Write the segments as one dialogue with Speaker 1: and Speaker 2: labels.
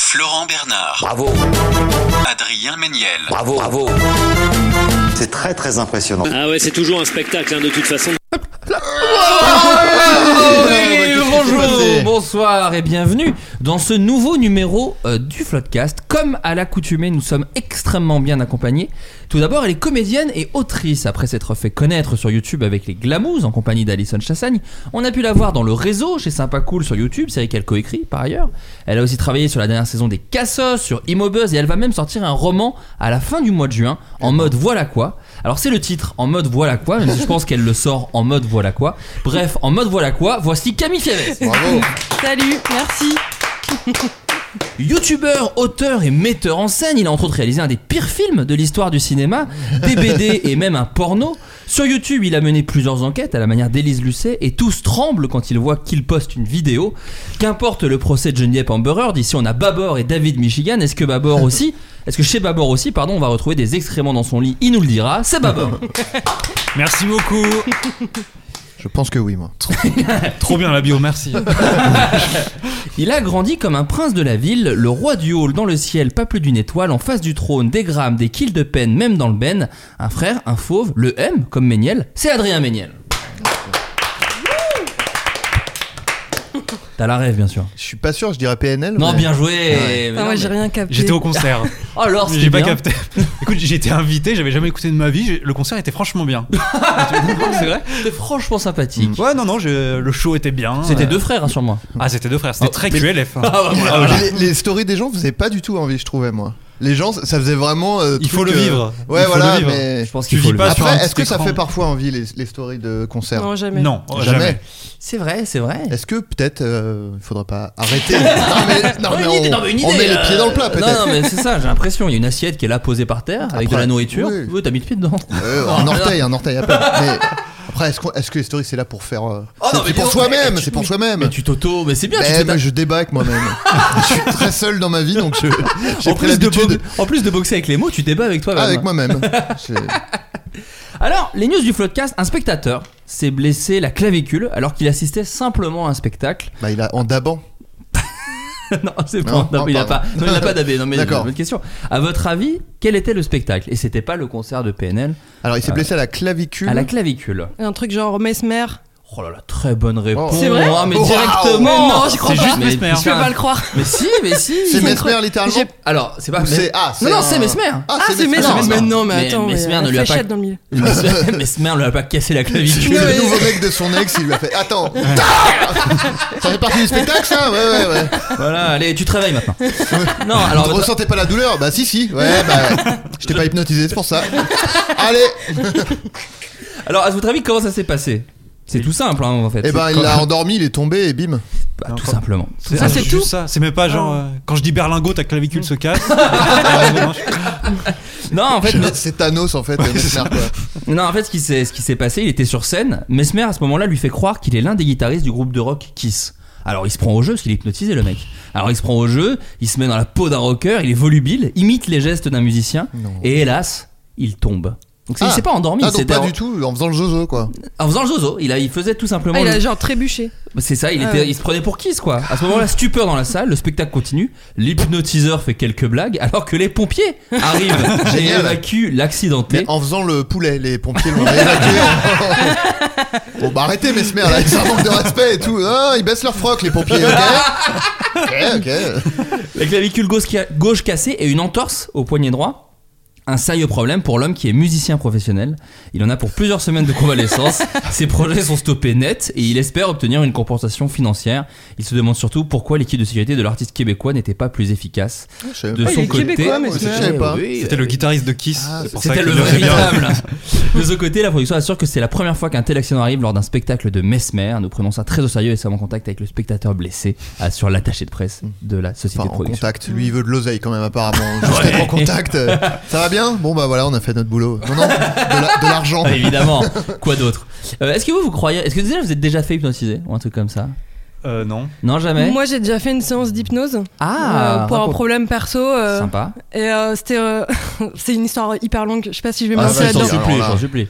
Speaker 1: Florent Bernard,
Speaker 2: Bravo,
Speaker 1: Adrien Méniel,
Speaker 2: bravo, bravo.
Speaker 3: C'est très très impressionnant.
Speaker 4: Ah ouais, c'est toujours un spectacle, hein, de toute façon.
Speaker 5: Oui, bonjour, bonsoir et bienvenue dans ce nouveau numéro euh, du Floodcast. Comme à l'accoutumée, nous sommes extrêmement bien accompagnés. Tout d'abord, elle est comédienne et autrice. Après s'être fait connaître sur YouTube avec les Glamous en compagnie d'Alison Chassagne, on a pu la voir dans le réseau chez Sympa Cool sur YouTube, série qu'elle coécrit par ailleurs. Elle a aussi travaillé sur la dernière saison des Cassos, sur Immobuzz et elle va même sortir un roman à la fin du mois de juin en mode voilà quoi. Alors c'est le titre en mode voilà quoi, même si je pense qu'elle le sort en mode voilà quoi. Bref, en mode voilà quoi, voici Camille Fiavet.
Speaker 2: Bravo.
Speaker 6: Salut, merci.
Speaker 5: Youtubeur, auteur et metteur en scène, il a entre autres réalisé un des pires films de l'histoire du cinéma, des BD et même un porno. Sur YouTube, il a mené plusieurs enquêtes à la manière d'Élise Lucet et tous tremblent quand ils voient qu'il poste une vidéo. Qu'importe le procès de Geneviève Amber Heard, ici on a Babor et David Michigan, est-ce que Babor aussi Est-ce que chez Babor aussi, pardon, on va retrouver des excréments dans son lit Il nous le dira, c'est Babor
Speaker 4: Merci beaucoup.
Speaker 2: Je pense que oui, moi.
Speaker 4: Trop bien la bio, merci.
Speaker 5: Il a grandi comme un prince de la ville, le roi du hall dans le ciel, pas plus d'une étoile, en face du trône, des grammes, des kills de peine, même dans le ben. Un frère, un fauve, le M comme Méniel, c'est Adrien Méniel. T'as la rêve, bien sûr.
Speaker 2: Je suis pas sûr, je dirais PNL.
Speaker 5: Non,
Speaker 2: mais-
Speaker 5: bien joué. mais
Speaker 6: Ah,
Speaker 5: non,
Speaker 6: moi, j'ai
Speaker 5: mais-
Speaker 6: rien capté.
Speaker 4: J'étais au concert.
Speaker 5: Oh, alors,
Speaker 4: J'ai
Speaker 5: c'était
Speaker 4: pas
Speaker 5: bien.
Speaker 4: capté. Écoute, j'étais invité, j'avais jamais écouté de ma vie. j'ai- Le concert était franchement bien.
Speaker 6: Ah,
Speaker 5: C'est vrai C'était franchement sympathique.
Speaker 4: Ouais, non, non, je- le show était bien.
Speaker 5: C'était
Speaker 4: Euh,
Speaker 5: deux frères hein, sur moi.
Speaker 4: Ah, c'était deux frères. C'était très QLF. hein.
Speaker 2: Ah, Les, les stories des gens faisaient pas du tout envie, je trouvais, moi. Les gens, ça faisait vraiment. euh,
Speaker 4: Il
Speaker 2: truc,
Speaker 4: faut le
Speaker 2: euh,
Speaker 4: vivre. Il
Speaker 2: Ouais,
Speaker 4: faut
Speaker 2: voilà,
Speaker 4: le vivre.
Speaker 2: mais.
Speaker 5: Je pense
Speaker 4: Tu
Speaker 5: qu'il faut
Speaker 4: vis
Speaker 5: le-
Speaker 4: pas sur un
Speaker 2: Après,
Speaker 4: petit
Speaker 2: est-ce que ça
Speaker 4: écran. Ah,
Speaker 2: fait parfois envie les, les stories de concert
Speaker 6: Non, jamais.
Speaker 4: Non,
Speaker 2: Jamais.
Speaker 5: C'est vrai, c'est vrai.
Speaker 2: Est-ce que peut-être euh, il faudra pas arrêter Non mais, non,
Speaker 5: Ouais,
Speaker 2: mais
Speaker 5: une
Speaker 2: on,
Speaker 5: idée, non, mais une
Speaker 2: on
Speaker 5: idée,
Speaker 2: met les
Speaker 5: euh,
Speaker 2: pieds dans le plat peut-être.
Speaker 5: Non, non, mais c'est ça, j'ai l'impression. Il y a une assiette qui est là posée par terre avec
Speaker 2: Après,
Speaker 5: de la nourriture.
Speaker 2: oui.
Speaker 5: Oui, t'as mis le pied dedans.
Speaker 2: Euh, un orteil, un orteil à peine. Mais après, est-ce, qu'on- est-ce que les stories c'est là pour faire euh,
Speaker 5: Oh,
Speaker 2: C'est
Speaker 5: non, mais
Speaker 2: c'est pour
Speaker 5: non,
Speaker 2: soi-même,
Speaker 5: mais-
Speaker 2: c'est pour soi-même.
Speaker 5: Mais tu t'auto, mais c'est bien. tu
Speaker 2: Ben,
Speaker 5: t'es-
Speaker 2: moi, je débarque moi-même. je suis très seul dans ma vie, donc je, j'ai
Speaker 5: en,
Speaker 2: pris
Speaker 5: plus de
Speaker 2: l'habitude
Speaker 5: bo- en plus de boxer avec les mots, tu débats avec toi.
Speaker 2: Ah,
Speaker 5: Benjamin.
Speaker 2: avec moi-même. C'est-
Speaker 5: Alors, les news du Floodcast, un spectateur s'est blessé la clavicule alors qu'il assistait simplement à un spectacle.
Speaker 2: Bah, il a en dabant.
Speaker 5: non, c'est pas,
Speaker 2: Non,
Speaker 5: non,
Speaker 2: non,
Speaker 5: il n'a pas,
Speaker 2: pardon.
Speaker 5: non, il a pas d'AB. Non, mais
Speaker 2: D'accord.
Speaker 5: bonne question. À votre avis, quel était le spectacle Et c'était pas le concert de PNL,
Speaker 2: Alors, il s'est blessé à la clavicule.
Speaker 5: à la clavicule.
Speaker 6: Mhm. Un truc genre mesmer.
Speaker 5: Oh là là, très bonne réponse.
Speaker 2: Oh. C'est
Speaker 6: vrai
Speaker 5: Ah, mais
Speaker 2: Waouh.
Speaker 5: directement.
Speaker 6: Mais non, j'y crois
Speaker 4: C'est pas. juste
Speaker 5: Mais
Speaker 4: Mesmer.
Speaker 5: putain.
Speaker 6: Je peux pas le croire.
Speaker 5: Mais si, mais si.
Speaker 2: C'est
Speaker 5: Ils ont cru-
Speaker 2: Mesmer littéralement.
Speaker 5: Alors, c'est pas.
Speaker 2: Ou c'est- ah, c'est
Speaker 5: non, non,
Speaker 2: un-
Speaker 5: c'est Mesmer.
Speaker 2: Ah,
Speaker 6: Ah, c'est mesmer.
Speaker 5: Non,
Speaker 6: Mais
Speaker 5: non.
Speaker 6: non, mais
Speaker 5: Mais
Speaker 6: attends.
Speaker 5: mesmer
Speaker 6: mais
Speaker 5: ne lui a pas-
Speaker 6: fléchette dans le milieu.
Speaker 5: Mesmer, Mesmer lui a pas cassé la clavicule.
Speaker 2: Le nouveau mec de son ex, il lui a fait Attends, ça fait partie du spectacle ça Ouais, ouais, ouais.
Speaker 5: Voilà, allez, tu travailles maintenant. non,
Speaker 2: Alors,
Speaker 5: alors.
Speaker 2: ressentais pas la douleur Bah, si, si. Ouais, bah, je t'ai pas hypnotisé, c'est pour ça. Allez
Speaker 5: Alors, à votre avis, comment ça s'est passé C'est tout simple, hein, en fait.
Speaker 2: Et
Speaker 5: C'est
Speaker 2: ben, il
Speaker 5: quand-
Speaker 2: l'a endormi, il est tombé et bim.
Speaker 5: Bah, tout simplement. Tout
Speaker 6: Ah,
Speaker 5: simplement.
Speaker 6: c'est
Speaker 4: juste
Speaker 6: tout
Speaker 4: ça. C'est même pas genre. euh, quand je dis berlingot, ta clavicule se casse.
Speaker 5: Non, en fait, mais-
Speaker 2: C'est Thanos en fait, Mesmer, quoi.
Speaker 5: non, en fait, ce qui s'est, ce qui s'est passé, il était sur scène. Mesmer, à ce moment-là, lui fait croire qu'il est l'un des guitaristes du groupe de rock Kiss. Alors, il se prend au jeu parce qu'il est hypnotisé, le mec. Alors, il se prend au jeu, il se met dans la peau d'un rocker, il est volubile, imite les gestes d'un musicien, et hélas, il tombe. Donc c'est- il s'est pas endormi,
Speaker 2: Ah,
Speaker 5: c'est
Speaker 2: donc pas
Speaker 5: d'ailleurs-
Speaker 2: du tout, en faisant le zozo, quoi.
Speaker 5: En faisant le zozo, il, a- il faisait tout simplement.
Speaker 6: Ah, il a
Speaker 5: le- Bah,
Speaker 6: genre trébuché.
Speaker 5: C'est ça, il,
Speaker 6: Ah
Speaker 5: était,
Speaker 6: ouais.
Speaker 5: il se prenait pour kiss quoi. À ce moment-là, stupeur dans la salle, le spectacle continue, l'hypnotiseur fait quelques blagues, alors que les pompiers arrivent et
Speaker 2: Génial.
Speaker 5: évacuent l'accidenté.
Speaker 2: Mais en faisant le poulet, les pompiers l'ont évacué. bon, bah arrêtez, mes smères, là, c'est un manque de respect et tout. Ah, ils baissent leur froc, les pompiers, ok Ok, ok.
Speaker 5: La clavicule gauche, ca- gauche cassée et une entorse au poignet droit. Un sérieux problème pour l'homme qui est musicien professionnel. Il en a pour plusieurs semaines de convalescence. Ses projets sont stoppés net et il espère obtenir une compensation financière. Il se demande surtout pourquoi l'équipe de sécurité de l'artiste québécois n'était pas plus efficace.
Speaker 6: Ah,
Speaker 5: De
Speaker 6: il
Speaker 5: son
Speaker 6: est
Speaker 5: côté,
Speaker 6: québécois, mais
Speaker 2: Je
Speaker 6: c'est-
Speaker 2: savais pas.
Speaker 5: Oui,
Speaker 4: C'était le guitariste de Kiss.
Speaker 2: Ah,
Speaker 4: c'est pour ça
Speaker 5: C'était
Speaker 4: qu'il
Speaker 5: le
Speaker 4: le faisait bien.
Speaker 5: véritable. De ce côté, la production assure que c'est la première fois qu'un tel accident arrive lors d'un spectacle de Mesmer. Nous prenons ça très au sérieux et sommes en contact avec le spectateur blessé, assure l'attaché de presse de la société
Speaker 2: Enfin,
Speaker 5: de
Speaker 2: en
Speaker 5: production.
Speaker 2: contact, lui il veut de l'oseille quand même apparemment. Juste être en contact. euh, Ça va bien Bon bah voilà, on a fait notre boulot. Non non, de la- de l'argent.
Speaker 5: Ah, évidemment. Quoi d'autre Euh, Est-ce que vous vous croyez Est-ce que déjà vous êtes déjà fait hypnotiser ou un truc comme ça
Speaker 4: Euh, non.
Speaker 5: Non, jamais.
Speaker 6: Moi, j'ai déjà fait une séance d'hypnose
Speaker 5: ah,
Speaker 6: euh, pour un
Speaker 5: raconte-
Speaker 6: problème perso. euh,
Speaker 5: Sympa.
Speaker 6: Et euh, c'était, euh, c'est une histoire hyper longue. Je sais pas si je vais me
Speaker 2: Ah,
Speaker 6: lancer
Speaker 2: vas-y,
Speaker 6: là-dedans.
Speaker 2: alors
Speaker 5: supplie,
Speaker 2: là.
Speaker 5: j'en supplie.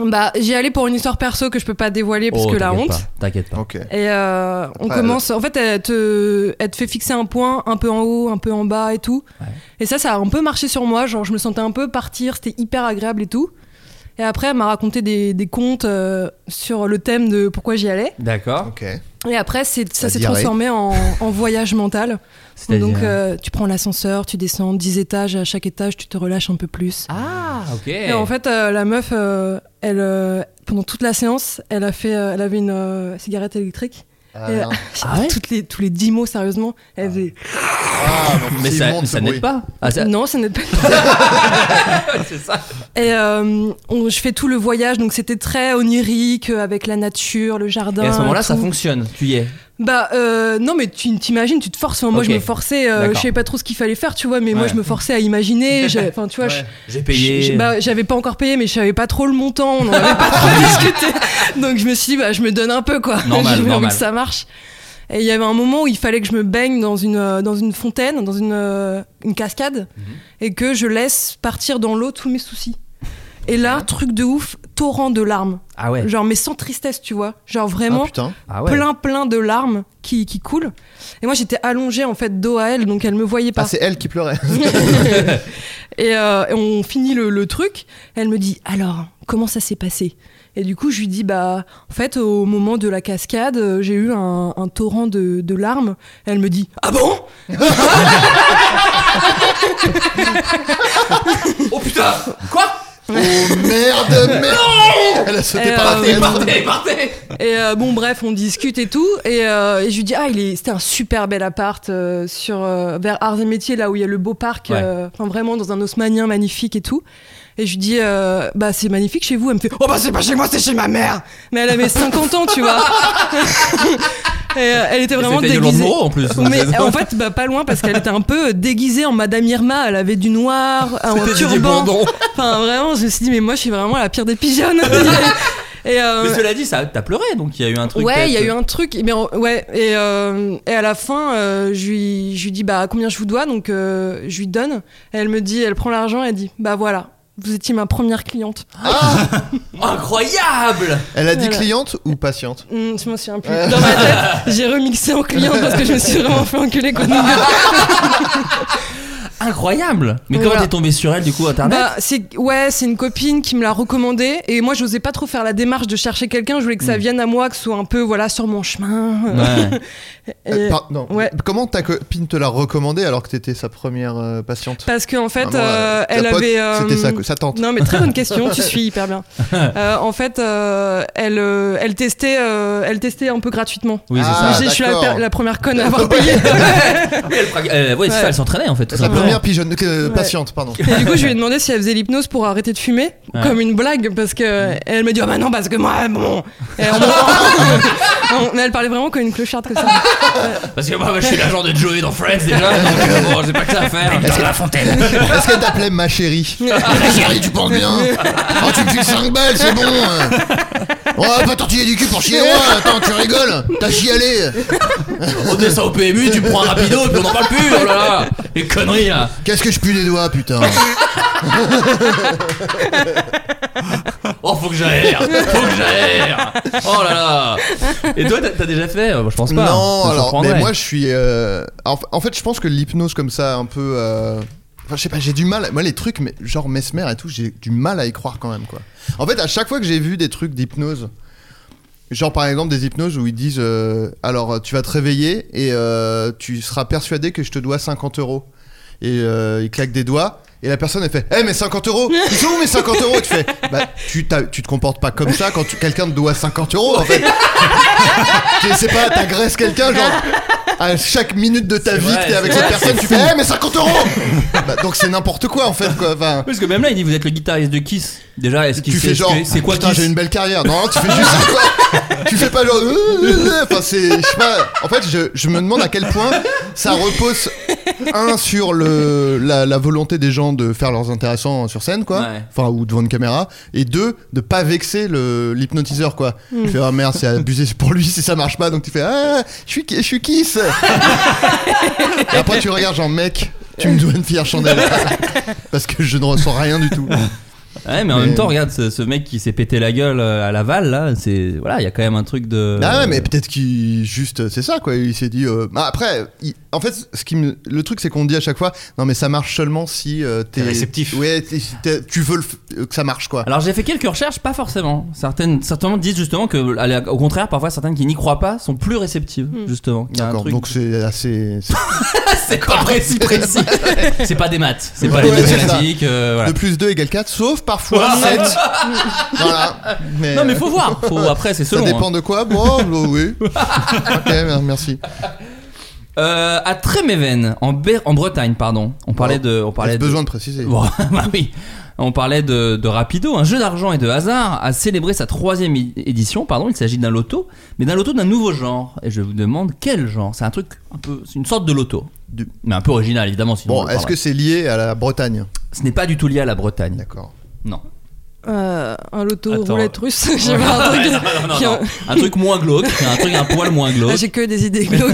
Speaker 6: Bah, j'y allais pour une histoire perso que je peux pas dévoiler parce
Speaker 5: Oh,
Speaker 6: que la
Speaker 5: t'inquiète
Speaker 6: honte.
Speaker 5: pas, T'inquiète pas.
Speaker 2: Ok.
Speaker 6: Et euh, on
Speaker 2: Après,
Speaker 6: commence. En fait, elle te, elle te fait fixer un point un peu en haut, un peu en bas et tout.
Speaker 5: Ouais.
Speaker 6: Et ça, ça a un peu marché sur moi. Genre, je me sentais un peu partir. C'était hyper agréable et tout. Et après, elle m'a raconté des, des contes euh, sur le thème de pourquoi j'y allais.
Speaker 5: D'accord.
Speaker 2: Ok.
Speaker 6: Et après, c'est- ça
Speaker 2: La
Speaker 6: s'est
Speaker 2: diarrhée.
Speaker 6: transformé en, en voyage mental.
Speaker 5: C'est-à-dire-
Speaker 6: Donc, euh, tu prends l'ascenseur, tu descends 10 étages. Et à chaque étage, tu te relâches un peu plus.
Speaker 5: Ah, ok.
Speaker 6: Et en fait, euh, la meuf, euh, elle, euh, pendant toute la séance, elle, a fait, euh, elle avait une euh, cigarette électrique.
Speaker 2: Ah,
Speaker 6: Et-
Speaker 2: merde.
Speaker 5: Ah ouais
Speaker 6: Toutes les, tous les 10 mots, sérieusement. Elle faisait,
Speaker 2: Ah, donc,
Speaker 5: mais
Speaker 2: c'est
Speaker 5: ça,
Speaker 2: immonde,
Speaker 5: ça
Speaker 2: ce
Speaker 5: n'aide
Speaker 2: bruit.
Speaker 5: pas. Ah, ça-
Speaker 6: Non, ça n'est pas.
Speaker 5: c'est ça.
Speaker 6: Et euh, on- je fais tout le voyage, donc c'était très onirique, euh, avec la nature, le jardin.
Speaker 5: Et à ce moment-là,
Speaker 6: tout.
Speaker 5: ça fonctionne. Tu y es.
Speaker 6: Bah, euh, non, mais tu t'imagines, tu te forces. Enfin, moi,
Speaker 5: Ok.
Speaker 6: je me forçais, euh,
Speaker 5: D'accord.
Speaker 6: je savais pas trop ce qu'il fallait faire, tu vois, mais moi,
Speaker 5: Ouais.
Speaker 6: je me forçais à imaginer. j'avais- Enfin, tu vois, je-
Speaker 5: J'ai payé.
Speaker 6: je- bah, j'avais pas encore payé, mais je savais pas trop le montant, on en avait pas trop discuté. Donc je me suis dit, bah, je me donne un peu, quoi.
Speaker 5: Normal,
Speaker 6: J'ai envie
Speaker 5: normal.
Speaker 6: que ça marche. Et il y avait un moment où il fallait que je me baigne dans une, euh, dans une fontaine, dans une, euh, une cascade, et que je laisse partir dans l'eau tous mes soucis. Et là, truc de ouf, torrent de larmes.
Speaker 5: Ah ouais.
Speaker 6: Genre, mais sans tristesse, tu vois. Genre
Speaker 2: Ah
Speaker 6: vraiment,
Speaker 2: putain.
Speaker 5: Ah ouais.
Speaker 6: plein, plein de larmes qui, qui coulent. Et moi, j'étais allongée, en fait, dos à elle, donc elle me voyait pas.
Speaker 2: Ah, c'est elle qui pleurait.
Speaker 6: Et, euh, et on finit le, le truc. Elle me dit alors comment ça s'est passé Et du coup je lui dis bah en fait au moment de la cascade euh, j'ai eu un, un torrent de, de larmes. Elle me dit ah bon
Speaker 5: Oh putain Quoi
Speaker 2: oh merde, merde. elle a sauté
Speaker 6: Et,
Speaker 2: par la
Speaker 6: euh,
Speaker 2: fenêtre.
Speaker 5: Partez, partez
Speaker 6: Et euh, bon bref on discute et tout. Et, euh, et je lui dis ah il est c'était un super bel appart euh, sur euh, vers Arts et Métiers là où il y a le beau parc.
Speaker 5: Ouais.
Speaker 6: euh, Enfin vraiment dans un haussmanien magnifique et tout. Et je lui dis, euh, bah c'est magnifique chez vous. Elle me fait, oh bah c'est pas chez moi, c'est chez ma mère. Mais elle avait 50 ans, tu vois. Et, euh, elle était vraiment
Speaker 5: C'était
Speaker 6: déguisée.
Speaker 5: Moreau en plus.
Speaker 6: Mais euh, en fait, bah, pas loin parce qu'elle était un peu déguisée en Madame Irma. Elle avait du noir, un
Speaker 5: C'était Didier
Speaker 6: turban.
Speaker 5: Bourdon.
Speaker 6: Enfin, vraiment, je me suis dit, mais moi, je suis vraiment la pire des pigeonnes. Et euh,
Speaker 5: Mais cela dit, ça, t'as pleuré, donc il y a eu un truc.
Speaker 6: ouais, il y a
Speaker 5: peut-être.
Speaker 6: eu un truc. Mais en- ouais, et, euh, et à la fin, euh, je, lui, je lui dis, bah combien je vous dois Donc, euh, je lui donne. Et elle me dit, elle prend l'argent. Elle dit, bah voilà, vous étiez ma première cliente.
Speaker 2: Ah,
Speaker 5: Incroyable
Speaker 2: elle a dit
Speaker 6: Voilà.
Speaker 2: cliente ou patiente
Speaker 6: Hum, je m'en souviens plus. Dans ma tête, j'ai remixé en cliente parce que je me suis vraiment fait enculer. quoi.
Speaker 5: Incroyable Mais
Speaker 6: Oui,
Speaker 5: comment
Speaker 6: voilà.
Speaker 5: t'es tombé sur elle du coup, internet
Speaker 6: Bah, c'est ouais, c'est une copine qui me l'a recommandé et moi j'osais pas trop faire la démarche de chercher quelqu'un, je voulais que
Speaker 2: Hum.
Speaker 6: ça vienne à moi, que ce soit un peu voilà sur mon chemin.
Speaker 5: Ouais.
Speaker 6: Et-
Speaker 2: Euh, pardon.
Speaker 6: ouais.
Speaker 2: Comment ta copine te l'a recommandé alors que t'étais sa première euh, patiente
Speaker 6: Parce que en fait,
Speaker 2: Vraiment,
Speaker 6: euh,
Speaker 2: euh, ta
Speaker 6: elle
Speaker 2: pote,
Speaker 6: avait. euh,
Speaker 2: C'était sa, sa tante.
Speaker 6: Non mais très bonne question, tu suis hyper bien. Euh, en fait, euh, elle, euh, elle testait, euh, elle testait un peu gratuitement.
Speaker 5: Oui, c'est
Speaker 2: Ah,
Speaker 6: J'ai- je suis la,
Speaker 2: d'accord.
Speaker 6: per- la première conne à avoir payé.
Speaker 5: ça. Elle, fra- euh, ouais, c'est
Speaker 6: Ouais.
Speaker 5: ça, elle s'entraînait en fait. tout
Speaker 2: Sa
Speaker 5: simplement.
Speaker 2: première pigeonne, euh,
Speaker 6: Ouais.
Speaker 2: patiente, pardon.
Speaker 6: Et du coup, je lui ai demandé si elle faisait l'hypnose pour arrêter de fumer,
Speaker 5: Ouais. Mm.
Speaker 6: comme une blague, parce que elle me dit, ah bah non, parce que moi, bon. Et on- on- mais elle parlait vraiment comme une clocharde comme ça.
Speaker 5: Parce que moi, moi, je suis l'agent de Joey dans Friends déjà, donc euh, bon, j'ai pas que ça à faire.
Speaker 2: Est-ce qu'elle Est-ce qu'elle t'appelait ma chérie
Speaker 6: Ah,
Speaker 2: Ma chérie, tu penses bien Oh, tu me files 5 balles, c'est bon hein. Oh, va pas tortiller du cul pour chier, oh, attends, tu rigoles T'as chialé
Speaker 5: On descend au PMU, tu me prends un rapido et puis on n'en parle plus. Oh là là, les conneries là.
Speaker 2: Qu'est-ce que je pue des doigts, putain
Speaker 5: Oh, faut que j'aère, faut que j'aère. Oh là là. Et toi, t'as t'as déjà fait Euh, Je pense pas.
Speaker 2: Non,
Speaker 5: Ça
Speaker 2: alors,
Speaker 5: surprendrait.
Speaker 2: mais moi je suis. euh, en, en fait, je pense que l'hypnose comme ça, un peu. euh, Enfin, je sais pas, j'ai du mal. Moi, les trucs, mais, genre Mesmer et tout, j'ai du mal à y croire quand même, quoi. En fait, à chaque fois que j'ai vu des trucs d'hypnose, genre par exemple des hypnoses où ils disent euh, Alors, tu vas te réveiller et euh, tu seras persuadé que je te dois 50 euros. Et euh, il claque des doigts. Et la personne elle fait Eh mais 50 euros Ils sont où mes 50 euros Tu fais Bah tu, t'as- tu te comportes pas comme ça quand tu- quelqu'un te doit 50 euros en fait tu sais pas, t'agresses quelqu'un, genre à chaque minute de ta vie
Speaker 5: vrai,
Speaker 2: que t'es avec
Speaker 5: c'est
Speaker 2: cette
Speaker 5: vrai,
Speaker 2: personne,
Speaker 5: c'est fou.
Speaker 2: tu fais Eh mais 50 euros Bah, Donc c'est n'importe quoi en fait, quoi. Enfin,
Speaker 5: Parce que même là, il dit vous êtes le guitariste de Kiss. Déjà, est-ce qu'il
Speaker 2: tu
Speaker 5: sait
Speaker 2: fais
Speaker 5: ce
Speaker 2: genre,
Speaker 5: que- c'est quoi
Speaker 2: putain,
Speaker 5: Kiss
Speaker 2: j'ai une belle carrière. Non, tu fais juste ça, quoi. Tu fais pas genre, euh, euh, euh. enfin, c'est, je sais pas. En fait, je, je me demande à quel point ça repose, un, sur le, la, la volonté des gens de faire leurs intéressants sur scène, quoi.
Speaker 5: Ouais.
Speaker 2: Enfin, ou devant une caméra. Et deux, de pas vexer le, l'hypnotiseur, quoi. Tu fais, ah merde, c'est abusé pour lui si ça marche pas. Donc tu fais, ah, je suis, je suis kiss. Et après, tu regardes, genre, mec, tu me dois une fière chandelle. Parce que je ne ressens rien du tout.
Speaker 5: Ouais, mais en
Speaker 2: Mais-
Speaker 5: même temps, regarde ce, ce mec qui s'est pété la gueule euh, à Laval là. C'est voilà, il y a quand même un truc de.
Speaker 2: Ah ouais, mais peut-être qu'il juste euh, c'est ça quoi. Il s'est dit. euh, bah après, il- en fait, ce qui me- le truc c'est qu'on dit à chaque fois, non mais ça marche seulement si euh, t'es
Speaker 4: T'es réceptif.
Speaker 2: Ouais, t'es- si t'es- tu veux le f- euh, que ça marche quoi.
Speaker 5: Alors j'ai fait quelques recherches, pas forcément. Certaines, certainement disent justement que, à la- au contraire, parfois certaines qui n'y croient pas sont plus réceptives, justement. Il y a un
Speaker 2: D'accord.
Speaker 5: truc- Ah,
Speaker 2: Donc c'est assez. c'est-
Speaker 5: c'est pas précis, précis. c'est pas des maths, c'est pas
Speaker 2: Ouais,
Speaker 5: des
Speaker 2: c'est ça.
Speaker 5: mathématiques. euh, voilà.
Speaker 2: De plus 2 égale 4 sauf parfois
Speaker 5: Ouais.
Speaker 2: 7 Voilà. Mais, euh,
Speaker 5: Non mais faut voir. Faut, après c'est
Speaker 2: ça
Speaker 5: selon.
Speaker 2: dépend
Speaker 5: hein.
Speaker 2: de quoi. Bon, bah oui. ok, merci.
Speaker 5: Euh, à Tréméven, en, Bé- en Bretagne, pardon. On parlait
Speaker 2: Wow.
Speaker 5: de, on parlait
Speaker 2: Oh. Est-ce
Speaker 5: de-
Speaker 2: besoin de préciser.
Speaker 5: Bon, bah oui. On parlait de, de Rapido, un jeu d'argent et de hasard a célébré sa troisième é- édition. Pardon, il s'agit d'un loto, mais d'un loto d'un nouveau genre. Et je vous demande quel genre. C'est un truc un peu, c'est une sorte de loto,
Speaker 2: Du-
Speaker 5: mais un peu original évidemment. Sinon on
Speaker 2: Bon,
Speaker 5: le
Speaker 2: est-ce que
Speaker 5: parlerait.
Speaker 2: c'est lié à la Bretagne
Speaker 5: ce n'est pas du tout lié à la Bretagne
Speaker 2: D'accord.
Speaker 5: Non.
Speaker 6: Euh, un loto
Speaker 5: Attends.
Speaker 6: roulette russe. J'ai pas un truc.
Speaker 5: Ouais, non, non, non,
Speaker 6: qui-
Speaker 5: non. Un truc moins glauque, un truc un poil moins
Speaker 6: Ah,
Speaker 5: glauque.
Speaker 6: J'ai que des idées glauques.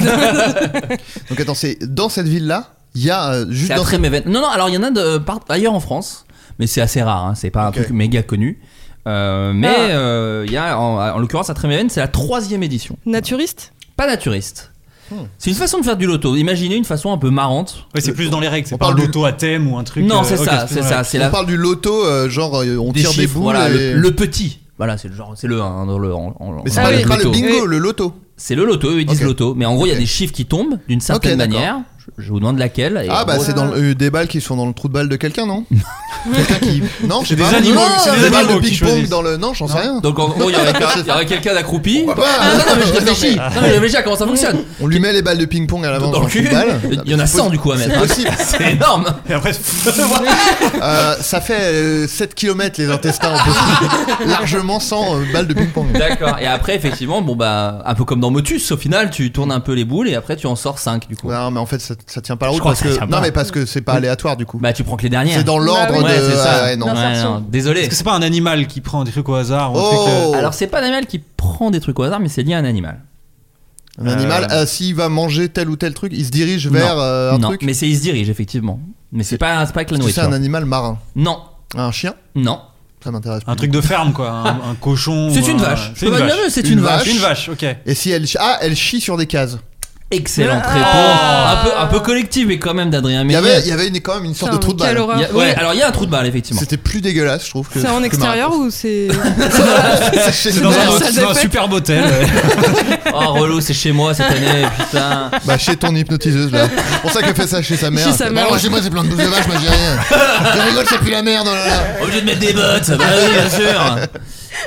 Speaker 2: Donc attends, c'est dans cette ville là, il y a euh, juste
Speaker 5: C'est à
Speaker 2: dans
Speaker 5: Tréméven. Non, non, alors il y en a de, par- ailleurs en France, mais c'est assez rare, hein, c'est pas un
Speaker 2: Ok.
Speaker 5: truc méga connu. Euh, mais
Speaker 6: Ah.
Speaker 5: euh, il y a, en, en l'occurrence, à Tréméven, c'est la troisième édition.
Speaker 6: Naturiste
Speaker 5: Pas naturiste.
Speaker 2: Hmm.
Speaker 5: C'est une façon de faire du loto. Imaginez une façon un peu marrante.
Speaker 4: Ouais, c'est plus dans les règles,
Speaker 2: On
Speaker 4: c'est pas
Speaker 2: parle du-
Speaker 4: l'auto à thème ou un truc.
Speaker 5: non,
Speaker 4: euh,
Speaker 5: c'est
Speaker 4: ok,
Speaker 5: ça, c'est
Speaker 4: ouais.
Speaker 5: ça. C'est
Speaker 2: on
Speaker 5: la
Speaker 2: parle du loto, euh, genre euh, on
Speaker 5: des
Speaker 2: tire des
Speaker 5: chiffres,
Speaker 2: boules.
Speaker 5: voilà,
Speaker 2: et-
Speaker 5: le, le petit. Voilà, c'est le genre, c'est le 1 dans le. en- en-
Speaker 2: Mais c'est
Speaker 5: en-
Speaker 2: pas,
Speaker 6: Ah
Speaker 2: le-
Speaker 6: oui.
Speaker 2: pas le
Speaker 5: loto.
Speaker 2: bingo, le loto.
Speaker 5: C'est le loto, eux ils disent
Speaker 2: Ok.
Speaker 5: loto. Mais en gros, il y a
Speaker 2: Ok.
Speaker 5: des chiffres qui tombent d'une certaine
Speaker 2: Ok, d'accord.
Speaker 5: manière. Je- Je vous demande laquelle. et
Speaker 2: Ah
Speaker 5: en
Speaker 2: bah
Speaker 5: gros,
Speaker 2: c'est dans le- euh, des balles qui sont dans le trou de balle de quelqu'un non Quelqu'un qui non je sais
Speaker 4: des
Speaker 2: pas.
Speaker 4: animaux-
Speaker 2: Non,
Speaker 4: c'est des
Speaker 2: des balles
Speaker 4: animaux
Speaker 2: de
Speaker 4: qui
Speaker 2: ping pong
Speaker 4: choisissent.
Speaker 2: dans le non j'en sais rien.
Speaker 5: Donc en gros, il y aurait, il y aurait quelqu'un d'accroupi.
Speaker 2: Pourquoi pas
Speaker 5: Ah, non, non, mais je
Speaker 2: Non, mais-
Speaker 5: réfléchis. Non, mais je réfléchis à comment ça fonctionne.
Speaker 2: On lui met les balles de ping pong à l'avance
Speaker 5: Dans le
Speaker 2: trou
Speaker 5: cul.
Speaker 2: de balle.
Speaker 5: Il y en a 100 du coup à mettre. hein.
Speaker 2: possible.
Speaker 5: C'est énorme.
Speaker 4: Et après,
Speaker 2: Euh, ça fait euh, 7 km les intestins en possible. largement 100 euh, balles de ping pong.
Speaker 5: D'accord. Et après, effectivement, bon bah, un peu comme dans Motus, au final, tu tournes un peu les boules et après tu en sors 5 du coup.
Speaker 2: Non mais en fait ça, ça tient pas la
Speaker 5: Je
Speaker 2: route
Speaker 5: crois
Speaker 2: parce
Speaker 5: que ça
Speaker 2: que
Speaker 5: tient
Speaker 2: non
Speaker 5: pas.
Speaker 2: mais parce que c'est pas aléatoire du coup.
Speaker 5: Bah, tu prends que les dernières.
Speaker 2: C'est dans l'ordre
Speaker 5: Ouais,
Speaker 2: de Ah
Speaker 5: c'est ça.
Speaker 2: ouais, non.
Speaker 5: Ouais, non, Désolé.
Speaker 4: Est-ce que c'est pas un animal qui prend des trucs au hasard ou un
Speaker 2: Oh.
Speaker 4: truc, euh,
Speaker 5: Alors, c'est pas un animal qui prend des trucs au hasard, mais c'est lié à un animal.
Speaker 2: Un animal
Speaker 4: Euh.
Speaker 2: euh, s'il va manger tel ou tel truc, il se dirige vers euh, un
Speaker 5: non,
Speaker 2: truc.
Speaker 5: mais c'est il se dirige effectivement. Mais c'est pas, c'est pas avec la
Speaker 2: Est-ce que c'est
Speaker 5: nourriture.
Speaker 2: un animal marin.
Speaker 5: Non,
Speaker 2: Un chien
Speaker 5: non.
Speaker 2: Ça m'intéresse plus.
Speaker 4: Un truc de ferme quoi, un, un cochon.
Speaker 5: C'est
Speaker 4: ou
Speaker 5: une
Speaker 4: un-
Speaker 5: vache.
Speaker 4: C'est
Speaker 5: Je
Speaker 4: une
Speaker 5: peux pas
Speaker 4: vache.
Speaker 5: dire, C'est
Speaker 2: Une
Speaker 5: une
Speaker 2: vache.
Speaker 5: vache.
Speaker 4: C'est une vache, ok.
Speaker 2: Et si elle. Ah, elle chie sur des cases.
Speaker 5: Excellente
Speaker 6: Ah.
Speaker 5: réponse. Un peu, un peu collective, mais quand même d'Adrien
Speaker 2: Il y
Speaker 5: Méniel.
Speaker 2: avait, il y avait une- quand même une sorte
Speaker 6: Putain,
Speaker 2: de trou de
Speaker 6: mais quelle
Speaker 2: balle.
Speaker 6: horreur.
Speaker 5: Il y a- ouais, alors il y a un trou de balle, effectivement.
Speaker 2: C'était plus dégueulasse, je trouve. que-
Speaker 6: C'est en
Speaker 2: que
Speaker 6: extérieur
Speaker 2: ma
Speaker 6: ou c'est.
Speaker 2: réponse. C'est chez
Speaker 4: C'est dans
Speaker 2: merde.
Speaker 4: un,
Speaker 6: salle
Speaker 4: c'est dans
Speaker 6: de
Speaker 4: un
Speaker 6: fête.
Speaker 4: superbe hôtel.
Speaker 5: Oh, relou, c'est chez moi cette année, putain.
Speaker 2: Bah, chez ton hypnotiseuse là. C'est pour ça qu'elle fait ça chez sa mère.
Speaker 6: Chez sa
Speaker 2: Bah,
Speaker 6: mère,
Speaker 2: alors,
Speaker 6: ouais.
Speaker 2: chez moi, c'est plein de boules de vache, moi j'ai rien. Je rigole, c'est plus la merde. oh là là.
Speaker 5: Obligé de mettre des bottes, bah oui, bien sûr.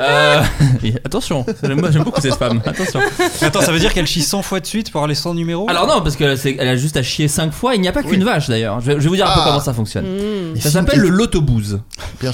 Speaker 5: Euh, et attention, j'aime j'aime beaucoup cette femme. Attention.
Speaker 4: Attends, ça veut dire qu'elle chie 100 fois de suite pour aller sans numéro
Speaker 5: Alors non, parce que c'est- elle a juste à chier 5 fois. Il n'y a pas qu'une vache d'ailleurs. Je, vais- je vais vous dire un
Speaker 2: Ah.
Speaker 5: peu comment ça fonctionne.
Speaker 2: Et
Speaker 5: Ça
Speaker 2: si-
Speaker 5: s'appelle le lotobouse,
Speaker 2: Bien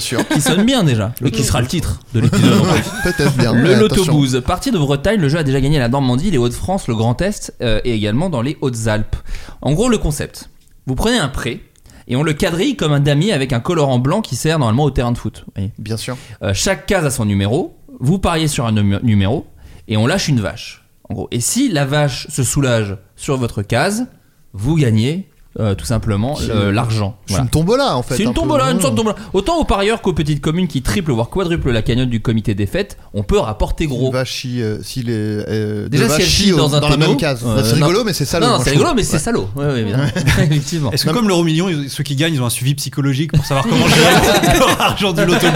Speaker 2: sûr.
Speaker 5: qui sonne bien déjà, et qui sera le titre de l'épisode. en plus.
Speaker 2: Peut-être bien. mais
Speaker 5: Le
Speaker 2: attention.
Speaker 5: lotobouse. Parti de Bretagne, le jeu a déjà gagné la Normandie, les Hauts-de-France, le Grand Est euh, et également dans les Hautes-Alpes. En gros, le concept. Vous prenez un pré et on le quadrille comme un damier avec un colorant blanc qui sert normalement au terrain de foot. Vous voyez.
Speaker 2: Bien sûr.
Speaker 5: Euh, chaque case a son numéro. Vous pariez sur un numé- numéro et on lâche une vache. En gros. Et si la vache se soulage sur votre case, vous gagnez euh, tout simplement
Speaker 2: C'est-
Speaker 5: euh, l'argent.
Speaker 2: C'est une tombola en fait.
Speaker 5: C'est
Speaker 2: un
Speaker 5: une
Speaker 2: peu.
Speaker 5: tombola, une sorte de
Speaker 2: Ouais.
Speaker 5: tombola. Autant aux parieurs qu'aux petites communes qui triplent voire quadruplent la cagnotte du comité des fêtes, on peut rapporter gros.
Speaker 2: Vache chie, euh, s'il est, euh,
Speaker 5: Déjà,
Speaker 2: de
Speaker 5: si
Speaker 2: vache
Speaker 5: elle
Speaker 2: chie
Speaker 5: chie
Speaker 2: au-
Speaker 5: dans un
Speaker 2: la
Speaker 5: tonneau,
Speaker 2: même case. Bah,
Speaker 5: euh,
Speaker 2: c'est
Speaker 5: non.
Speaker 2: rigolo, mais c'est salaud.
Speaker 5: Non, non,
Speaker 2: moi,
Speaker 5: c'est
Speaker 2: je trouve.
Speaker 5: rigolo, mais c'est
Speaker 2: Ouais.
Speaker 5: salaud. Ouais, ouais, bien. Effectivement.
Speaker 4: Est-ce que comme l'euro million, ils- ceux qui gagnent, ils ont un suivi psychologique pour savoir comment gérer leur argent du l'autobus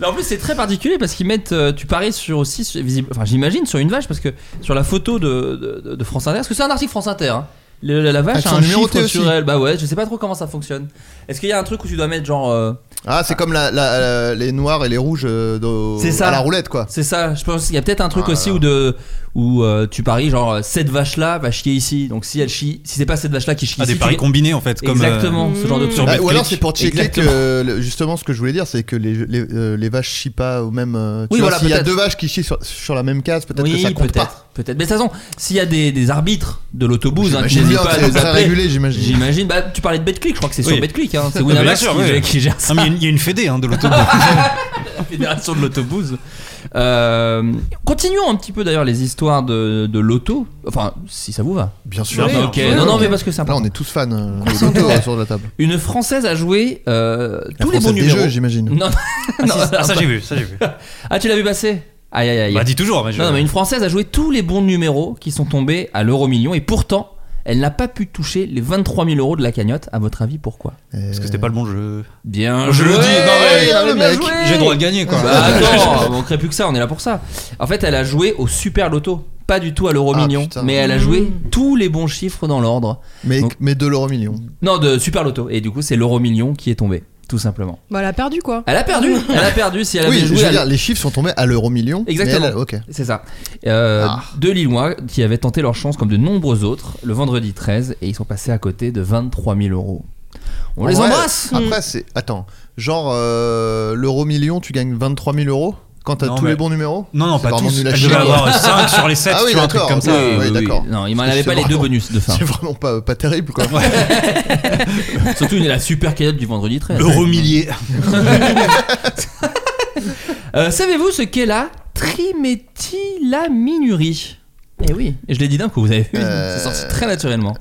Speaker 5: Mais en plus, c'est très particulier parce qu'ils mettent. euh, tu paries sur aussi, sur- visible- enfin, j'imagine, sur une vache parce que sur la photo de, de- de France Inter, parce que c'est un article France Inter. hein. Le- la, la vache
Speaker 2: Avec
Speaker 5: a
Speaker 2: son
Speaker 5: un
Speaker 2: numéro
Speaker 5: chiffre
Speaker 2: T
Speaker 5: sur
Speaker 2: aussi.
Speaker 5: elle. Bah ouais, je sais pas trop comment ça fonctionne. Est-ce qu'il y a un truc où tu dois mettre genre. euh,
Speaker 2: Ah, c'est comme la- la- la- les noirs et les rouges euh, dans-
Speaker 5: C'est ça.
Speaker 2: à la roulette quoi.
Speaker 5: C'est ça, je pense qu'il y a peut-être un truc
Speaker 2: Ah
Speaker 5: aussi
Speaker 2: là.
Speaker 5: où, de, où euh, tu paries genre euh, cette vache là va chier ici, donc si elle chie, si c'est pas cette vache là qui chie
Speaker 4: Ah,
Speaker 5: ici.
Speaker 4: des
Speaker 5: tu
Speaker 4: paris
Speaker 5: gagnes-
Speaker 4: combinés en fait. Comme, euh,
Speaker 5: Exactement, ce genre de
Speaker 4: sur
Speaker 5: truc.
Speaker 2: Bah, ou
Speaker 4: Betclic.
Speaker 2: alors c'est pour checker que
Speaker 5: Exactement.
Speaker 2: euh, le- justement ce que je voulais dire c'est que les, les, euh, les vaches chient pas au même euh, tu
Speaker 5: Oui,
Speaker 2: vois,
Speaker 5: voilà,
Speaker 2: s'il y a
Speaker 5: peut-être.
Speaker 2: deux vaches qui chient sur, sur la même case peut-être que
Speaker 5: Oui,
Speaker 2: ça compte pas
Speaker 5: peut-être. Peut-être. Mais de toute façon, s'il y a des, des arbitres de l'autobus, hein, qui
Speaker 2: J'imagine
Speaker 5: n'hésitent
Speaker 2: bien
Speaker 5: pas à
Speaker 2: que c'est
Speaker 5: nous
Speaker 2: très
Speaker 5: appeler.
Speaker 2: régulé, j'imagine.
Speaker 5: J'imagine. Bah, tu parlais de BetClick, je crois que c'est sur
Speaker 4: Oui.
Speaker 5: BetClick. Hein. C'est
Speaker 4: Ah, bah, bien
Speaker 5: Winamax
Speaker 4: sûr,
Speaker 5: qui,
Speaker 4: ouais.
Speaker 5: qui gère ça. Ah,
Speaker 4: Non, mais il y a une- il y, a une fédé hein, de l'autobus.
Speaker 5: la fédération de l'autobus. Euh, continuons un petit peu d'ailleurs les histoires de, de l'auto. Enfin, si ça vous va.
Speaker 2: bien sûr
Speaker 7: bah,
Speaker 5: Non, ok. Non, non, mais parce que c'est
Speaker 2: là
Speaker 5: important.
Speaker 2: on est tous fans euh,
Speaker 5: Ah,
Speaker 2: de
Speaker 5: c'est
Speaker 2: l'auto,
Speaker 5: vrai.
Speaker 2: euh, sur la table
Speaker 5: Une Française a joué euh,
Speaker 2: La
Speaker 5: tous les bons
Speaker 2: Française des
Speaker 5: numéros.
Speaker 2: jeux, j'imagine.
Speaker 5: Non,
Speaker 4: Ah,
Speaker 5: non,
Speaker 4: si, ah, ça
Speaker 5: pas-
Speaker 4: j'ai vu, ça j'ai vu.
Speaker 5: Ah, tu l'as vu passer Aïe, aïe, aïe.
Speaker 4: Bah dis toujours, mais je-
Speaker 5: Non, non, mais une Française a joué tous les bons numéros qui sont tombés à l'euro million et pourtant, elle n'a pas pu toucher les 23 000 euros de la cagnotte. À votre avis, pourquoi
Speaker 2: Euh,
Speaker 4: parce que
Speaker 5: Euh,
Speaker 4: c'était pas le bon jeu.
Speaker 5: Bien
Speaker 4: Je le dis,
Speaker 5: joué,
Speaker 4: bah
Speaker 2: ouais,
Speaker 5: bien
Speaker 2: le mec,
Speaker 5: joué.
Speaker 4: J'ai le droit de gagner quoi.
Speaker 5: Bah attends, on manquerait plus que ça, on est là pour ça. En fait, elle a joué au Super Loto, pas du tout à l'euro
Speaker 2: Ah,
Speaker 5: million,
Speaker 2: putain.
Speaker 5: mais elle a joué tous les bons chiffres dans l'ordre.
Speaker 2: mais,
Speaker 5: Donc-
Speaker 2: mais de l'euro million
Speaker 5: Non, de Super Loto. Et du coup, c'est l'euro million qui est tombé, tout simplement.
Speaker 6: Bah, elle a perdu quoi.
Speaker 5: Elle a perdu, elle a perdu si elle avait
Speaker 2: oui je
Speaker 5: joué.
Speaker 2: veux
Speaker 5: elle-
Speaker 2: dire les chiffres sont tombés à l'euro million mais
Speaker 5: Exactement.
Speaker 2: elle- ok
Speaker 5: C'est ça. Euh,
Speaker 2: Ah.
Speaker 5: Deux Lillois qui avaient tenté leur chance comme de nombreux autres le vendredi 13 et ils sont passés à côté de 23 000 euros. On les
Speaker 2: En vrai,
Speaker 6: Hmm.
Speaker 5: embrasse
Speaker 2: après c'est attends genre euh, l'euro million tu gagnes 23 000 euros quand t'as
Speaker 4: Non,
Speaker 2: tous
Speaker 4: mais-
Speaker 2: les bons numéros
Speaker 4: Non, non,
Speaker 2: C'est
Speaker 4: pas
Speaker 2: vraiment
Speaker 4: tous.
Speaker 2: nul à
Speaker 4: Elle
Speaker 2: chier,
Speaker 4: devait
Speaker 2: quoi.
Speaker 4: avoir 5 sur les 7,
Speaker 2: Ah oui,
Speaker 4: tu vois, un truc
Speaker 2: d'accord.
Speaker 4: comme ça.
Speaker 2: Oui, oui, d'accord.
Speaker 5: Non, il m'en
Speaker 2: Parce que
Speaker 5: avait
Speaker 2: c'est
Speaker 5: pas les deux
Speaker 2: vraiment-
Speaker 5: bonus de fin.
Speaker 2: c'est vraiment pas, pas terrible quoi
Speaker 5: Surtout une la super cagnotte du vendredi 13.
Speaker 4: Euro millier.
Speaker 5: Euh, Savez-vous ce qu'est la triméthylaminurie Eh oui, je l'ai dit d'un coup, vous avez vu,
Speaker 2: Euh,
Speaker 5: c'est sorti très naturellement.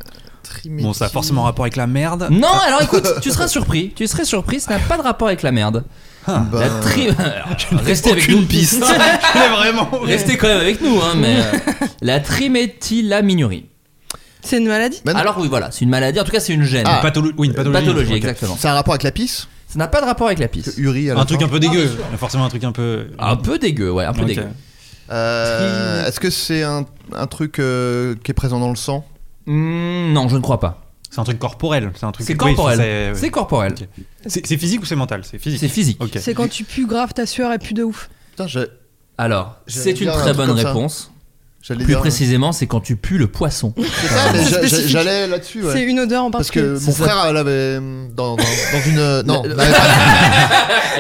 Speaker 4: Bon, ça a forcément rapport avec la merde.
Speaker 5: Non, alors écoute, tu seras surpris, tu serais surpris, ça n'a pas de rapport avec la merde. La
Speaker 2: Bah,
Speaker 5: tri... Alors, restez avec
Speaker 4: Aucune
Speaker 5: nous.
Speaker 4: piste. Je l'ai vraiment.
Speaker 5: Restez quand même avec nous, hein, mais euh, la triméthylaminurie.
Speaker 6: C'est une maladie
Speaker 2: Bah non.
Speaker 5: Alors oui, voilà, c'est une maladie, en tout cas c'est une gêne.
Speaker 2: Ah,
Speaker 4: Patholo- oui, une pathologie.
Speaker 5: Pathologie,
Speaker 4: Ok. Euh,
Speaker 5: exactement.
Speaker 2: c'est un rapport avec la pisse
Speaker 5: Ça n'a pas de rapport avec la piste.
Speaker 2: Uri à la
Speaker 4: Un truc
Speaker 2: fin.
Speaker 4: un peu dégueu. Forcément, un truc un peu.
Speaker 5: Un peu dégueu, ouais, un peu
Speaker 4: Ok.
Speaker 5: dégueu.
Speaker 2: Euh, Est-ce que c'est un, un truc euh, qui est présent dans le sang
Speaker 5: Hmm, non, je ne crois pas.
Speaker 4: C'est un truc corporel. C'est un truc.
Speaker 5: C'est
Speaker 4: oui,
Speaker 5: corporel.
Speaker 4: c'est-
Speaker 5: C'est corporel.
Speaker 4: Ok. C'est c'est physique ou c'est mental C'est physique.
Speaker 5: C'est physique.
Speaker 4: Ok.
Speaker 6: C'est quand tu pues grave, ta sueur est plus de ouf.
Speaker 2: Putain, j'ai-
Speaker 5: Alors,
Speaker 2: J'allais
Speaker 5: c'est une
Speaker 2: dire un
Speaker 5: très
Speaker 2: truc
Speaker 5: bonne
Speaker 2: comme ça.
Speaker 5: réponse.
Speaker 2: j'allais
Speaker 5: Plus
Speaker 2: dire-
Speaker 5: précisément, c'est quand tu pues le poisson.
Speaker 2: C'est ça, mais j'a- j'a-
Speaker 6: spécifique.
Speaker 2: j'allais là-dessus. ouais.
Speaker 6: C'est une odeur en
Speaker 2: Parce que
Speaker 6: particulier.
Speaker 2: mon frère elle avait dans, dans, dans une euh, non
Speaker 5: Le- le-
Speaker 2: il avait-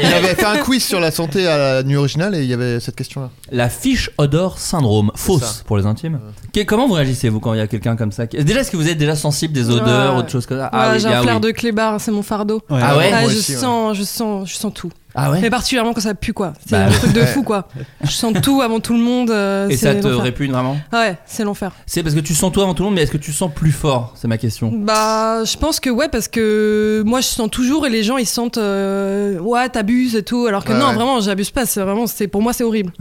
Speaker 2: il avait fait un quiz sur la santé à la nuit originale et il y avait cette question là.
Speaker 5: La fiche odor syndrome, fausse
Speaker 2: ça. Euh.
Speaker 5: pour les intimes. Que- comment vous réagissez-vous quand il y a quelqu'un comme ça qui- Déjà, est-ce que vous êtes déjà sensible des odeurs
Speaker 6: Ouais.
Speaker 5: ou de choses comme ça
Speaker 6: Voilà,
Speaker 5: oui,
Speaker 6: j'ai un
Speaker 5: ah,
Speaker 6: flair
Speaker 5: oui.
Speaker 6: de clébard, c'est mon fardeau.
Speaker 5: Ah ouais
Speaker 6: Ah,
Speaker 2: moi
Speaker 6: je
Speaker 2: aussi, ouais.
Speaker 6: sens, je sens, je sens tout.
Speaker 5: Ah ouais
Speaker 6: Mais particulièrement quand ça pue quoi. C'est
Speaker 5: Bah
Speaker 6: un
Speaker 5: ouais.
Speaker 6: truc de fou quoi. Je sens tout avant tout le monde. euh,
Speaker 5: Et
Speaker 6: c'est
Speaker 5: ça te
Speaker 6: l'enfer.
Speaker 5: répugne vraiment
Speaker 6: Ouais, c'est l'enfer.
Speaker 5: C'est parce que tu sens toi avant tout le monde, mais est-ce que tu sens plus fort C'est ma question.
Speaker 6: Bah, je pense que ouais, parce que moi je sens toujours et les gens ils sentent euh, ouais, t'abuses et tout. Alors que
Speaker 2: Ouais,
Speaker 6: non,
Speaker 2: ouais.
Speaker 6: vraiment, j'abuse pas. C'est vraiment, c'est pour moi, c'est horrible.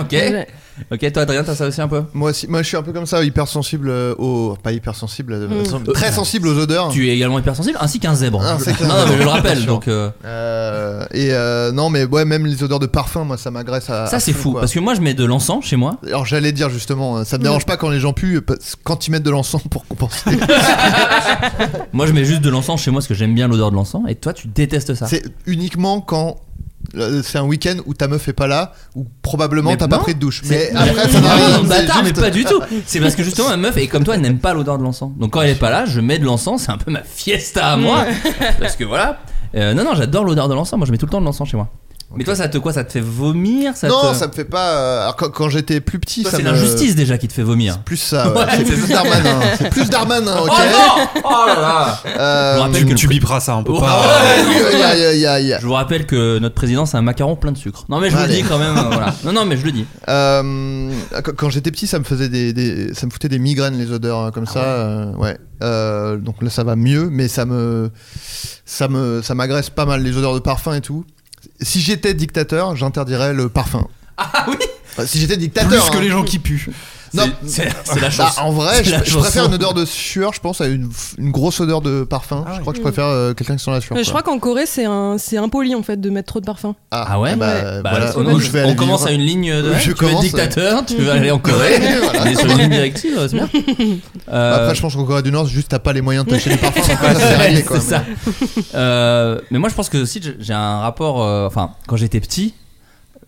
Speaker 5: ok. Ok, toi Adrien, t'as ça aussi un peu
Speaker 2: Moi aussi, moi je suis un peu comme ça, hypersensible euh, aux pas hypersensible, euh,
Speaker 5: Mm.
Speaker 2: très sensible aux odeurs.
Speaker 5: Tu es également hypersensible, ainsi qu'un zèbre.
Speaker 2: Ah, c'est clair.
Speaker 5: non, non, mais je le rappelle.
Speaker 2: Bien sûr.
Speaker 5: donc euh,
Speaker 2: Euh, et euh, non mais ouais même les odeurs de parfum moi ça m'agresse à
Speaker 5: ça
Speaker 2: à
Speaker 5: c'est
Speaker 2: fond,
Speaker 5: fou
Speaker 2: Ah, quoi.
Speaker 5: parce que moi je mets de l'encens chez moi.
Speaker 2: Alors j'allais dire justement, euh, ça
Speaker 5: Mm.
Speaker 2: me dérange pas quand les gens puent, parce- quand ils mettent de l'encens pour compenser.
Speaker 5: Moi je mets juste de l'encens chez moi parce que j'aime bien l'odeur de l'encens. Et toi tu détestes ça.
Speaker 2: c'est uniquement quand euh, c'est un week-end où ta meuf est pas là, ou probablement
Speaker 5: Mais
Speaker 2: t'as pas
Speaker 5: non.
Speaker 2: pris de douche.
Speaker 5: C'est-
Speaker 2: Mais après ça
Speaker 5: Non,
Speaker 2: n'a rien.
Speaker 5: non,
Speaker 2: c'est
Speaker 5: bâtard,
Speaker 2: juste-
Speaker 5: mais pas du tout. C'est parce que justement, ma meuf, et comme toi, elle n'aime pas l'odeur de l'encens. Donc quand elle est pas là, je mets de l'encens, c'est un peu ma fiesta à moi. parce que voilà. Euh, non, non, j'adore l'odeur de l'encens. Moi, je mets tout le temps de l'encens chez moi. Mais toi, ça te quoi Ça te fait vomir ça
Speaker 2: non,
Speaker 5: te-
Speaker 2: ça me fait pas. euh, alors, quand, quand j'étais plus petit,
Speaker 5: Toi,
Speaker 2: ça
Speaker 5: c'est
Speaker 2: me-
Speaker 5: l'injustice déjà qui te fait vomir.
Speaker 2: Plus ça, ouais. c'est plus Darmanin. C'est plus Darmanin, ok
Speaker 5: Oh là
Speaker 2: Euh,
Speaker 5: là
Speaker 4: tu, tu biperas ça, on peut
Speaker 5: Oh,
Speaker 4: pas.
Speaker 5: Je vous rappelle que notre président c'est un macaron plein de sucre. Non mais je vous le dis
Speaker 2: Allez.
Speaker 5: quand même. euh, voilà. Non non mais je le dis.
Speaker 2: Euh, quand- quand j'étais petit, ça me faisait des, des- ça me foutait des migraines les odeurs hein,
Speaker 5: Ah
Speaker 2: comme ça. euh, ouais. Euh, donc là, ça va mieux, mais ça me, ça me, ça m'agresse pas mal les odeurs de parfum et tout. Si j'étais dictateur, j'interdirais le parfum.
Speaker 5: Ah oui.
Speaker 2: Enfin, si j'étais dictateur.
Speaker 4: Plus que
Speaker 2: hein.
Speaker 4: les gens qui puent.
Speaker 2: Non.
Speaker 5: C'est c'est la
Speaker 2: Bah,
Speaker 5: chose.
Speaker 2: en vrai,
Speaker 5: C'est
Speaker 2: je,
Speaker 5: la
Speaker 2: je
Speaker 5: chanson.
Speaker 2: préfère une odeur de sueur, je pense, à une, une grosse odeur de parfum.
Speaker 5: Ah
Speaker 2: Je crois que je préfère euh, quelqu'un qui sent la sueur.
Speaker 6: Mais je
Speaker 2: quoi.
Speaker 6: crois qu'en Corée, c'est un- c'est impoli en fait de mettre trop de parfum.
Speaker 5: Ah ouais.
Speaker 2: bah,
Speaker 5: Ouais. Bah,
Speaker 2: voilà,
Speaker 5: on
Speaker 2: où je vais aller
Speaker 5: on commence
Speaker 2: vivre.
Speaker 5: à une ligne de.
Speaker 2: Je
Speaker 5: tu veux être
Speaker 2: commence,
Speaker 5: dictateur, tu veux aller en Corée.
Speaker 2: voilà. Bah,
Speaker 5: On est sur une ligne directive, c'est bien. Euh,
Speaker 2: Après, je pense qu'en Corée du Nord, juste t'as pas les moyens de t'acheter des parfums.
Speaker 5: Ouais,
Speaker 2: Ça, c'est réglé, quoi,
Speaker 5: c'est ça. Euh, mais moi, je pense que aussi, j'ai- j'ai un rapport. euh, Enfin, quand j'étais petit,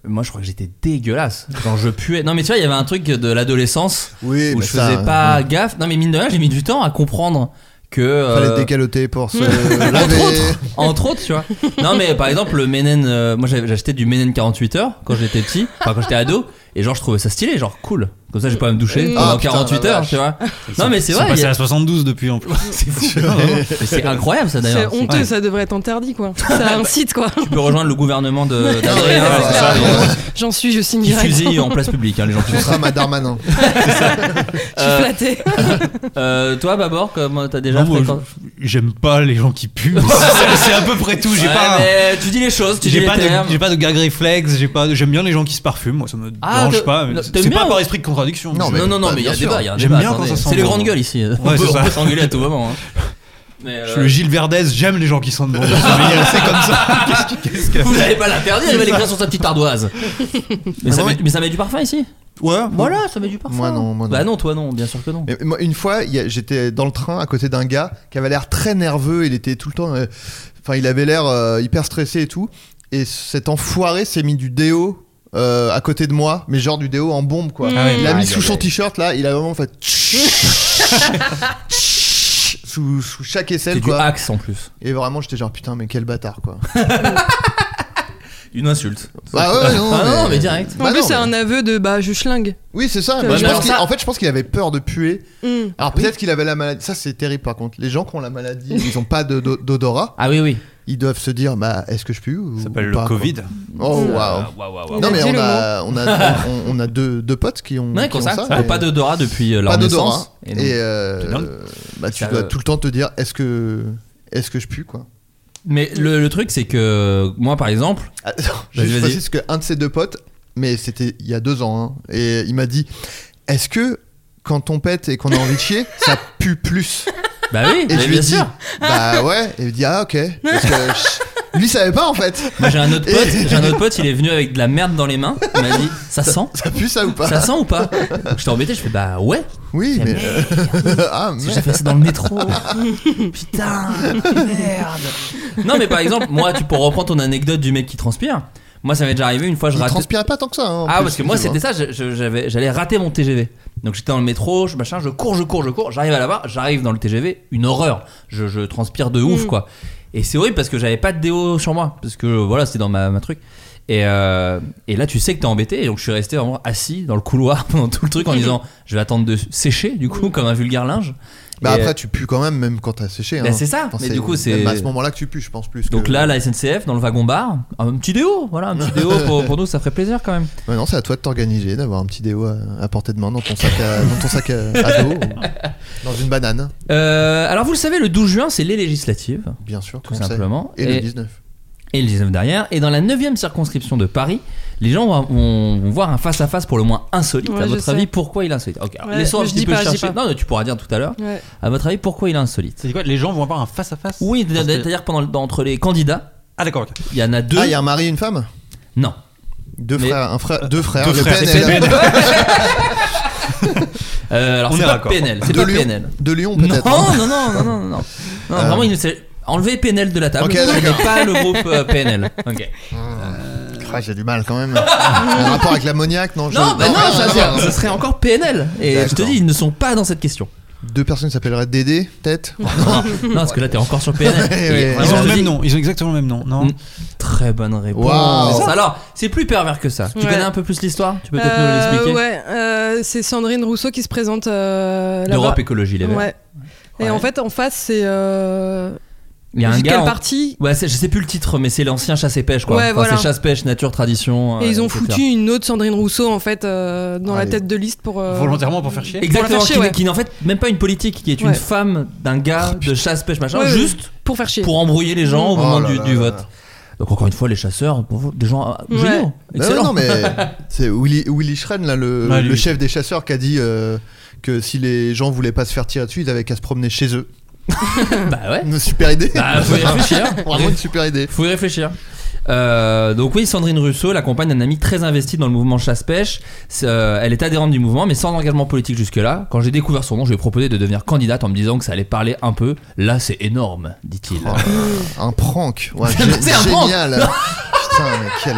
Speaker 5: moi, je crois que j'étais dégueulasse. Quand je puais. Non, mais tu vois, il y avait un truc de l'adolescence
Speaker 2: Oui,
Speaker 5: où
Speaker 2: bah,
Speaker 5: je
Speaker 2: ça,
Speaker 5: faisais pas
Speaker 2: ouais.
Speaker 5: gaffe. Non, mais mine de rien, j'ai mis du temps à comprendre que. euh,
Speaker 2: Fallait décaloter pour se
Speaker 5: entre
Speaker 2: laver.
Speaker 5: autres, entre autres, tu vois. Non, mais par exemple, le Menen, euh, moi j'avais- j'achetais du Menen 48 heures quand j'étais petit, enfin quand j'étais ado, et genre je trouvais ça stylé, genre cool. Comme ça, j'ai pas à me doucher
Speaker 6: Mm.
Speaker 5: pendant
Speaker 2: Ah, putain,
Speaker 5: 48
Speaker 2: la
Speaker 5: heures,
Speaker 2: vache.
Speaker 5: tu vois. Non, mais c'est
Speaker 4: Ils sont
Speaker 5: vrai. il
Speaker 4: passés
Speaker 5: y a-
Speaker 4: à 72 depuis en plus.
Speaker 5: C'est fou. Mais c'est incroyable ça
Speaker 6: C'est
Speaker 5: d'ailleurs.
Speaker 6: honteux,
Speaker 4: ouais.
Speaker 6: ça devrait être interdit quoi. Ça incite quoi.
Speaker 5: Tu peux rejoindre le gouvernement de-
Speaker 6: Ouais,
Speaker 5: d'Adrien.
Speaker 6: c'est
Speaker 5: ça,
Speaker 6: clair.
Speaker 5: euh,
Speaker 6: J'en suis, je signe
Speaker 5: Qui
Speaker 6: direct.
Speaker 5: fusille en place publique, hein, les gens.
Speaker 2: Tu seras ma Darmanin.
Speaker 6: Je suis flattée.
Speaker 5: Euh, toi, Babor, comment t'as déjà
Speaker 4: Non, Bah, moi,
Speaker 5: fréquent-
Speaker 4: Ah je- J'aime pas les gens qui puent. C'est- C'est à peu près tout. J'ai
Speaker 5: Ouais,
Speaker 4: pas. un-
Speaker 5: mais tu dis les choses, tu dis
Speaker 4: J'ai
Speaker 5: les
Speaker 4: pas, de,
Speaker 5: termes.
Speaker 4: j'ai pas de gag réflexe, j'ai pas, de- j'aime bien les gens qui se parfument, moi ça me
Speaker 5: Ah,
Speaker 4: dérange
Speaker 5: t'as-
Speaker 4: pas. mais
Speaker 5: non,
Speaker 4: C'est
Speaker 5: t'aimes
Speaker 4: c'est
Speaker 5: bien
Speaker 4: pas
Speaker 5: ou-
Speaker 4: par esprit de contradiction.
Speaker 2: Non,
Speaker 4: je-
Speaker 2: mais-
Speaker 5: Non, non non,
Speaker 2: Bah,
Speaker 5: mais il y a
Speaker 2: bien
Speaker 5: débat,
Speaker 2: sûr.
Speaker 5: il y a un
Speaker 4: J'aime
Speaker 5: débat.
Speaker 4: bien quand
Speaker 5: attendez.
Speaker 4: ça sent
Speaker 5: C'est les
Speaker 4: bon.
Speaker 5: grandes gueules ici. On
Speaker 4: Ouais,
Speaker 5: peut-
Speaker 4: c'est
Speaker 5: on
Speaker 4: ça.
Speaker 5: peut s'engueuler à tout moment. hein. Mais,
Speaker 4: je
Speaker 5: euh,
Speaker 4: suis le Gilles Verdez, j'aime les gens qui sentent bon. C'est génial, c'est comme ça. Qu'est-ce que- qu'est-ce que-
Speaker 5: Vous n'allez pas l'interdire, il va l'écrire sur sa petite ardoise. mais, ça met, mais ça met du parfum ici
Speaker 4: Ouais,
Speaker 5: Voilà, ça met du parfum.
Speaker 2: Ah Moi, non, moi, non.
Speaker 5: Bah non, toi non, bien sûr que non.
Speaker 2: Mais moi, une fois, il y a- j'étais dans le train à côté d'un gars qui avait l'air très nerveux. Il était tout le temps. euh, Enfin, il avait l'air euh, hyper stressé et tout. Et cet enfoiré s'est mis du déo euh, à côté de moi, mais genre du déo en bombe quoi.
Speaker 4: Ah ouais.
Speaker 2: Il l'a
Speaker 4: Aïe,
Speaker 2: mis
Speaker 4: aïe,
Speaker 2: sous son t-shirt là. Il a vraiment fait. sous, sous chaque
Speaker 5: C'est
Speaker 2: aisselle
Speaker 5: du
Speaker 2: quoi.
Speaker 5: axe en plus.
Speaker 2: Et vraiment, j'étais genre putain, mais quel bâtard quoi.
Speaker 5: Une insulte.
Speaker 2: Bah ouais, non,
Speaker 5: Ah non,
Speaker 2: mais-
Speaker 5: mais direct.
Speaker 6: En
Speaker 2: Bah
Speaker 6: plus,
Speaker 2: non,
Speaker 6: c'est
Speaker 2: mais-
Speaker 6: un Bah aveu de bah je schlingue.
Speaker 2: Oui, c'est ça.
Speaker 6: Ouais,
Speaker 2: Moi,
Speaker 5: mais
Speaker 2: je
Speaker 5: alors
Speaker 2: pense qu'il-
Speaker 5: ça-
Speaker 2: En fait, je pense qu'il avait peur de puer.
Speaker 6: Hmm.
Speaker 2: Alors peut-être qu'il avait la maladie. Ça, c'est terrible par contre. Les gens qui ont la maladie, ils ont pas de- d'o- d'odorat.
Speaker 5: Ah oui, oui.
Speaker 2: Ils doivent se dire, bah, est-ce que je pue ou,
Speaker 4: Ça
Speaker 2: ou
Speaker 4: s'appelle le
Speaker 2: pas, quoi.
Speaker 4: Covid.
Speaker 2: Oh waouh.
Speaker 6: Il
Speaker 2: Non
Speaker 6: Mm. Bah, a
Speaker 2: mais
Speaker 6: dit
Speaker 2: on
Speaker 6: le
Speaker 2: a, on a, on, on a deux, deux potes qui ont,
Speaker 5: Ouais,
Speaker 2: qui ont
Speaker 5: comme ça.
Speaker 2: ça,
Speaker 5: Ils
Speaker 2: mais
Speaker 5: ont Ah, Pas d'odorat depuis euh, leur
Speaker 2: pas
Speaker 5: naissance.
Speaker 2: d'odorat.
Speaker 5: Et
Speaker 2: Et,
Speaker 5: donc-
Speaker 2: euh,
Speaker 4: C'est dingue.
Speaker 2: bah, tu
Speaker 5: Ça,
Speaker 2: dois
Speaker 5: euh,
Speaker 2: tout le temps te dire, est-ce que, est-ce que je pue quoi
Speaker 5: Mais le, le truc, c'est que moi, par exemple,
Speaker 2: Ah, non, Je
Speaker 5: vas-y.
Speaker 2: sais précise que un de ces deux potes, mais c'était il y a deux ans, hein, et il m'a dit, est-ce que quand on pète et qu'on a envie de chier, ça pue plus
Speaker 5: bah oui,
Speaker 2: Et
Speaker 5: mais
Speaker 2: je lui
Speaker 5: bien
Speaker 2: ai dit,
Speaker 5: sûr.
Speaker 2: bah ouais. Et il me dit, ah ok. Parce que je- lui savait pas en fait.
Speaker 5: Moi, j'ai un autre
Speaker 2: Et-
Speaker 5: pote. J'ai un autre pote. Il est venu avec de la merde dans les mains. Il m'a dit, ça sent.
Speaker 2: Ça pue ça ou pas
Speaker 5: Ça sent ou pas Je t'ai embêté, je fais bah ouais,
Speaker 2: Oui, mais. ah,
Speaker 5: j'ai
Speaker 2: mais...
Speaker 5: fait ça dans le métro. Putain, merde. Non mais par exemple, moi, tu pour reprendre ton anecdote du mec qui transpire, moi ça m'est déjà arrivé une fois je
Speaker 2: Il
Speaker 5: ratais.
Speaker 2: transpirait pas tant que ça. hein, en
Speaker 5: Ah
Speaker 2: plus,
Speaker 5: parce que moi
Speaker 2: tu vois.
Speaker 5: c'était ça, je- je- j'avais- j'allais rater mon TGV. Donc j'étais dans le métro, je machin, je cours, je cours, je cours, j'arrive à la barre, j'arrive dans le TGV, une horreur. Je, je transpire de ouf quoi. Et c'est horrible parce que j'avais pas de déo sur moi, parce que voilà c'était dans ma, ma truc. Et, euh, et là tu sais que t'es embêté, et donc je suis resté vraiment assis dans le couloir pendant tout le truc en disant je vais attendre de sécher du coup comme un vulgaire linge.
Speaker 2: Bah
Speaker 5: Et,
Speaker 2: après, tu pues quand même, même quand t'as séché.
Speaker 5: Bah,
Speaker 2: hein.
Speaker 5: c'est ça,
Speaker 2: Enfin,
Speaker 5: mais du coup, c'est-
Speaker 2: même à ce moment-là que tu pues, je pense plus. que-
Speaker 5: donc là, la SNCF dans le wagon bar, un petit déo, voilà, un petit déo pour, pour nous, ça ferait plaisir quand même.
Speaker 2: Maintenant, c'est à toi de t'organiser, d'avoir un petit déo à, à portée de main dans ton sac à, dans ton sac à, à dos, ou dans une banane,
Speaker 5: Euh, alors vous le savez, le 12 juin, c'est les législatives.
Speaker 2: bien sûr.
Speaker 5: Tout
Speaker 2: on sait.
Speaker 5: simplement.
Speaker 2: Et,
Speaker 5: Et-
Speaker 2: le 19.
Speaker 5: et le 19 derrière. Et dans la 9 circonscription de Paris, les gens vont, vont- vont voir un face-à-face pour le moins insolite.
Speaker 6: Ouais,
Speaker 5: à
Speaker 6: je
Speaker 5: votre
Speaker 6: sais.
Speaker 5: avis, pourquoi il est insolite Ok, alors,
Speaker 6: Ouais,
Speaker 5: laissons un
Speaker 6: mais je
Speaker 5: petit
Speaker 6: dis
Speaker 5: peu
Speaker 6: pas, je dis
Speaker 5: chercher.
Speaker 6: pas.
Speaker 5: Non, non, tu pourras dire tout à l'heure.
Speaker 6: Ouais.
Speaker 5: À votre avis, pourquoi il est insolite
Speaker 4: C'est quoi Les gens vont avoir un face à face
Speaker 5: Oui, c'est-à-dire pendant, dans- entre les candidats,
Speaker 4: Ah d'accord. ok.
Speaker 5: il y en a deux.
Speaker 2: Ah, il y a un mari et une femme
Speaker 5: Non.
Speaker 2: Deux
Speaker 5: Mais-
Speaker 2: frères, un frère, deux frères.
Speaker 4: Deux
Speaker 2: Le
Speaker 4: frères,
Speaker 2: Pen
Speaker 4: c'est
Speaker 2: et-
Speaker 4: Pen.
Speaker 5: Euh, alors
Speaker 4: On
Speaker 5: c'est
Speaker 4: est
Speaker 5: pas
Speaker 4: raccord.
Speaker 5: PNL. C'est
Speaker 2: De
Speaker 5: pas
Speaker 2: Lyon.
Speaker 5: PNL.
Speaker 2: De Lyon,
Speaker 5: Non,
Speaker 2: peut-être. hein. Euh.
Speaker 5: non, non, non, non, non. non Vraiment, il nous s'est enlevé PNL de la table.
Speaker 2: Ok,
Speaker 5: Ce
Speaker 2: d'accord.
Speaker 5: n'est pas le groupe euh, PNL. Ok.
Speaker 2: Ah, J'ai du mal quand même. un rapport avec l'ammoniac, non je-
Speaker 5: Non, bah non,
Speaker 2: rien à
Speaker 5: ça,
Speaker 2: voir.
Speaker 5: c'est- ce serait encore PNL. Et je te
Speaker 2: D'accord.
Speaker 5: dis, ils ne sont pas dans cette question.
Speaker 2: Deux personnes qui s'appelleraient Dédé, peut-être
Speaker 5: Non, parce que là, t'es encore sur PNL.
Speaker 2: Ouais,
Speaker 5: Et
Speaker 2: ouais.
Speaker 5: vraiment,
Speaker 2: Ils ont
Speaker 5: je
Speaker 2: le
Speaker 5: te
Speaker 2: même
Speaker 5: dis-
Speaker 2: nom,
Speaker 4: Ils ont exactement le même nom, non
Speaker 5: Mm. Très bonne réponse.
Speaker 4: Waouh.
Speaker 5: Alors, c'est plus pervers que ça. Tu
Speaker 6: Ouais.
Speaker 5: connais un peu plus l'histoire Tu peux peut-être
Speaker 6: Euh,
Speaker 5: nous l'expliquer
Speaker 6: Ouais, euh, c'est Sandrine Rousseau qui se présente euh, là-bas.
Speaker 5: D'Europe Écologie Les Verts.
Speaker 6: Ouais. Et
Speaker 5: Ouais.
Speaker 6: en fait, en face, c'est. euh,
Speaker 5: Il y a un
Speaker 6: Quel
Speaker 5: gars. en-
Speaker 6: parti
Speaker 5: Ouais, c'est- je sais plus le titre, mais c'est l'ancien chasse et pêche, quoi.
Speaker 6: Ouais,
Speaker 5: Enfin,
Speaker 6: voilà.
Speaker 5: C'est chasse, pêche, nature, tradition.
Speaker 6: Et
Speaker 5: euh,
Speaker 6: ils ont
Speaker 5: etc.
Speaker 6: foutu une autre Sandrine Rousseau en fait euh, dans la
Speaker 5: Allez.
Speaker 6: tête de liste pour euh,
Speaker 5: Exactement,
Speaker 6: pour la faire
Speaker 5: qui,
Speaker 6: chier,
Speaker 5: n'est-
Speaker 6: ouais.
Speaker 5: qui n'est en fait même pas une politique, qui est une
Speaker 6: Ouais. Oh,
Speaker 5: femme d'un gars de chasse, pêche, machin,
Speaker 6: Ouais, ouais,
Speaker 5: juste
Speaker 6: pour faire chier,
Speaker 5: pour embrouiller les gens au
Speaker 2: Oh
Speaker 5: moment
Speaker 2: là
Speaker 5: du,
Speaker 2: là
Speaker 5: du
Speaker 2: là
Speaker 5: vote. Donc encore une fois, les chasseurs, bon, des gens euh, géniaux,
Speaker 2: Bah ouais,
Speaker 5: excellents.
Speaker 2: non, mais c'est Willy, Willy Schren, là, le,
Speaker 5: Ouais, lui.
Speaker 2: le chef des chasseurs, qui a dit euh, que si les gens voulaient pas se faire tirer dessus, ils avaient qu'à se promener chez eux.
Speaker 5: bah ouais.
Speaker 2: Une super idée.
Speaker 5: Bah, faut y réfléchir.
Speaker 2: Vraiment une super idée.
Speaker 5: Faut y réfléchir. Euh, donc oui, Sandrine Rousseau, la compagne d'un ami très investi dans le mouvement chasse-pêche. C'est, euh, elle est adhérente du mouvement, mais sans engagement politique jusque-là. Quand j'ai découvert son nom, je lui ai proposé de devenir candidate en me disant que ça allait parler un peu. Là, c'est énorme, dit-il.
Speaker 2: Oh, Un prank. Ouais,
Speaker 5: Mm. C'est
Speaker 2: gé-
Speaker 5: un prank.
Speaker 2: génial.
Speaker 5: Non.
Speaker 2: Putain, mais quel.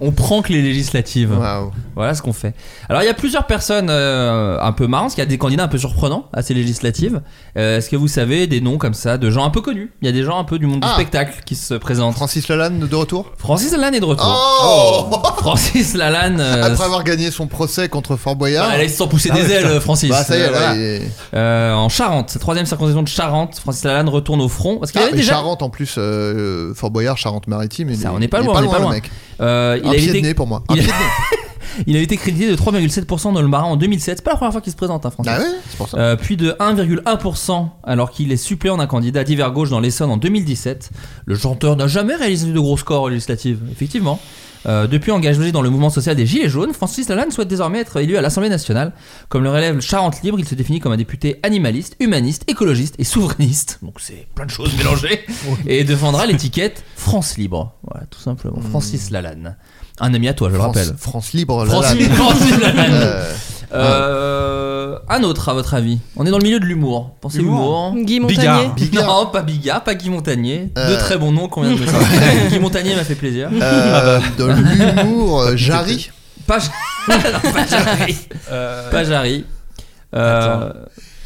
Speaker 5: On prend que les législatives. Voilà ce qu'on fait. Alors il y a plusieurs personnes euh, un peu marrantes, parce qu'il y a des candidats un peu surprenants à ces législatives. Euh, Est-ce que vous savez des noms comme ça, de gens un peu connus Il y a des gens un peu du monde du
Speaker 2: Ah.
Speaker 5: spectacle qui se présentent.
Speaker 2: Francis Lalanne de retour
Speaker 5: Francis Lalanne est de retour.
Speaker 2: Oh
Speaker 5: Francis Lalanne. euh,
Speaker 2: Après avoir gagné son procès contre Fort Boyard.
Speaker 5: Ah, elle est sans pousser
Speaker 2: Ah,
Speaker 5: des
Speaker 2: ouais,
Speaker 5: ailes,
Speaker 2: putain.
Speaker 5: Francis.
Speaker 2: Bah, ça y est,
Speaker 5: Euh,
Speaker 2: là,
Speaker 5: voilà.
Speaker 2: il est-
Speaker 5: Euh, en Charente, troisième circonscription de Charente, Francis Lalanne retourne au front. Parce qu'il
Speaker 2: Ah,
Speaker 5: avait
Speaker 2: et
Speaker 5: déjà.
Speaker 2: Charente en plus, euh, Fort Boyard, Charente-Maritime. il-
Speaker 5: Ça, on n'est pas
Speaker 2: il est
Speaker 5: loin, on n'est pas
Speaker 2: le
Speaker 5: loin.
Speaker 2: mec.
Speaker 5: Euh,
Speaker 2: Un
Speaker 5: avait
Speaker 2: pied de
Speaker 5: été-
Speaker 2: nez pour moi. Un
Speaker 5: il a-
Speaker 2: pied de nez.
Speaker 5: Il avait été crédité de 3,7% dans le Marin en 2007. C'est pas la première fois qu'il se présente, hein, Francis.
Speaker 2: Ah ouais, c'est pour ça.
Speaker 5: Euh, puis de 1,1% alors qu'il est suppléant d'un candidat d'hiver gauche dans l'Essonne en 2017. Le chanteur n'a jamais réalisé de gros scores aux législatives, effectivement. Euh, depuis engagé dans le mouvement social des Gilets jaunes, Francis Lalanne souhaite désormais être élu à l'Assemblée nationale. Comme le relève le Charente Libre, il se définit comme un député animaliste, humaniste, écologiste et souverainiste. Donc c'est plein de choses mélangées. et défendra l'étiquette France Libre. Voilà, tout simplement. Francis Lalanne. Un ami à toi, je le
Speaker 2: France-
Speaker 5: rappelle.
Speaker 2: France Libre,
Speaker 5: France
Speaker 2: Lalanne.
Speaker 5: Libre. Francis Lalanne.
Speaker 2: Euh,
Speaker 5: Euh, un autre, à votre avis. On est dans le milieu de l'humour. Pensez
Speaker 4: L'humour.
Speaker 5: humour.
Speaker 6: Guy Montagnier.
Speaker 2: Bigard.
Speaker 5: Non, pas Bigard, pas Guy Montagnier. Deux
Speaker 2: Euh.
Speaker 5: très bons noms qu'on vient de me sortir. Guy Montagnier m'a fait plaisir. Ah,
Speaker 2: Euh, de l'humour, euh, Jarry.
Speaker 5: Pas, non, pas Jarry. Pas Jarry. Euh,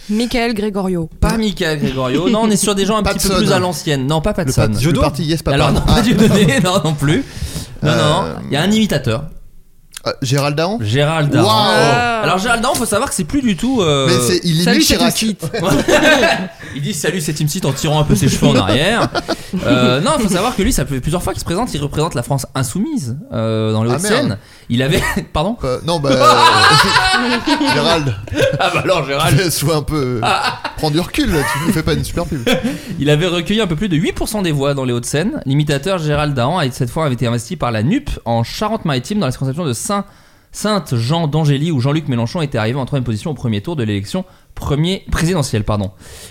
Speaker 6: Michael Gregorio.
Speaker 5: pas Michael Gregorio. Non, on est sur des gens un petit peu
Speaker 2: Patson.
Speaker 5: plus à l'ancienne. Non, pas
Speaker 2: Le,
Speaker 5: Patson.
Speaker 2: pat- le parti Yes Papa.
Speaker 5: Alors, non,
Speaker 2: Ah,
Speaker 5: pas Dieudonné, non, non plus. Non,
Speaker 2: Euh,
Speaker 5: non. Il y a un imitateur.
Speaker 2: euh, Gérald Daron
Speaker 5: Gérald Daron.
Speaker 2: Waouh.
Speaker 5: Alors, Gérald Daron, faut savoir que c'est plus du tout. euh,
Speaker 2: Mais c'est- il
Speaker 6: Salut,
Speaker 2: imite
Speaker 6: c'est
Speaker 2: Chirac.
Speaker 6: Timsit.
Speaker 5: il dit salut c'est Team Seat en tirant un peu ses cheveux en arrière. Euh, non, faut savoir que lui, ça fait plusieurs fois qu'il se présente. Il représente la France insoumise euh, dans les
Speaker 2: Ah,
Speaker 5: Hauts-de-Seine.
Speaker 2: merde.
Speaker 5: Il avait, pardon.
Speaker 2: Euh, non, bah. euh, Gérald,
Speaker 5: Ah bah alors Gérald,
Speaker 2: tu- sois un peu.
Speaker 5: Ah.
Speaker 2: Prends du recul, là, tu ne fais pas une super pub.
Speaker 5: il avait recueilli un peu plus de 8% des voix dans les Hauts-de-Seine. L'imitateur Gérald Dahan a cette fois avait été investi par la NUP en Charente-Maritime dans la circonscription de Saint Sainte Jean d'Angély où Jean-Luc Mélenchon était arrivé en troisième position au premier tour de l'élection premier présidentielle. Pardon.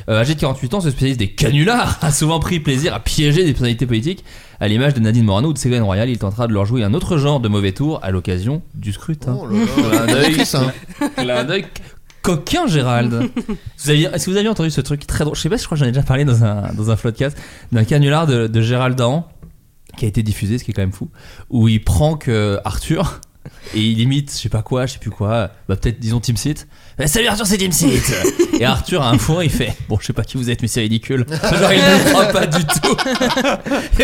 Speaker 5: Euh, âgé de 48 ans, ce spécialiste des canulars a souvent pris plaisir à piéger des personnalités politiques. À l'image de Nadine Morano ou de Ségolène Royal, il tentera de leur jouer un autre genre de mauvais tour à l'occasion du scrutin.
Speaker 2: Oh là là,
Speaker 5: Clin
Speaker 2: c'est
Speaker 5: d'œil.
Speaker 2: triste, hein.
Speaker 5: Clin d'œil. Coquin Gérald. Vous aviez- Est-ce que vous aviez entendu ce truc très drôle Je sais pas, je crois que j'en ai déjà parlé dans un, dans un floodcast, d'un canular de, de Gérald Dahan qui a été diffusé, ce qui est quand même fou, où il prend que Arthur et il imite, je sais pas quoi, je sais plus quoi, bah peut-être disons Team Seat. Bah, salut Arthur, c'est Team Seat Et Arthur à un four il fait Bon, je sais pas qui vous êtes, mais c'est ridicule. Genre, il ne le croit pas du tout.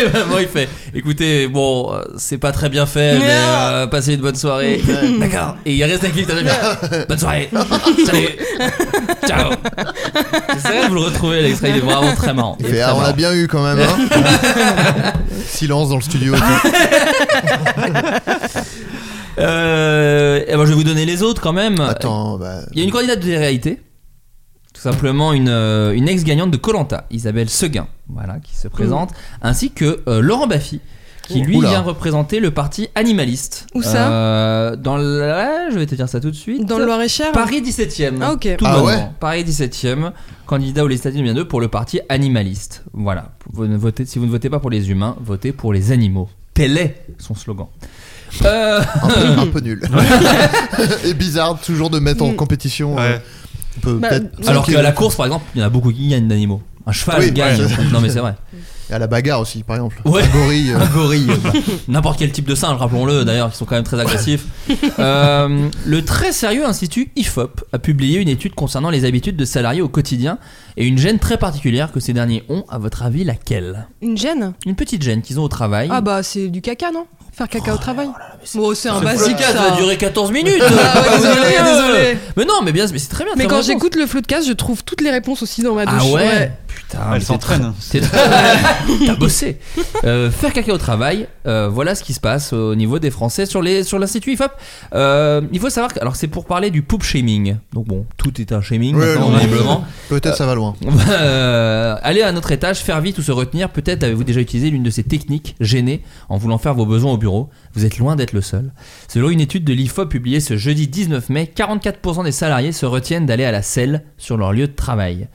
Speaker 5: et vraiment, il fait Écoutez, bon, euh, c'est pas très bien fait, mais euh, passez une bonne soirée. D'accord. Et il reste avec lui, t'as bien. Bonne soirée. Salut. Ciao. J'essaierai de vous le retrouver, l'extrait, il est vraiment très marrant.
Speaker 2: Il
Speaker 5: Il est
Speaker 2: fait,
Speaker 5: très
Speaker 2: ah, on l'a
Speaker 5: marrant.
Speaker 2: bien eu quand même. hein. Silence dans le studio.
Speaker 5: Ah.
Speaker 2: tout.
Speaker 5: Euh, eh ben, je vais vous donner les autres quand même.
Speaker 2: Attends, bah.
Speaker 5: Il y a une candidate de réalité, tout simplement une, euh, une ex-gagnante de Colanta, Isabelle Seguin, voilà, qui se présente, ainsi que euh, Laurent Baffy, qui lui
Speaker 2: Oula.
Speaker 5: vient représenter le parti animaliste.
Speaker 6: Où ça
Speaker 5: Euh, Dans la, je vais te dire ça tout de suite.
Speaker 6: Dans le Loir-et-Cher.
Speaker 5: Paris 17e.
Speaker 6: Ah, ok.
Speaker 5: Tout
Speaker 2: Ah
Speaker 5: bonnement.
Speaker 2: ouais
Speaker 5: Paris 17e, candidat aux législatives bien deux pour le parti animaliste. Voilà. Vous ne votez, si vous ne votez pas pour les humains, votez pour les animaux. Tel est son slogan. Euh,
Speaker 2: un peu, un peu nul. Et bizarre toujours de mettre
Speaker 5: Mm.
Speaker 2: en compétition. euh, on peut
Speaker 6: Bah,
Speaker 2: peut-être-
Speaker 5: Alors qu'à la course, par exemple, il y en a beaucoup qui gagnent d'animaux. Un cheval
Speaker 2: Oui,
Speaker 5: gagne.
Speaker 2: ouais, c'est ça.
Speaker 5: Non, mais c'est vrai.
Speaker 2: Et à la bagarre aussi, par exemple.
Speaker 5: Ouais.
Speaker 2: Un gorille. euh,
Speaker 5: Un gorille. bah, N'importe quel type de singe, rappelons-le d'ailleurs, qui sont quand même très agressifs. Euh, le très sérieux institut IFOP a publié une étude concernant les habitudes de salariés au quotidien et une gêne très particulière que ces derniers ont. À votre avis, laquelle
Speaker 6: Une gêne
Speaker 5: Une petite gêne qu'ils ont au travail.
Speaker 6: Ah bah c'est du caca non Faire caca
Speaker 2: Oh
Speaker 6: au travail. bon bah, c'est un
Speaker 5: Ce
Speaker 6: basique
Speaker 5: podcast
Speaker 6: ça.
Speaker 5: va durer 14 minutes.
Speaker 6: Ah ouais,
Speaker 5: Vous
Speaker 6: désolé,
Speaker 5: voulez, euh,
Speaker 6: désolé.
Speaker 5: Mais non, mais bien, mais c'est très bien.
Speaker 6: Mais
Speaker 5: très
Speaker 6: quand
Speaker 5: bonne réponse.
Speaker 6: j'écoute le floodcast, je trouve toutes les réponses aussi dans ma douche.
Speaker 5: Ah ouais, Putain,
Speaker 4: Elle
Speaker 5: mais
Speaker 4: s'entraîne.
Speaker 5: t'es très- t'es- T'as bossé. Euh, faire caca au travail, euh, voilà ce qui se passe au niveau des Français sur les sur l'institut IFOP. Euh, il faut savoir que alors c'est pour parler du poop shaming. Donc bon, tout est un shaming
Speaker 2: ouais,
Speaker 5: maintenant,
Speaker 2: non,
Speaker 5: visiblement.
Speaker 2: Peut-être ça va loin.
Speaker 5: Euh, aller à notre étage, faire vite ou se retenir. Peut-être avez-vous déjà utilisé l'une de ces techniques gênées en voulant faire vos besoins au bureau. Vous êtes loin d'être le seul. Selon une étude de l'IFOP publiée ce jeudi 19 mai, 44% des salariés se retiennent d'aller à la selle sur leur lieu de travail.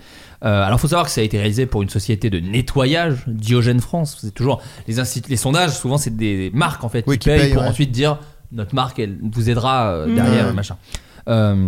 Speaker 5: Euh, alors, faut savoir que ça a été réalisé pour une société de nettoyage, Diogène France. C'est toujours les, instituts- les sondages. Souvent, c'est des marques en fait
Speaker 2: Oui,
Speaker 5: qui,
Speaker 2: qui
Speaker 5: payent,
Speaker 2: payent,
Speaker 5: pour
Speaker 2: ouais.
Speaker 5: ensuite dire notre marque, elle vous aidera euh,
Speaker 6: Mm.
Speaker 5: derrière,
Speaker 2: Ouais.
Speaker 5: machin. Euh,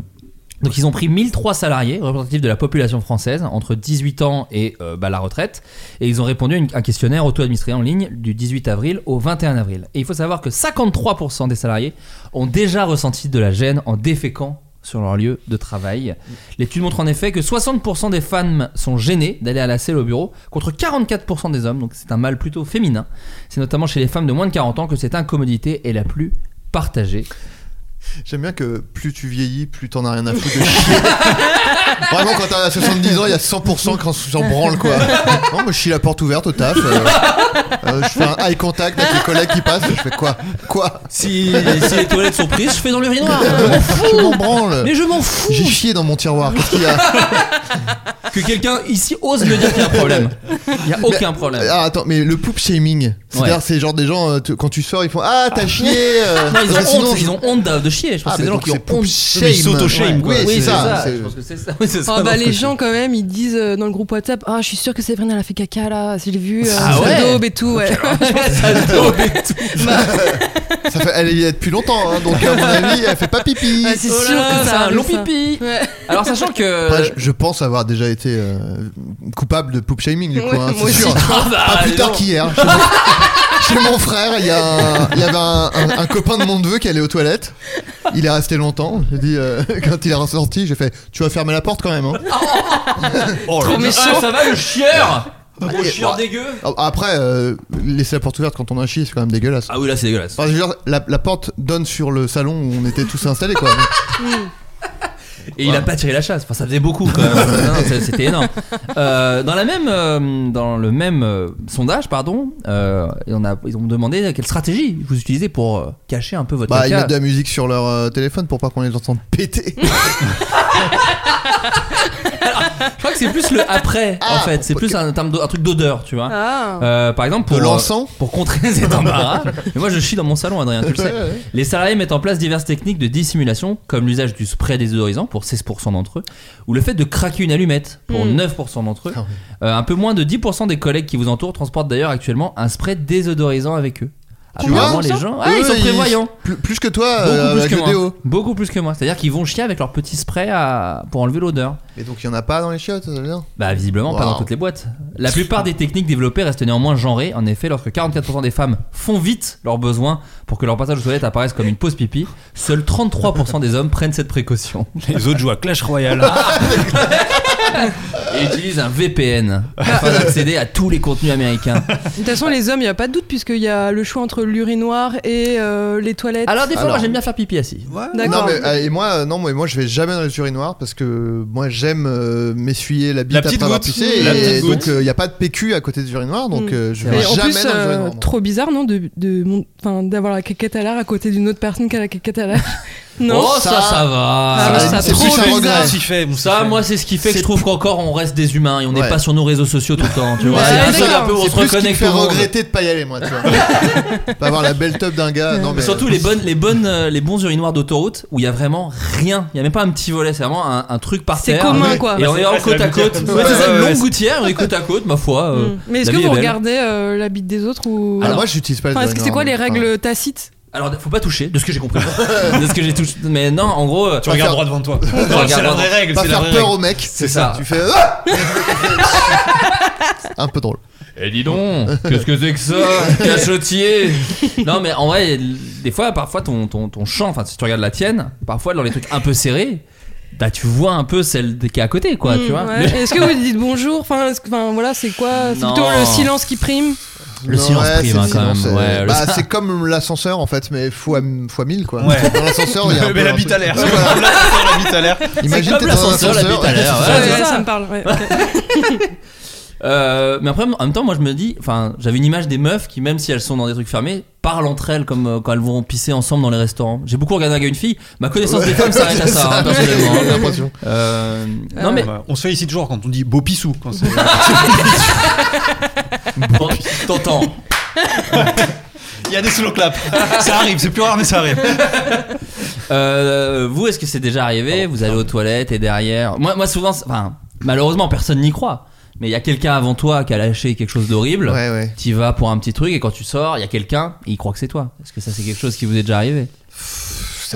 Speaker 5: donc ils ont pris 1003 salariés représentatifs de la population française entre 18 ans et euh, bah, la retraite et ils ont répondu à une- un questionnaire auto-administré en ligne du 18 avril au 21 avril. Et il faut savoir que 53% des salariés ont déjà ressenti de la gêne en déféquant sur leur lieu de travail. L'étude montre en effet que 60% des femmes sont gênées d'aller à la selle au bureau contre 44% des hommes, donc c'est un mal plutôt féminin. C'est notamment chez les femmes de moins de 40 ans que cette incommodité est la plus partagée.
Speaker 2: J'aime bien que plus tu vieillis, plus t'en as rien à foutre de chier. Vraiment, quand t'as 70 ans, il y a 100% quand s'en branle, quoi. Non, mais je chie la porte ouverte au taf. euh, euh, je fais un eye contact avec les collègues qui passent. Je fais quoi Quoi
Speaker 5: Si, si les toilettes sont prises, je fais dans l'urinoir.
Speaker 2: Je m'en branle.
Speaker 5: Mais je m'en fous
Speaker 2: J'ai chié dans mon tiroir. Qu'est-ce qu'il y a
Speaker 5: que quelqu'un ici ose me dire qu'il y a un problème. Il n'y a aucun problème.
Speaker 2: Ah, attends, mais le poop shaming. C'est-à-dire,
Speaker 5: Ouais.
Speaker 2: c'est genre des gens, euh, te- quand tu sors, ils font Ah, t'as chié euh,
Speaker 5: Non, ils ont
Speaker 2: parce
Speaker 5: honte,
Speaker 2: que sinon-
Speaker 5: ils ont honte de, de chier. Je pense
Speaker 2: Ah,
Speaker 5: que c'est des
Speaker 2: mais
Speaker 5: gens
Speaker 2: donc
Speaker 5: qui ont
Speaker 2: c'est poop
Speaker 5: honte.
Speaker 2: shame.
Speaker 4: Ils s'auto-shame,
Speaker 2: Ouais,
Speaker 4: quoi.
Speaker 2: Oui,
Speaker 5: Oui,
Speaker 2: c'est ça.
Speaker 5: Je
Speaker 2: c'est-
Speaker 5: pense que c'est ça. Oui, c'est ça.
Speaker 6: Ah bah
Speaker 5: Donc,
Speaker 6: les gens quand même ils disent euh, dans le groupe WhatsApp ah je suis sûr que Séverine elle a fait caca là je l'ai vu euh,
Speaker 5: Ah
Speaker 6: ça
Speaker 5: ouais
Speaker 6: daube et tout ouais. Ah,
Speaker 5: ça se dope et Ah, tout.
Speaker 6: Bah,
Speaker 2: Ça fait, elle est là depuis longtemps, hein, donc à mon avis, elle fait pas pipi.
Speaker 6: Ouais, c'est
Speaker 5: Oh là
Speaker 6: sûr
Speaker 5: là,
Speaker 6: que
Speaker 5: c'est
Speaker 6: ça
Speaker 5: un
Speaker 6: arrive,
Speaker 5: long
Speaker 6: ça.
Speaker 5: pipi.
Speaker 6: Ouais.
Speaker 5: Alors sachant que.
Speaker 2: Après, Bah, je, je pense avoir déjà été euh, coupable de poop shaming du coup,
Speaker 6: Ouais,
Speaker 2: hein,
Speaker 6: moi
Speaker 2: c'est sûr.
Speaker 6: aussi.
Speaker 5: Ah bah,
Speaker 2: Pas plus tard
Speaker 5: non.
Speaker 2: qu'hier. Chez mon- Chez mon frère, il y, a un- il y avait un, un- un copain de mon neveu qui allait aux toilettes. Il est resté longtemps. J'ai dit, euh, quand il est ressorti, j'ai fait Tu vas fermer la porte quand même. hein.
Speaker 4: Oh là là.
Speaker 5: Ah, ça va le chieur Gros
Speaker 2: Et-
Speaker 5: chieur
Speaker 2: bah,
Speaker 5: dégueu
Speaker 2: Après, euh, laisser la porte ouverte quand on a chié, c'est quand même dégueulasse.
Speaker 5: Ah oui, là c'est dégueulasse.
Speaker 2: Enfin, je veux dire, la, la porte donne sur le salon où on était tous installés quoi.
Speaker 5: Et il a pas tiré la chasse. Enfin, ça faisait beaucoup. Quand même. Non, non, c'est- c'était énorme. Euh, dans la même, euh, dans le même euh, sondage, pardon, euh, et on a, ils ont demandé quelle stratégie vous utilisez pour euh, cacher un peu votre
Speaker 2: Bah, ils
Speaker 5: caca.
Speaker 2: mettent de la musique sur leur euh, téléphone pour pas qu'on les entende péter.
Speaker 5: Je crois que c'est plus le après,
Speaker 2: Ah,
Speaker 5: en fait. C'est plus un, terme d'o- un truc d'odeur, tu vois.
Speaker 6: Ah.
Speaker 5: Euh, par exemple, pour,
Speaker 2: De l'encens
Speaker 5: euh, pour contrer cet embarras. Mais moi, je chie dans mon salon, Adrien, euh, tu le sais.
Speaker 2: Ouais, ouais.
Speaker 5: Les salariés mettent en place diverses techniques de dissimulation, comme l'usage du spray désodorisant pour 16% d'entre eux, ou le fait de craquer une allumette pour 9% d'entre eux.
Speaker 2: Ah ouais.
Speaker 5: Euh, un peu moins de 10% des collègues qui vous entourent transportent d'ailleurs actuellement un spray désodorisant avec eux.
Speaker 2: Tu
Speaker 5: Apparemment,
Speaker 2: vois
Speaker 5: les gens, ah, ils
Speaker 2: Eux,
Speaker 5: sont prévoyants.
Speaker 2: Plus, plus que toi,
Speaker 5: Beaucoup
Speaker 2: euh,
Speaker 5: plus
Speaker 2: avec
Speaker 5: que
Speaker 2: le
Speaker 5: moi.
Speaker 2: déo.
Speaker 5: Beaucoup plus que moi. C'est-à-dire qu'ils vont chier avec leur petit spray à- pour enlever l'odeur.
Speaker 2: Et donc il y en a pas dans les chiottes, ça veut dire
Speaker 5: Bah visiblement pas
Speaker 2: Wow.
Speaker 5: dans toutes les boîtes. La plupart des techniques développées restent néanmoins genrées. En effet, lorsque 44% des femmes font vite leurs besoins pour que leur passage aux toilettes apparaisse comme une pause pipi, seuls 33% des hommes prennent cette précaution
Speaker 4: Les autres jouent à Clash Royale. Ah,
Speaker 5: et utilisent un VPN afin d'accéder à tous les contenus américains.
Speaker 6: De toute façon les hommes il y a pas de doute puisqu'il y a le choix entre l'urinoir et euh, les toilettes.
Speaker 5: Alors des fois,
Speaker 2: Alors.
Speaker 5: moi j'aime bien faire pipi assis.
Speaker 2: Non
Speaker 6: D'accord.
Speaker 2: mais euh, et moi euh, non mais moi je vais jamais dans les urinoirs parce que moi j'aime euh, m'essuyer la bite
Speaker 4: La
Speaker 2: après
Speaker 4: petite
Speaker 2: avoir
Speaker 4: goutte.
Speaker 2: pissé et,
Speaker 4: La petite goutte.
Speaker 2: donc il y a pas de PQ à côté des urinoirs donc
Speaker 6: Mm.
Speaker 2: euh, je
Speaker 5: C'est
Speaker 2: vais
Speaker 6: Et en
Speaker 2: jamais
Speaker 6: plus,
Speaker 2: dans les
Speaker 6: euh,
Speaker 2: urinoirs. moi.
Speaker 6: trop bizarre, non, de, de mon- enfin, d'avoir la caquette à l'air à côté d'une autre personne qui a la caquette à l'air. Non.
Speaker 5: oh ça,
Speaker 2: ça-
Speaker 5: ça va.
Speaker 6: Ah, mais ça,
Speaker 2: c'est plus un regret.
Speaker 4: s'y fait. bon,
Speaker 5: Ça,
Speaker 4: s'y fait.
Speaker 5: moi, c'est ce qui fait que
Speaker 2: C'est
Speaker 5: je trouve qu'encore on reste des humains et on n'est
Speaker 2: Ouais.
Speaker 5: pas sur nos réseaux sociaux tout le temps. Tu vois,
Speaker 6: Ouais,
Speaker 5: c'est le
Speaker 6: d'accord.
Speaker 5: seul un peu où on
Speaker 2: C'est
Speaker 5: se
Speaker 2: plus ce qui me
Speaker 5: reconnecte
Speaker 2: fait
Speaker 5: au monde.
Speaker 2: regretter de pas y aller moi tu vois. pas avoir la belle teub d'un gars non mais
Speaker 5: Mais surtout les bonnes, les bonnes, euh, les bons urinoirs d'autoroute où il y a vraiment rien. Il y a même pas un petit volet, c'est vraiment un, un truc par
Speaker 6: C'est
Speaker 5: terre.
Speaker 6: commun, quoi.
Speaker 5: Et on est
Speaker 7: Ouais,
Speaker 5: en
Speaker 7: c'est la
Speaker 5: côte à
Speaker 7: gouttière
Speaker 5: côte.
Speaker 7: comme ça.
Speaker 5: Ouais, c'est ça,
Speaker 4: Ouais,
Speaker 5: une
Speaker 4: ouais,
Speaker 5: longue
Speaker 4: c'est-
Speaker 5: gouttière, on est côte à côte, ma foi. euh,
Speaker 6: Mm. Mais est-ce
Speaker 5: la
Speaker 6: que
Speaker 5: vie
Speaker 6: vous
Speaker 5: est belle.
Speaker 6: regardez euh, la bite des autres ou
Speaker 2: Alors,
Speaker 5: Alors-
Speaker 2: moi j'utilise pas les
Speaker 6: Enfin, est-ce que c'est
Speaker 2: urinoirs,
Speaker 6: quoi les
Speaker 2: non.
Speaker 6: règles tacites
Speaker 5: Alors, faut pas toucher, de ce que j'ai compris. de ce que j'ai touché. Mais non, en gros. euh,
Speaker 4: Tu regardes droit devant toi.
Speaker 5: Tu
Speaker 4: C'est la
Speaker 5: regardes
Speaker 4: vraie
Speaker 5: droit devant-
Speaker 4: règle,
Speaker 2: Pas
Speaker 4: c'est la
Speaker 2: faire
Speaker 4: vraie
Speaker 2: peur
Speaker 4: règle.
Speaker 2: au mec,
Speaker 5: C'est ça.
Speaker 2: Tu fais. Ah un peu drôle.
Speaker 5: Eh dis donc, qu'est-ce que c'est que ça Cachotier Non mais en vrai, des fois, parfois ton, ton, ton champ, enfin si tu regardes la tienne, parfois dans les trucs un peu serrés, bah tu vois un peu celle qui est à côté quoi, tu vois
Speaker 6: Mmh, Ouais. Est-ce que vous dites bonjour Enfin, est-ce que- enfin, voilà, c'est quoi C'est
Speaker 5: Non.
Speaker 6: plutôt le silence qui prime
Speaker 5: Le silence
Speaker 2: ouais,
Speaker 5: prime,
Speaker 2: c'est
Speaker 5: hein,
Speaker 2: le
Speaker 5: quand
Speaker 2: silence,
Speaker 5: même,
Speaker 2: euh,
Speaker 5: ouais, le-
Speaker 2: bah, c'est comme l'ascenseur en fait, mais fois, fois 1000 quoi.
Speaker 4: Ouais.
Speaker 2: Dans l'ascenseur, il y a. un
Speaker 4: Mais
Speaker 2: peu
Speaker 4: la
Speaker 2: un
Speaker 4: bite à
Speaker 2: truc-
Speaker 4: l'air.
Speaker 2: Ouais, voilà.
Speaker 4: La bite à l'air.
Speaker 2: Imagine
Speaker 5: comme
Speaker 2: t'es dans un
Speaker 5: l'ascenseur, la
Speaker 2: ascenseur.
Speaker 5: bite à l'air,
Speaker 6: Ouais,
Speaker 5: ouais,
Speaker 6: ça,
Speaker 5: c'est
Speaker 6: ça me parle. ouais, ok.
Speaker 5: Euh, mais après, en même temps, moi je me dis, enfin, j'avais une image des meufs qui, même si elles sont dans des trucs fermés, parlent entre elles comme euh, quand elles vont pisser ensemble dans les restaurants. J'ai beaucoup regardé un gars et une fille, ma connaissance des femmes s'arrête à
Speaker 2: C'est
Speaker 5: ça, hein,
Speaker 2: ouais,
Speaker 5: personnellement.
Speaker 2: j'ai l'impression.
Speaker 5: Euh, non mais
Speaker 4: Bah, on se fait ici toujours quand on dit beau pissou. Quand c'est- euh,
Speaker 5: t'entends.
Speaker 4: Il y a des slow claps. ça arrive, c'est plus rare, mais ça arrive.
Speaker 5: Euh, vous, est-ce que c'est déjà arrivé Vous allez aux toilettes et derrière. Moi, moi souvent, c'est- enfin, malheureusement, personne n'y croit. Mais il y a quelqu'un avant toi qui a lâché quelque chose d'horrible.
Speaker 2: Ouais, ouais.
Speaker 5: Tu vas pour un petit truc et quand tu sors, il y a quelqu'un et il croit que c'est toi. Est-ce que ça, c'est quelque chose qui vous est déjà arrivé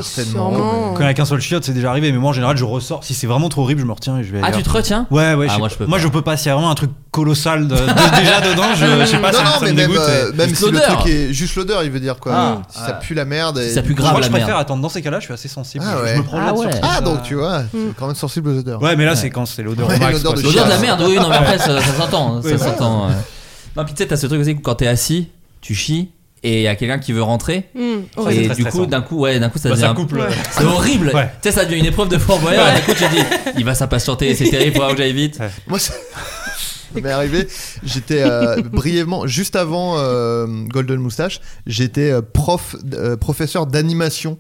Speaker 6: Sûrement.
Speaker 4: Quand il y en a qu'un seul chiotte, c'est déjà arrivé, mais moi en général, je ressors. Si c'est vraiment trop horrible, je me retiens et je vais.
Speaker 5: Ah,
Speaker 4: ailleurs.
Speaker 5: tu te retiens
Speaker 4: Ouais, ouais,
Speaker 5: Ah,
Speaker 4: sais
Speaker 5: moi,
Speaker 4: pas.
Speaker 5: je peux
Speaker 4: moi
Speaker 5: pas.
Speaker 4: je peux pas, s'il y a vraiment un truc colossal de- de- déjà dedans, je, je sais
Speaker 5: Ah,
Speaker 4: pas,
Speaker 2: non,
Speaker 4: ça,
Speaker 2: non,
Speaker 4: ça
Speaker 2: mais
Speaker 4: me
Speaker 2: même,
Speaker 4: dégoûte.
Speaker 2: euh,
Speaker 4: et-
Speaker 2: même
Speaker 5: Juste
Speaker 2: si le
Speaker 5: l'odeur.
Speaker 2: truc est juste l'odeur, il veut dire quoi.
Speaker 5: Ah.
Speaker 2: si ça pue la merde. et-
Speaker 5: Si ça pue grave
Speaker 4: Moi je
Speaker 5: la
Speaker 4: préfère
Speaker 5: merde.
Speaker 4: attendre dans ces cas-là, je suis assez sensible.
Speaker 2: Ah
Speaker 4: je-
Speaker 2: ouais.
Speaker 4: Je me prends
Speaker 5: Ah
Speaker 4: la
Speaker 5: ouais.
Speaker 4: surprise.
Speaker 2: Ah, donc tu vois,
Speaker 6: Mm.
Speaker 2: c'est quand même sensible aux odeurs.
Speaker 4: Ouais, mais là c'est quand c'est l'odeur
Speaker 2: Ouais,
Speaker 4: au max.
Speaker 2: l'odeur
Speaker 4: quoi.
Speaker 2: de
Speaker 5: L'odeur de la
Speaker 2: Chiasse.
Speaker 5: merde, oui, non, mais après, ça, ça s'entend.
Speaker 4: Ah. Oui,
Speaker 5: ça
Speaker 4: voilà.
Speaker 5: s'entend. ouais. Non, puis tu sais, t'as ce truc aussi que quand t'es assis, tu chies et il y a quelqu'un qui veut rentrer.
Speaker 6: Hmm,
Speaker 4: Ouais,
Speaker 6: horrible.
Speaker 4: Oh, c'est
Speaker 5: et
Speaker 4: très
Speaker 5: du coup,
Speaker 4: stressant.
Speaker 5: d'un coup, ouais, d'un coup, ça
Speaker 4: Bah,
Speaker 5: devient
Speaker 4: ça
Speaker 5: un-
Speaker 4: coupe le-
Speaker 6: Ouais.
Speaker 5: C'est horrible.
Speaker 4: Ouais.
Speaker 5: Tu sais, ça devient une épreuve de Fort Boyard. Et du coup, tu dis, il va s'impatienter, c'est terrible, faut que j'aille vite.
Speaker 2: Moi, ça, ça m'est arrivé. J'étais euh, brièvement, juste avant euh, Golden Moustache, j'étais euh, prof, euh, professeur d'animation.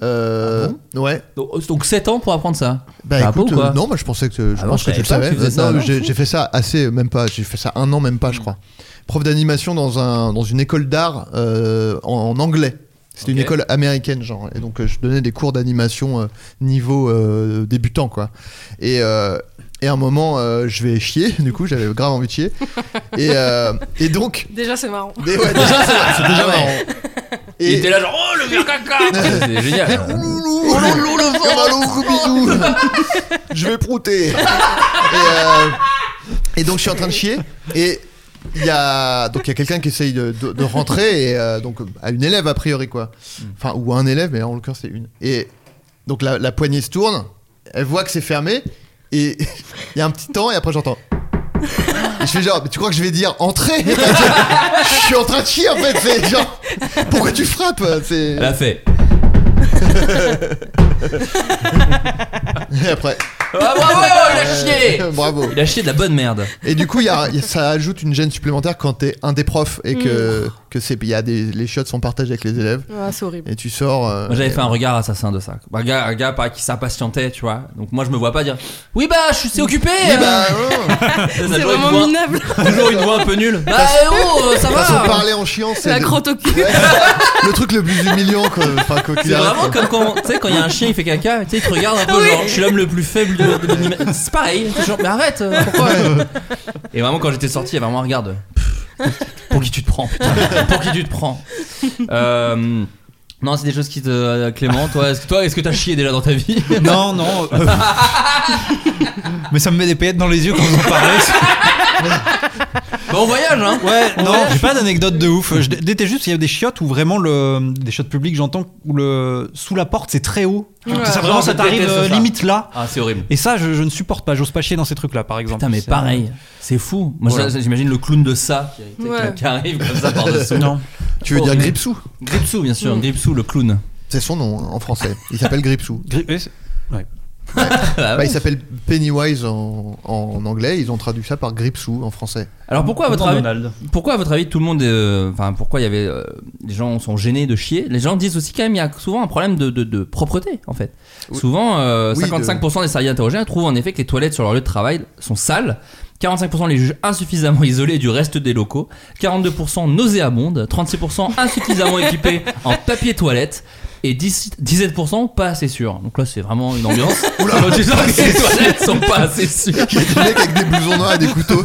Speaker 5: Ah
Speaker 2: Euh, ouais.
Speaker 5: Donc donc 7 ans pour apprendre ça.
Speaker 2: Bah
Speaker 5: T'as un
Speaker 2: écoute,
Speaker 5: peu ou quoi
Speaker 2: euh, non, moi je pensais que je
Speaker 5: Ah bon,
Speaker 2: pense
Speaker 5: je
Speaker 2: que tu le
Speaker 5: savais pas que tu
Speaker 2: savais. Euh,
Speaker 5: faisais ça, Hmm.
Speaker 2: Non,
Speaker 5: non.
Speaker 2: j'ai j'ai fait ça assez, même pas. J'ai fait ça un an, même pas, je crois. Prof d'animation dans un dans une école d'art euh, en, en anglais. C'était une
Speaker 5: Ok.
Speaker 2: école américaine, genre. Et donc, euh, je donnais des cours d'animation euh, niveau euh, débutant, quoi. Et, euh, et à un moment, euh, je vais chier, du coup, j'avais grave envie de chier. Et, euh, et donc.
Speaker 6: Déjà, c'est marrant.
Speaker 2: Mais ouais, déjà, c'est c'est déjà
Speaker 5: Ah ouais.
Speaker 2: marrant.
Speaker 5: Et
Speaker 2: Et-
Speaker 5: il était là, genre, oh le vieux caca C'est génial.
Speaker 2: Ouloulou, Comme un loup, Scooby-Doo. Je vais prouter. Et, euh, et donc je suis en train de chier et il y a donc il y a quelqu'un qui essaye de, de- de rentrer et euh, donc à une élève a priori quoi. Enfin ou à un élève mais en l'occurrence c'est une. Et donc la, la poignée se tourne, elle voit que c'est fermé et il y a un petit temps et après j'entends. Et je fais genre, mais tu crois que je vais dire entrez Je suis en train de chier en fait, c'est genre, pourquoi tu frappes C'est-
Speaker 5: Elle a fait.
Speaker 2: Et après,
Speaker 5: Ah, bravo, il a chié
Speaker 2: bravo.
Speaker 5: Il a chié de la bonne merde.
Speaker 2: Et du coup, il y a- il y a- ça ajoute une gêne supplémentaire quand t'es un des profs et que,
Speaker 5: Mm.
Speaker 2: que c'est, il y a des, les shots sont partagés avec les élèves.
Speaker 6: Ah, c'est horrible.
Speaker 2: Et tu sors. euh,
Speaker 5: Moi j'avais fait un regard assassin de ça. Un gars, un gars pareil, qui s'impatientait, tu vois. Donc moi je me vois pas dire Oui bah je suis c'est occupé
Speaker 2: Oui, bah, ouais.
Speaker 5: C'est
Speaker 6: C'est vraiment minable.
Speaker 5: Toujours une voix un peu nulle. Bah eh oh, euh, ça
Speaker 2: De toute façon,
Speaker 5: va
Speaker 2: parler en chiant, c'est
Speaker 6: La
Speaker 2: le,
Speaker 6: crotte au cul.
Speaker 2: le truc le plus humiliant, quoi. Enfin, quoi qu'il
Speaker 5: C'est
Speaker 2: arrive,
Speaker 5: vraiment
Speaker 2: quoi.
Speaker 5: comme quand tu sais quand il y a un chien il fait caca, tu sais il te regarde un peu genre je suis l'homme le plus faible de, de l'univers. C'est pareil, toujours mais arrête, euh, pourquoi euh Et vraiment quand j'étais sorti, il y avait vraiment un regard de Pff, pour qui tu te prends putain, Pour qui tu te prends Euh, Non, c'est des choses qui te euh, Clément, toi est-ce que toi est-ce que t'as chié déjà dans ta vie
Speaker 4: Non, non. euh, mais ça me met des paillettes dans les yeux quand vous en parlez.
Speaker 5: Bon voyage hein.
Speaker 4: Ouais, non, j'ai pas d'anecdote de ouf. Je dé- déteste juste qu'il y a des chiottes où vraiment le des chiottes publiques, j'entends où le sous la porte c'est très haut.
Speaker 6: Ouais.
Speaker 4: Ça
Speaker 5: Ah, Non,
Speaker 4: vraiment
Speaker 5: je
Speaker 4: ça t'arrive
Speaker 5: déteste
Speaker 4: euh,
Speaker 5: ça.
Speaker 4: limite là.
Speaker 5: Ah, c'est horrible.
Speaker 4: Et ça, je, je ne supporte pas. J'ose pas chier dans ces trucs-là, par exemple.
Speaker 5: Putain, mais
Speaker 4: C'est-
Speaker 5: pareil, c'est fou. Moi,
Speaker 4: Voilà.
Speaker 5: ça- j'imagine le clown de ça qui, qui-
Speaker 6: Ouais.
Speaker 5: qui arrive comme ça par-dessous.
Speaker 4: Non.
Speaker 2: Tu veux dire
Speaker 5: horrible.
Speaker 2: Gripsou
Speaker 5: Gripsou, bien sûr, Gripsou, le clown.
Speaker 2: C'est son nom hein, en français. Il s'appelle Gripsou.
Speaker 4: Gri- oui, c'est-
Speaker 2: Bah, il s'appelle Pennywise en, en anglais. Ils ont traduit ça par Gripsou en français.
Speaker 5: Alors, pourquoi à, Ah, votre
Speaker 4: Comment
Speaker 5: avis,
Speaker 4: Donald
Speaker 5: pourquoi, à votre avis, tout le monde. euh, Enfin, pourquoi il y avait. euh, les gens sont gênés de chier Les gens disent aussi, quand même, il y a souvent un problème de, de- de propreté, en fait.
Speaker 2: Oui.
Speaker 5: Souvent, euh,
Speaker 2: Oui, de-
Speaker 5: 55% des salariés interrogés trouvent en effet que les toilettes sur leur lieu de travail sont sales. 45% les jugent insuffisamment isolés du reste des locaux, 42% nauséabondes, 36% insuffisamment équipés en papier toilette, et 10 17% pas assez sûr. Donc là, c'est vraiment une ambiance. Oula, les toilettes sont pas assez sûres.
Speaker 2: Il y a des mecs avec des blousons noirs et des couteaux,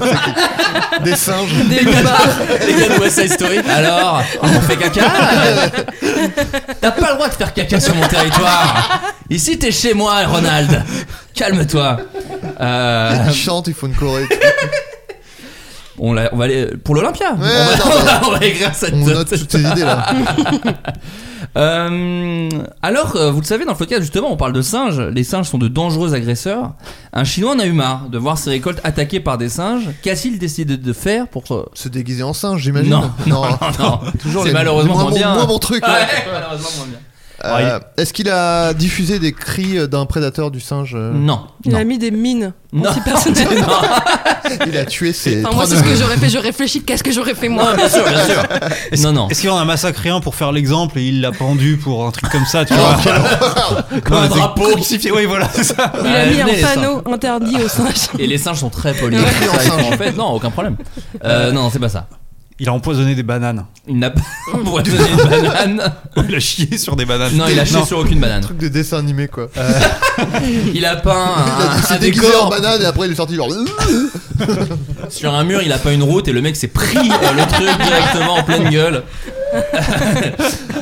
Speaker 2: des singes,
Speaker 5: Les gars, de- les gars de West Side Story. Alors, on fait caca T'as pas le droit de faire caca sur mon territoire. Ici, t'es chez moi, Ronald. Calme-toi. Euh,
Speaker 2: ils chantent, ils font une choré.
Speaker 5: on, l'a- on va aller pour l'Olympia.
Speaker 2: Ouais,
Speaker 5: on, va,
Speaker 2: non,
Speaker 5: on va-
Speaker 2: mais-
Speaker 5: on va écrire cette.
Speaker 2: On note toutes ces idées là.
Speaker 5: Euh, alors, euh, vous le savez, dans le podcast, justement, on parle de singes. Les singes sont de dangereux agresseurs. Un Chinois en a eu marre de voir ses récoltes attaquées par des singes. Qu'a-t-il décidé de faire pour se-
Speaker 2: Se déguiser en singe, j'imagine.
Speaker 5: Non, non, non, non.
Speaker 2: Toujours
Speaker 5: C'est
Speaker 2: les-
Speaker 5: malheureusement
Speaker 2: moins
Speaker 5: moins
Speaker 2: bon-
Speaker 5: bien.
Speaker 2: moins bon truc,
Speaker 5: Ouais,
Speaker 2: ouais.
Speaker 5: malheureusement moins bien.
Speaker 2: Euh, Est-ce qu'il a diffusé des cris euh, d'un prédateur du singe euh
Speaker 5: Non.
Speaker 6: Il a mis des mines.
Speaker 5: Non.
Speaker 6: antipersonnelles.
Speaker 2: Il a tué ses.
Speaker 6: Enfin, moi,
Speaker 2: trois
Speaker 6: c'est ce que j'aurais fait. Je réfléchis, qu'est-ce que j'aurais fait moi
Speaker 5: Non, bien sûr, bien sûr. Non, non.
Speaker 4: Est-ce qu'il en a massacré un pour faire l'exemple et il l'a pendu pour un truc comme ça, tu vois
Speaker 2: Oh, quelle horreur.
Speaker 4: Comme
Speaker 5: un
Speaker 4: truc
Speaker 5: drapeau.
Speaker 4: crucifié, oui, voilà, c'est ça.
Speaker 6: Il a
Speaker 5: Ah,
Speaker 6: mis un
Speaker 5: venez, les singes.
Speaker 6: panneau interdit aux singes.
Speaker 5: Et les singes sont très polis.
Speaker 6: Ouais.
Speaker 5: Ça, ils font, en fait, non, aucun problème. Euh, non, non, c'est pas ça.
Speaker 4: Il a empoisonné des bananes.
Speaker 5: Il n'a pas empoisonné une banane.
Speaker 4: Il a chié sur des bananes.
Speaker 5: Non, il a chié sur aucune banane.
Speaker 2: Truc de dessin animé quoi.
Speaker 5: Il a peint
Speaker 2: il a-
Speaker 5: un,
Speaker 2: il
Speaker 5: un
Speaker 2: s'est déguisé en
Speaker 5: décor
Speaker 2: banane et après il est sorti genre.
Speaker 5: sur un mur, il a peint une route et le mec s'est pris euh, le truc directement en pleine gueule.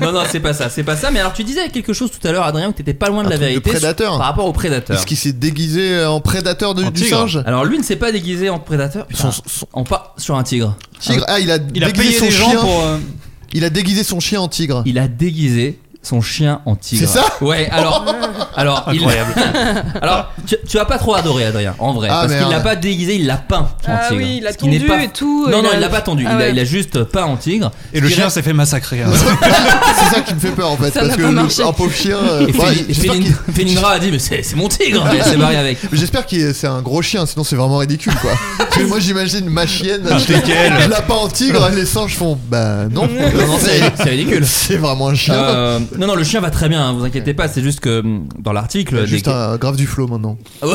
Speaker 5: non, non, c'est pas ça, c'est pas ça. Mais alors, tu disais quelque chose tout à l'heure, Adrien, que t'étais pas loin de
Speaker 2: Un
Speaker 5: la
Speaker 2: truc de
Speaker 5: vérité. sur-
Speaker 2: prédateur.
Speaker 5: Par rapport au prédateur.
Speaker 2: Est-ce qu'il s'est déguisé en prédateur
Speaker 4: En
Speaker 2: de- du
Speaker 4: tigre.
Speaker 2: singe
Speaker 5: Alors, lui ne s'est pas déguisé en prédateur. Putain,
Speaker 2: Son- son-
Speaker 5: En pas sur un tigre.
Speaker 2: Tigre. Ah, il a
Speaker 4: Il a
Speaker 2: déguisé
Speaker 4: payé
Speaker 2: son
Speaker 4: des gens
Speaker 2: chien.
Speaker 4: pour. euh,
Speaker 2: Il a déguisé son chien en tigre.
Speaker 5: Il a déguisé son chien en tigre.
Speaker 2: C'est ça
Speaker 5: Ouais, alors. alors il-
Speaker 4: Incroyable.
Speaker 5: alors, tu, tu vas pas trop adoré, Adrien, en vrai.
Speaker 2: Ah,
Speaker 5: parce qu'il
Speaker 2: merde.
Speaker 5: l'a pas déguisé, il l'a peint en
Speaker 6: Ah
Speaker 5: tigre.
Speaker 6: oui, il l'a
Speaker 5: Ce qui n'est
Speaker 6: tondu
Speaker 5: pas-
Speaker 6: et tout,
Speaker 5: Non,
Speaker 6: il
Speaker 5: non,
Speaker 6: a-
Speaker 5: il l'a pas tendu.
Speaker 6: Ah
Speaker 5: il, a,
Speaker 6: ouais.
Speaker 5: il a juste peint en tigre.
Speaker 4: Et le
Speaker 5: Ce qui
Speaker 4: chien
Speaker 5: reste-
Speaker 4: s'est fait massacrer. hein.
Speaker 2: C'est ça qui me fait peur en fait
Speaker 6: Ça
Speaker 2: parce
Speaker 6: n'a
Speaker 2: que
Speaker 6: pas
Speaker 2: le-
Speaker 6: marché.
Speaker 2: un pauvre chien. euh,
Speaker 5: Et
Speaker 2: ouais,
Speaker 5: Félin-
Speaker 2: j'espère
Speaker 5: Félin-
Speaker 2: qu'il-
Speaker 5: Félinra a dit Mais c'est c'est mon tigre Il s'est barré avec.
Speaker 2: J'espère que c'est un gros chien, sinon c'est vraiment ridicule quoi. Parce que moi j'imagine ma chienne,
Speaker 4: Un
Speaker 2: je
Speaker 4: teckel.
Speaker 2: je la peins en tigre, les singes font bah non,
Speaker 5: Non, non, c'est c'est ridicule.
Speaker 2: c'est vraiment un chien.
Speaker 5: Euh, non, non, le chien va très bien, hein, vous inquiétez pas. C'est juste que hum, dans l'article.
Speaker 2: Juste
Speaker 5: des-
Speaker 2: un grave du flot maintenant.
Speaker 5: Ah ouais.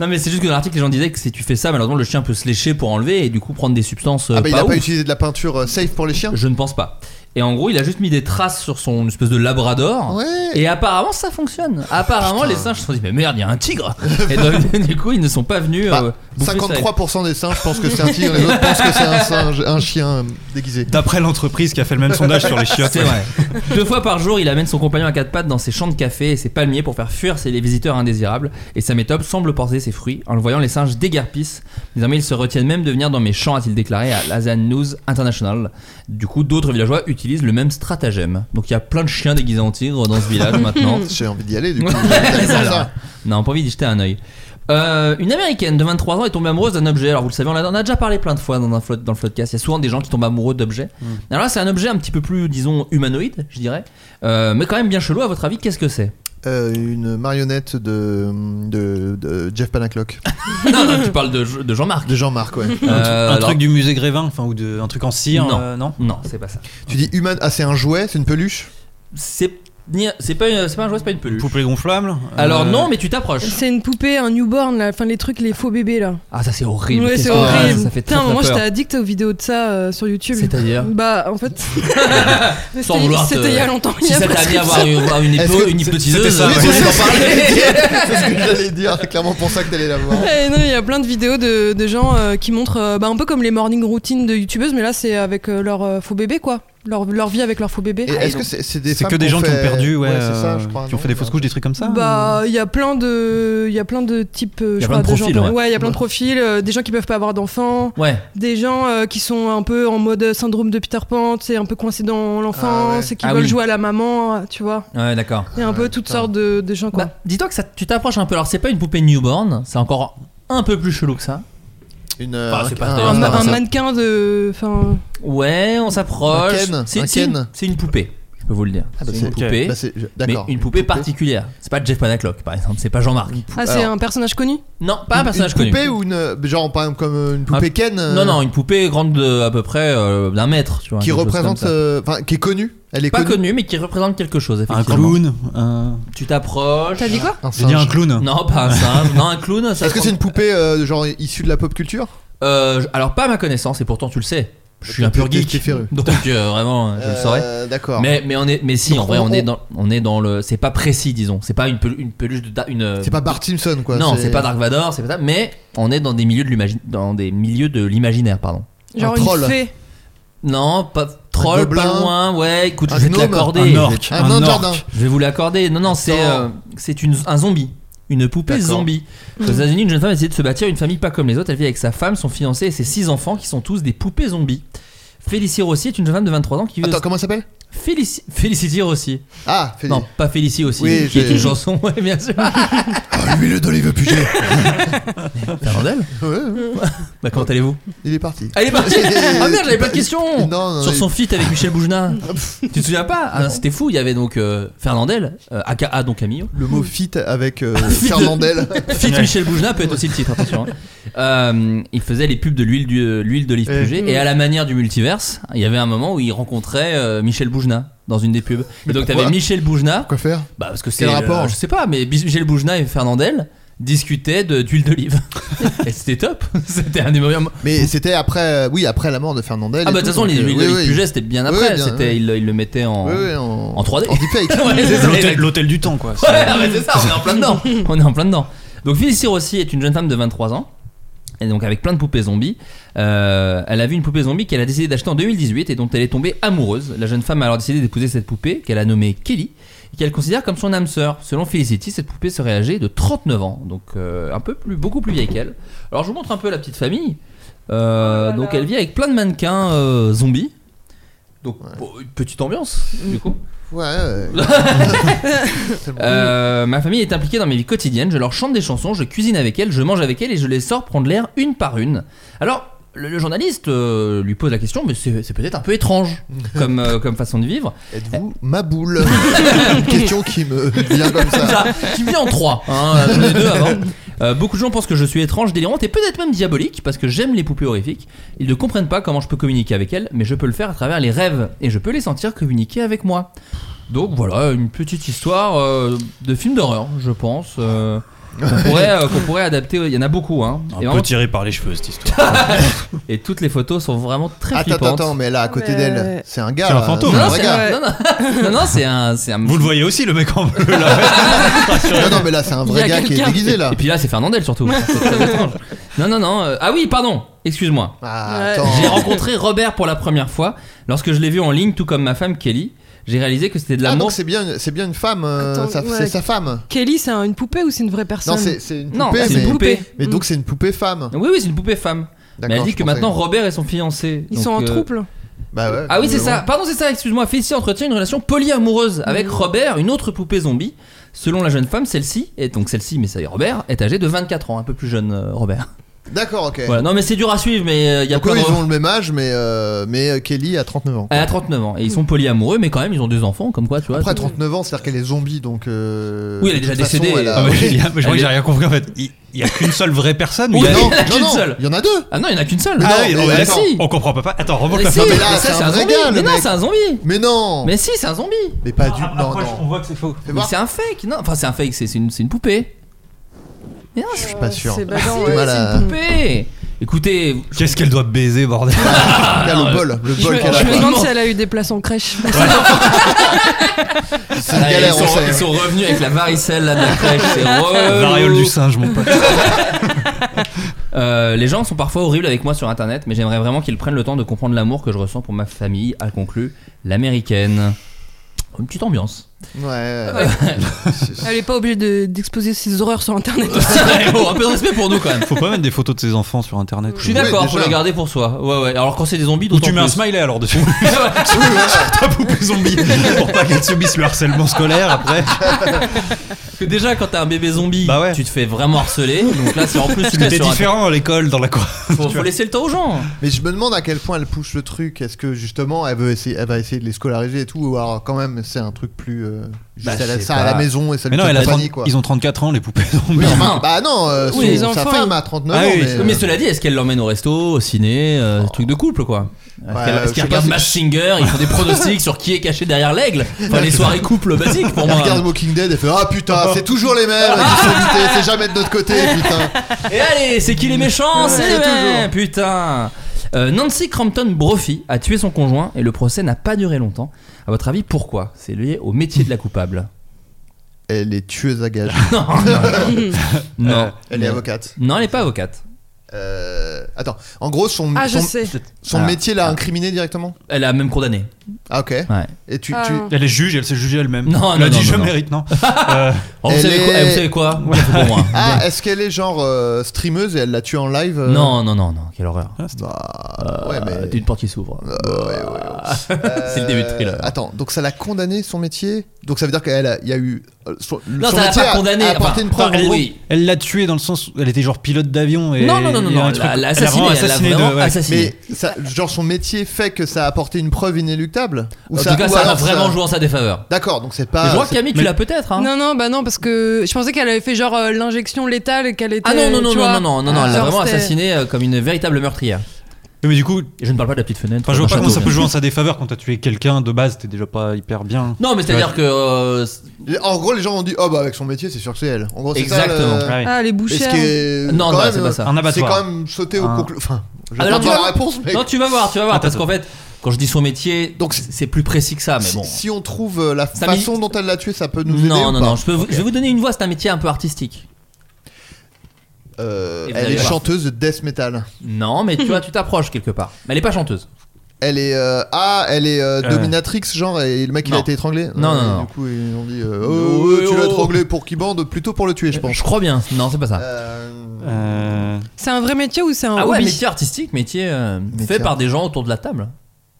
Speaker 5: non, mais c'est juste que dans l'article, les gens disaient que si tu fais ça, malheureusement, le chien peut se lécher pour enlever et du coup prendre des substances. euh,
Speaker 2: Ah bah il a
Speaker 5: pas
Speaker 2: pas
Speaker 5: ouf.
Speaker 2: utilisé de la peinture euh, safe pour les chiens
Speaker 5: Je ne pense pas. Et en gros, il a juste mis des traces sur son espèce de labrador.
Speaker 2: Ouais.
Speaker 5: Et apparemment, ça fonctionne. Apparemment, les singes se sont dit Mais merde, il y a un tigre Et donc, du coup, ils ne sont pas venus.
Speaker 2: Bah,
Speaker 5: euh, bouffer ça.
Speaker 2: 53% des singes pensent que c'est un tigre, les autres pensent que c'est un singe, un chien euh, déguisé.
Speaker 4: D'après l'entreprise qui a fait le même sondage sur les chiottes.
Speaker 5: C'est vrai. Deux fois par jour, il amène son compagnon à quatre pattes dans ses champs de café et ses palmiers pour faire fuir ses- les visiteurs indésirables. Et sa méthode semble porter ses fruits. En le voyant, les singes déguerpissent. Désormais, ils se retiennent même de venir dans mes champs, a-t-il déclaré à l'Asian News International. Du coup, d'autres villageois utilisent le même stratagème. Donc, il y a plein de chiens déguisés en tigre dans ce village maintenant.
Speaker 2: J'ai envie d'y aller du coup.
Speaker 5: Ouais, ça, alors. Non, pas envie d'y jeter un œil. Euh, une américaine de 23 ans est tombée amoureuse d'un objet. Alors vous le savez, on en a déjà parlé plein de fois dans, un flot, dans le podcast. Il y a souvent des gens qui tombent amoureux d'objets. Alors là, c'est un objet un petit peu plus, disons, humanoïde, je dirais. Euh, mais quand même bien chelou, à votre avis, qu'est-ce que c'est
Speaker 2: Euh, une marionnette de, de, de Jeff Panaclock,
Speaker 5: Non, non, tu parles de, de Jean-Marc.
Speaker 2: de Jean-Marc ouais.
Speaker 5: Euh,
Speaker 4: Un
Speaker 5: alors-
Speaker 4: truc du musée Grévin, enfin, ou de, un truc en cire,
Speaker 5: Non.
Speaker 4: euh, non
Speaker 5: Non, c'est pas ça.
Speaker 2: tu dis humain, ah c'est un jouet, c'est une peluche
Speaker 5: C'est ni- c'est pas, une- c'est pas un jouet, c'est pas une peluche.
Speaker 4: Poupée gonflable
Speaker 5: Alors
Speaker 4: euh,
Speaker 5: non, mais tu t'approches.
Speaker 6: C'est une poupée, un newborn, là. enfin les trucs, les faux bébés là.
Speaker 5: Ah, ça c'est horrible.
Speaker 6: ouais,
Speaker 5: Qu'est-ce
Speaker 6: c'est
Speaker 5: que- ah,
Speaker 6: horrible.
Speaker 5: Ça fait très,
Speaker 6: Putain,
Speaker 5: très
Speaker 6: moi
Speaker 5: peur.
Speaker 6: j'étais addict aux vidéos de ça euh, sur YouTube.
Speaker 5: C'est-à-dire
Speaker 6: Bah, en fait. Mais
Speaker 5: Sans
Speaker 6: c'était-
Speaker 5: vouloir te-
Speaker 6: C'était il y a longtemps. il
Speaker 5: Si
Speaker 6: y a
Speaker 5: ça t'a
Speaker 6: presque
Speaker 5: mis à avoir une, avoir une,
Speaker 2: Est-ce
Speaker 5: hypo-
Speaker 2: que-
Speaker 5: une euh, hypnotiseuse,
Speaker 4: c'était ça,
Speaker 5: on
Speaker 4: ouais.
Speaker 5: peut en parler.
Speaker 2: C'est ce que j'allais dire, c'est clairement pour ça que t'allais la voir.
Speaker 6: Eh non, il y a plein de vidéos de, de gens euh, qui montrent euh, bah, un peu comme les morning routines de youtubeuses, mais là c'est avec euh, leur euh, faux bébé quoi. Leur, leur vie avec leur faux bébé.
Speaker 2: Ah, Et est-ce que c'est c'est des
Speaker 4: C'est
Speaker 2: femmes
Speaker 4: que des gens qui
Speaker 2: fait-
Speaker 4: ont perdu, ouais,
Speaker 2: c'est ça, je
Speaker 4: euh,
Speaker 2: crois,
Speaker 4: qui ont
Speaker 2: non
Speaker 4: fait des fausses couches, des trucs comme ça.
Speaker 6: Bah, il y a plein de, il y a plein de types, euh,
Speaker 5: Ah. Il y
Speaker 6: je
Speaker 5: a plein
Speaker 6: crois,
Speaker 5: de
Speaker 6: gens.
Speaker 5: profils, ouais.
Speaker 6: Ouais, il y a plein de profils, euh, des gens qui peuvent pas avoir d'enfants,
Speaker 5: Ouais.
Speaker 6: des gens euh, qui sont un peu en mode syndrome de Peter Pan, c'est un peu coincé dans l'enfance,
Speaker 2: Ah
Speaker 6: et qui
Speaker 5: Ah
Speaker 6: veulent
Speaker 5: oui.
Speaker 6: jouer à la maman, tu vois.
Speaker 5: Ouais, d'accord.
Speaker 6: Il y a un
Speaker 2: Ah
Speaker 6: peu
Speaker 2: ouais,
Speaker 6: toutes
Speaker 2: putain.
Speaker 6: sortes de, de gens quoi.
Speaker 5: Bah, dis-toi que ça, tu t'approches un peu. Alors, c'est pas une poupée newborn, c'est encore un peu plus chelou que ça.
Speaker 2: Une, euh,
Speaker 5: Bah, c'est pas très-
Speaker 6: un, ma-
Speaker 5: Ah,
Speaker 6: un
Speaker 5: ça-
Speaker 6: mannequin de, enfin,
Speaker 5: Ouais, on s'approche.
Speaker 2: Un Ken,
Speaker 5: c'est,
Speaker 2: un
Speaker 5: c'est
Speaker 2: Ken.
Speaker 5: une, c'est une poupée, je peux vous le dire.
Speaker 2: Ah, bah,
Speaker 5: c'est
Speaker 2: c'est-
Speaker 5: une poupée,
Speaker 2: Bah, c'est- je-
Speaker 5: mais
Speaker 2: D'accord.
Speaker 5: une poupée particulière. C'est pas Jeff Panaclock, par exemple, c'est pas Jean-Marc.
Speaker 6: ah c'est
Speaker 2: Alors-
Speaker 6: un personnage connu.
Speaker 5: Non, pas un personnage
Speaker 2: une poupée
Speaker 5: connu.
Speaker 2: ou une genre par exemple comme euh, une poupée
Speaker 5: Un-
Speaker 2: Ken euh,
Speaker 5: Ah, Non, non, une poupée grande de, à peu près euh, d'un mètre, tu vois.
Speaker 2: qui
Speaker 5: quelque chose
Speaker 2: représente
Speaker 5: comme ça.
Speaker 2: euh, enfin qui est connue elle est
Speaker 5: Pas
Speaker 2: connue
Speaker 5: connu, mais qui représente quelque chose,
Speaker 4: Un
Speaker 5: effectivement.
Speaker 4: clown. un-
Speaker 5: Tu t'approches.
Speaker 6: T'as dit quoi
Speaker 2: Un
Speaker 4: J'ai dit
Speaker 2: singe.
Speaker 4: un clown.
Speaker 5: Non, pas un singe. non, un clown. ça
Speaker 2: est-ce que
Speaker 5: prend-
Speaker 2: c'est une poupée euh, genre issue de la pop culture
Speaker 5: Euh, je- alors, pas à ma connaissance, et pourtant tu le sais. je suis un pur
Speaker 2: T'es- t'es
Speaker 5: geek,
Speaker 2: férus.
Speaker 5: donc euh, vraiment, je le saurais.
Speaker 2: Euh, D'accord.
Speaker 5: Mais mais on est mais si
Speaker 2: Donc,
Speaker 5: en vrai
Speaker 2: on-
Speaker 5: on, est
Speaker 2: on-
Speaker 5: dans on est dans le c'est pas précis disons c'est pas une, pel- une peluche de da- une euh,
Speaker 2: C'est pas Bart Simpson quoi.
Speaker 5: non c'est pas Dark Vador c'est pas ça mais on est dans des milieux de l'imaginaire dans des milieux de l'imaginaire pardon
Speaker 6: Genre
Speaker 2: Un
Speaker 6: une
Speaker 2: troll.
Speaker 6: fée.
Speaker 5: non pas troll
Speaker 2: gobelin,
Speaker 5: pas loin ouais écoute
Speaker 2: un
Speaker 5: je vais te
Speaker 2: gnome,
Speaker 5: l'accorder
Speaker 2: un
Speaker 5: je vais-
Speaker 2: orc, un nain de jardin.
Speaker 5: je vais vous l'accorder non non c'est
Speaker 2: Attends.
Speaker 5: euh, c'est une un zombie une poupée
Speaker 2: D'accord.
Speaker 5: zombie. Aux
Speaker 6: Mhm.
Speaker 5: États-Unis, une jeune femme a décidé de se bâtir une famille pas comme les autres. Elle vit avec sa femme, son fiancé et ses six enfants qui sont tous des poupées zombies. Félicie Rossi est une jeune femme de 23 ans qui vit
Speaker 2: Attends, comment elle s'appelle
Speaker 5: Félici- Félicity Rossi.
Speaker 2: Ah, Félicie.
Speaker 5: Non, pas Félicie aussi,
Speaker 2: Oui,
Speaker 5: qui est
Speaker 2: j'ai-
Speaker 5: une chanson, ouais, bien sûr. Bah,
Speaker 2: Ah, l'huile d'olive Puget.
Speaker 5: Fernandel
Speaker 2: Ouais, ouais.
Speaker 5: Bah, comment allez-vous
Speaker 2: Il est parti.
Speaker 5: Elle est partie Ah merde, j'avais pas de
Speaker 2: Non,
Speaker 5: question
Speaker 2: non, Ah,
Speaker 5: Sur
Speaker 2: il-
Speaker 5: son feat avec Michel Boujna. tu te souviens pas Ah, C'était fou, il y avait donc euh, Fernandel, euh, aka donc Camillo.
Speaker 2: Le mot fit avec euh,
Speaker 5: Fit de-
Speaker 2: Fernandel.
Speaker 5: Feat Michel Boujna peut être aussi le titre, attention. hein. Euh, il faisait les pubs de l'huile du- euh, l'huile d'olive
Speaker 2: Eh.
Speaker 5: Puget et à la manière du multiverse, il y avait un moment où il rencontrait euh, Michel Boujna dans une des pubs. Et
Speaker 2: Mais
Speaker 5: donc t'avais
Speaker 2: pourquoi
Speaker 5: Michel Boujna
Speaker 2: Quoi faire
Speaker 5: Bah parce que c'est
Speaker 2: Quel rapport
Speaker 5: euh, Je sais pas, mais Bis- Michel Boujna et Fernandel discutaient de- d'huile d'olive. et c'était top. C'était un des meilleurs. mo-
Speaker 2: Mais c'était après, euh, oui, après la mort de Fernandel.
Speaker 5: Ah bah de toute façon, l'huile d'olive Puget, c'était bien après.
Speaker 2: bien,
Speaker 5: c'était
Speaker 2: ouais.
Speaker 5: il, il le mettait en.
Speaker 2: euh, Oui, oui,
Speaker 5: en 3D.
Speaker 2: En deepfake.
Speaker 5: Ouais, c'est ça,
Speaker 4: L'hôtel-
Speaker 5: exact.
Speaker 4: L'hôtel du temps, quoi. C'est-
Speaker 5: Ouais, non, mais c'est ça, on est en plein dedans. On est en plein dedans. Donc Félicie Rossi est une jeune femme de 23 ans. Et donc avec plein de poupées zombies, Euh, elle a vu une poupée zombie qu'elle a décidé d'acheter en 2018 et dont elle est tombée amoureuse. La jeune femme a alors décidé d'épouser cette poupée qu'elle a nommée Kelly et qu'elle considère comme son âme sœur. Selon Felicity, cette poupée serait âgée de 39 ans, donc euh, un peu plus, beaucoup plus vieille qu'elle. Alors je vous montre un peu la petite famille. Euh, donc elle vit avec plein de mannequins euh, zombies. Donc bon, une petite ambiance du coup.
Speaker 2: Ouais, ouais.
Speaker 5: Euh, ma famille est impliquée dans mes vies quotidiennes. Je leur chante des chansons, je cuisine avec elles, je mange avec elles et je les sors prendre l'air une par une. Alors, le, le journaliste euh, lui pose la question, mais c'est c'est peut-être un peu étrange comme, euh, comme façon de vivre.
Speaker 2: Êtes-vous ma boule Une question qui me vient comme ça.
Speaker 5: Ça, qui me vient en trois. hein, j'en ai deux avant. Euh, beaucoup de gens pensent que je suis étrange, délirante et peut-être même diabolique parce que j'aime les poupées horrifiques. Ils ne comprennent pas comment je peux communiquer avec elles, mais je peux le faire à travers les rêves et je peux les sentir communiquer avec moi. Donc voilà, une petite histoire euh, de film d'horreur, je pense. euh, qu'on pourrait, euh, qu'on pourrait adapter, il y en a beaucoup. Hein.
Speaker 4: Un
Speaker 5: Et,
Speaker 4: peu
Speaker 5: vraiment-
Speaker 4: tiré par les cheveux, cette histoire.
Speaker 5: et toutes les photos sont vraiment très
Speaker 2: Attends, attends,
Speaker 5: flippantes.
Speaker 2: attends, mais là, à côté
Speaker 6: Mais-
Speaker 2: d'elle, c'est un gars.
Speaker 4: C'est un
Speaker 2: là,
Speaker 4: fantôme.
Speaker 2: un
Speaker 5: Non,
Speaker 2: vrai
Speaker 5: c'est
Speaker 2: gars.
Speaker 5: un- non, non, non, non, c'est un, c'est un-
Speaker 4: Vous le voyez aussi, le mec en bleu, là.
Speaker 2: Non, non, mais là, c'est un
Speaker 6: Il
Speaker 2: vrai
Speaker 6: y a
Speaker 2: gars qui est
Speaker 6: quelqu'un.
Speaker 2: déguisé là.
Speaker 5: Et puis là, c'est Fernandel surtout. C'est très étrange. Non, non, non. euh, Ah oui, pardon. Excuse-moi.
Speaker 2: Ah,
Speaker 6: Ouais.
Speaker 2: attends.
Speaker 5: J'ai rencontré Robert pour la première fois. Lorsque je l'ai vu en ligne, tout comme ma femme Kelly, j'ai réalisé que c'était de
Speaker 2: Ah,
Speaker 5: l'amour.
Speaker 2: donc c'est bien, c'est bien une femme. euh,
Speaker 6: Attends,
Speaker 2: ça-
Speaker 6: ouais.
Speaker 2: C'est sa femme.
Speaker 6: Kelly, c'est un- une poupée ou c'est une vraie personne
Speaker 2: Non, c'est c'est une poupée.
Speaker 5: Non, c'est
Speaker 2: mais,
Speaker 5: une poupée.
Speaker 2: mais donc c'est une poupée femme.
Speaker 5: oui, oui, c'est une poupée femme. Mais
Speaker 2: D'accord,
Speaker 5: elle dit
Speaker 2: je
Speaker 5: que
Speaker 2: pensais.
Speaker 5: maintenant Robert et son fiancé.
Speaker 6: Ils
Speaker 5: Donc,
Speaker 6: sont en
Speaker 5: euh,
Speaker 6: trouble.
Speaker 2: Bah ouais,
Speaker 5: Ah oui, c'est
Speaker 2: complètement.
Speaker 5: ça. Pardon, c'est ça, excuse-moi. Félicie entretient une relation polyamoureuse avec Robert, une autre poupée zombie. Selon la jeune femme, celle-ci, et donc celle-ci, mais ça y est, Robert, est âgée de 24 ans, un peu plus jeune, euh, Robert.
Speaker 2: D'accord, ok.
Speaker 5: Voilà. Non, mais c'est dur à suivre, mais euh, il y a
Speaker 2: Donc
Speaker 5: plein
Speaker 2: eux,
Speaker 5: de-
Speaker 2: ils ont le même âge, mais, euh, mais euh, Kelly a 39 ans.
Speaker 5: Elle a 39 ans, et ils sont polyamoureux, mais quand même, ils ont deux enfants, comme quoi, tu vois.
Speaker 2: Après,
Speaker 5: tout-
Speaker 2: 39 ans, c'est-à-dire qu'elle est zombie, donc. euh,
Speaker 5: Ah, Oui, elle est
Speaker 2: de
Speaker 5: déjà
Speaker 2: toute façon,
Speaker 5: décédée.
Speaker 2: elle a-
Speaker 4: Ah, mais il y a- Je crois
Speaker 5: Elle
Speaker 4: que j'ai
Speaker 5: est-
Speaker 4: rien compris, en fait. Il il y a qu'une seule vraie personne. ou
Speaker 5: Oui,
Speaker 4: il y a-
Speaker 5: non.
Speaker 2: Non,
Speaker 5: qu'une
Speaker 2: non,
Speaker 5: seule.
Speaker 2: non, il y en a deux.
Speaker 5: Ah non, il y en a qu'une seule.
Speaker 2: Mais
Speaker 4: Ah
Speaker 2: non,
Speaker 4: oui,
Speaker 2: mais
Speaker 4: on-
Speaker 2: attends.
Speaker 4: si. on comprend pas. Attends, remonte
Speaker 5: Mais
Speaker 4: la
Speaker 5: si,
Speaker 4: fin.
Speaker 2: mais là,
Speaker 5: mais
Speaker 2: c'est
Speaker 5: ça,
Speaker 2: un
Speaker 5: c'est un
Speaker 2: vrai
Speaker 5: zombie.
Speaker 2: gars, le
Speaker 5: Mais non,
Speaker 2: mec.
Speaker 5: c'est un zombie.
Speaker 2: Mais non
Speaker 5: Mais si, c'est un zombie.
Speaker 2: Mais pas Ah, du. Non, non.
Speaker 4: voit que c'est faux.
Speaker 2: Fais
Speaker 5: Mais
Speaker 2: voir.
Speaker 5: c'est un fake. Non, enfin, c'est un fake, c'est c'est une, c'est une poupée. Mais non,
Speaker 2: Je
Speaker 5: c'est
Speaker 2: suis pas sûr.
Speaker 6: C'est badant,
Speaker 2: Du
Speaker 6: ouais.
Speaker 2: mal à-
Speaker 5: une poupée. Écoutez,
Speaker 4: Qu'est-ce qu'elle doit baiser, bordel
Speaker 2: Regarde
Speaker 5: Ah,
Speaker 2: le bol, le
Speaker 6: Je me,
Speaker 2: bol qu'elle a.
Speaker 6: je me
Speaker 2: quoi.
Speaker 6: demande si elle a eu des places en crèche.
Speaker 2: C'est une
Speaker 5: Ah,
Speaker 2: galère,
Speaker 5: ils,
Speaker 2: on
Speaker 5: sont,
Speaker 2: sait.
Speaker 5: ils sont revenus avec la varicelle là, de la crèche. C'est
Speaker 2: Euh,
Speaker 5: relou.
Speaker 4: Variole du singe, mon pote.
Speaker 5: Euh, les gens sont parfois horribles avec moi sur internet, mais j'aimerais vraiment qu'ils prennent le temps de comprendre l'amour que je ressens pour ma famille, a conclu l'américaine. Une petite ambiance.
Speaker 2: Ouais, ouais.
Speaker 6: Elle est pas obligée de- d'exposer ses horreurs sur internet.
Speaker 5: Bon, un peu de respect pour nous quand même.
Speaker 4: Faut pas mettre des photos de ses enfants sur internet.
Speaker 5: Je suis
Speaker 2: Ouais,
Speaker 5: d'accord,
Speaker 2: déjà.
Speaker 5: faut les garder pour soi. Ouais, ouais. Alors quand c'est des zombies,
Speaker 4: Ou
Speaker 5: d'autant
Speaker 4: tu mets un
Speaker 5: plus.
Speaker 4: smiley alors dessus. Ta poupée zombie. Pour pas qu'elle subisse le harcèlement scolaire après.
Speaker 5: Parce que déjà, quand t'as un bébé zombie,
Speaker 4: Bah ouais.
Speaker 5: tu te fais vraiment harceler. Donc là, c'est en plus
Speaker 4: Parce
Speaker 5: tu
Speaker 4: que
Speaker 5: mets
Speaker 4: t'es
Speaker 5: sur un-
Speaker 4: différent à l'école, dans la cour.
Speaker 5: Faut, faut laisser le temps aux gens.
Speaker 2: Mais je me demande à quel point elle pousse le truc. Est-ce que justement elle, veut essayer, elle va essayer de les scolariser et tout Ou alors quand même c'est un truc plus. euh, juste
Speaker 5: Bah,
Speaker 2: à la-
Speaker 5: je sais
Speaker 2: ça à la
Speaker 5: pas.
Speaker 2: maison et ça
Speaker 4: Mais
Speaker 2: lui
Speaker 4: non,
Speaker 2: fait
Speaker 4: elle a 30
Speaker 2: compagnie, quoi.
Speaker 4: ils ont 34 ans, les poupées zombies.
Speaker 2: Oui,
Speaker 5: Non.
Speaker 2: enfin, Bah non, euh,
Speaker 6: Oui, les
Speaker 2: son- sa
Speaker 6: enfants,
Speaker 2: femme
Speaker 6: ils-
Speaker 2: a 39
Speaker 4: Ah
Speaker 2: ans.
Speaker 4: oui,
Speaker 2: mais,
Speaker 5: Mais
Speaker 2: euh,
Speaker 5: cela dit, est-ce qu'elle l'emmène au resto, au ciné, euh, truc de couple quoi Est-ce
Speaker 2: Ouais,
Speaker 5: qu'elle-
Speaker 2: euh,
Speaker 5: est-ce
Speaker 2: je sais
Speaker 5: qu'ils
Speaker 2: pas
Speaker 5: regardent
Speaker 2: si-
Speaker 5: Mask Singer Ils font des pronostics sur qui est caché derrière l'aigle Enfin, les soirées couple basiques pour
Speaker 2: Elle
Speaker 5: moi.
Speaker 2: regarde Walking Dead et fait Ah putain, c'est toujours les mêmes, ils sont mutés, c'est jamais de notre côté, putain.
Speaker 5: Et allez, c'est qui les méchants
Speaker 2: Ouais,
Speaker 5: C'est
Speaker 2: toujours.
Speaker 5: les mêmes, putain Euh, Nancy Crampton Brophy a tué son conjoint et le procès n'a pas duré longtemps. À votre avis, pourquoi C'est lié au métier de la coupable.
Speaker 2: Elle est tueuse à gages.
Speaker 5: non, non, non.
Speaker 2: Euh, elle est
Speaker 5: Mais-
Speaker 2: avocate.
Speaker 5: Non, elle n'est pas avocate.
Speaker 2: Euh, attends, en gros, son,
Speaker 6: Ah, je
Speaker 2: son,
Speaker 6: sais.
Speaker 2: son
Speaker 5: Ah.
Speaker 2: métier l'a incriminé directement
Speaker 5: Elle a même condamné.
Speaker 2: Ah, ok.
Speaker 5: Ouais.
Speaker 2: Et tu.
Speaker 6: Ah,
Speaker 2: tu-
Speaker 6: non.
Speaker 4: Elle est juge, elle s'est jugée elle-même.
Speaker 5: Non,
Speaker 4: elle
Speaker 5: non,
Speaker 4: a dit
Speaker 5: non,
Speaker 4: je
Speaker 5: non, non.
Speaker 4: mérite, non Euh,
Speaker 5: Oh, vous,
Speaker 2: Elle
Speaker 5: savez quoi,
Speaker 2: est-
Speaker 5: eh, vous savez quoi Bien fait pour moi.
Speaker 2: Ah, est-ce qu'elle est genre euh, streameuse et elle l'a tué en live euh
Speaker 5: Non, non, non, non, quelle horreur.
Speaker 2: Bah, ouais, mais.
Speaker 5: D'une porte qui s'ouvre.
Speaker 2: Euh, ouais, ouais, ouais.
Speaker 5: Ah. C'est le début de thriller.
Speaker 2: Euh, Attends, donc ça l'a condamné son métier Donc ça veut dire qu'elle a- il y a eu. euh, son,
Speaker 5: Non,
Speaker 2: son
Speaker 5: ça l'a
Speaker 2: métier
Speaker 5: pas
Speaker 2: a-
Speaker 5: condamné,
Speaker 2: a apporté
Speaker 5: enfin,
Speaker 2: une preuve.
Speaker 5: enfin,
Speaker 2: en
Speaker 5: elle-
Speaker 2: gros.
Speaker 5: oui.
Speaker 4: Elle l'a tué dans le sens où elle était genre pilote d'avion et.
Speaker 5: Non, non, non, non,
Speaker 4: il y a un
Speaker 5: non,
Speaker 4: truc-
Speaker 5: elle l'a
Speaker 4: elle a vraiment
Speaker 5: assassiné, elle l'a
Speaker 4: assassiné
Speaker 5: vraiment
Speaker 4: de- ouais.
Speaker 5: assassiné.
Speaker 2: Mais ça, genre son métier fait que ça a apporté une preuve inéluctable Ou
Speaker 5: En tout cas,
Speaker 2: ou
Speaker 5: ça m'a
Speaker 2: alors
Speaker 5: vraiment joué en sa défaveur.
Speaker 2: D'accord, donc c'est
Speaker 5: Mais
Speaker 2: pas.
Speaker 5: je vois
Speaker 2: c'est-
Speaker 5: que Camille, tu
Speaker 4: mais-
Speaker 5: l'as peut-être. Hein.
Speaker 6: Non, non, bah non, parce que je pensais qu'elle avait fait genre euh, l'injection létale et qu'elle était.
Speaker 5: Ah non, non, non,
Speaker 6: tu
Speaker 5: non,
Speaker 6: vois.
Speaker 5: non, non, non, non, elle l'a
Speaker 6: Genre,
Speaker 5: vraiment
Speaker 6: c'était-
Speaker 5: assassinée euh, comme une véritable meurtrière.
Speaker 4: Mais du coup,
Speaker 5: Et je ne parle pas de la petite fenêtre.
Speaker 4: enfin, je vois
Speaker 5: d'un
Speaker 4: pas comment ça
Speaker 5: château,
Speaker 4: peut
Speaker 5: bien
Speaker 4: jouer en
Speaker 5: sûr.
Speaker 4: sa défaveur quand t'as tué quelqu'un de base, t'es déjà pas hyper bien.
Speaker 5: Non, mais c'est-à-dire que. euh, c'est-
Speaker 2: En gros, les gens ont dit Oh bah avec son métier, c'est sûr que c'est elle. En gros, c'est ça, le-
Speaker 5: Exactement.
Speaker 4: Ouais.
Speaker 6: Ah, les
Speaker 2: Mais ce
Speaker 6: bouchères.
Speaker 2: qui est-
Speaker 5: Non,
Speaker 2: quand
Speaker 5: non,
Speaker 2: même,
Speaker 5: c'est pas ça.
Speaker 4: Un
Speaker 2: C'est
Speaker 4: abattoir.
Speaker 2: quand même sauter au
Speaker 4: Ah.
Speaker 2: conclu. Enfin, je vais
Speaker 5: Ah,
Speaker 2: pas
Speaker 5: alors, tu
Speaker 2: dire la
Speaker 5: vas-
Speaker 2: réponse, mais.
Speaker 5: Non, tu vas voir, tu vas voir,
Speaker 4: Attends,
Speaker 5: parce qu'en fait, quand je dis son métier, donc c'est plus précis que ça, Ah, mais
Speaker 2: si,
Speaker 5: bon.
Speaker 2: si on trouve euh, la
Speaker 5: Ça
Speaker 2: façon
Speaker 5: milite-
Speaker 2: dont elle l'a tué, ça peut nous aider.
Speaker 5: Non,
Speaker 2: ou
Speaker 5: non,
Speaker 2: pas
Speaker 5: non, je, peux vous- je vais vous donner une voix, c'est un métier un peu artistique.
Speaker 2: Euh,
Speaker 5: Et vous
Speaker 2: elle
Speaker 5: allez
Speaker 2: est
Speaker 5: voir.
Speaker 2: chanteuse de death metal.
Speaker 5: Non, mais tu vois, tu t'approches quelque part. Mais elle est pas chanteuse.
Speaker 2: Elle est euh, ah, elle est euh,
Speaker 4: Euh.
Speaker 2: dominatrix genre et le mec il
Speaker 5: Non.
Speaker 2: a été étranglé.
Speaker 5: Non,
Speaker 2: Euh,
Speaker 5: non, non.
Speaker 2: Du coup ils ont dit euh, oh,
Speaker 5: Oui,
Speaker 2: tu l'as
Speaker 5: oh.
Speaker 2: étranglé pour qui bande plutôt pour le tuer je pense.
Speaker 5: Je crois bien. Non, c'est pas ça.
Speaker 2: Euh,
Speaker 4: Euh,
Speaker 6: C'est un vrai métier ou c'est un
Speaker 5: ah ouais,
Speaker 6: hobby
Speaker 5: métier artistique, métier, euh, fait
Speaker 2: Métier.
Speaker 5: par des gens autour de la table.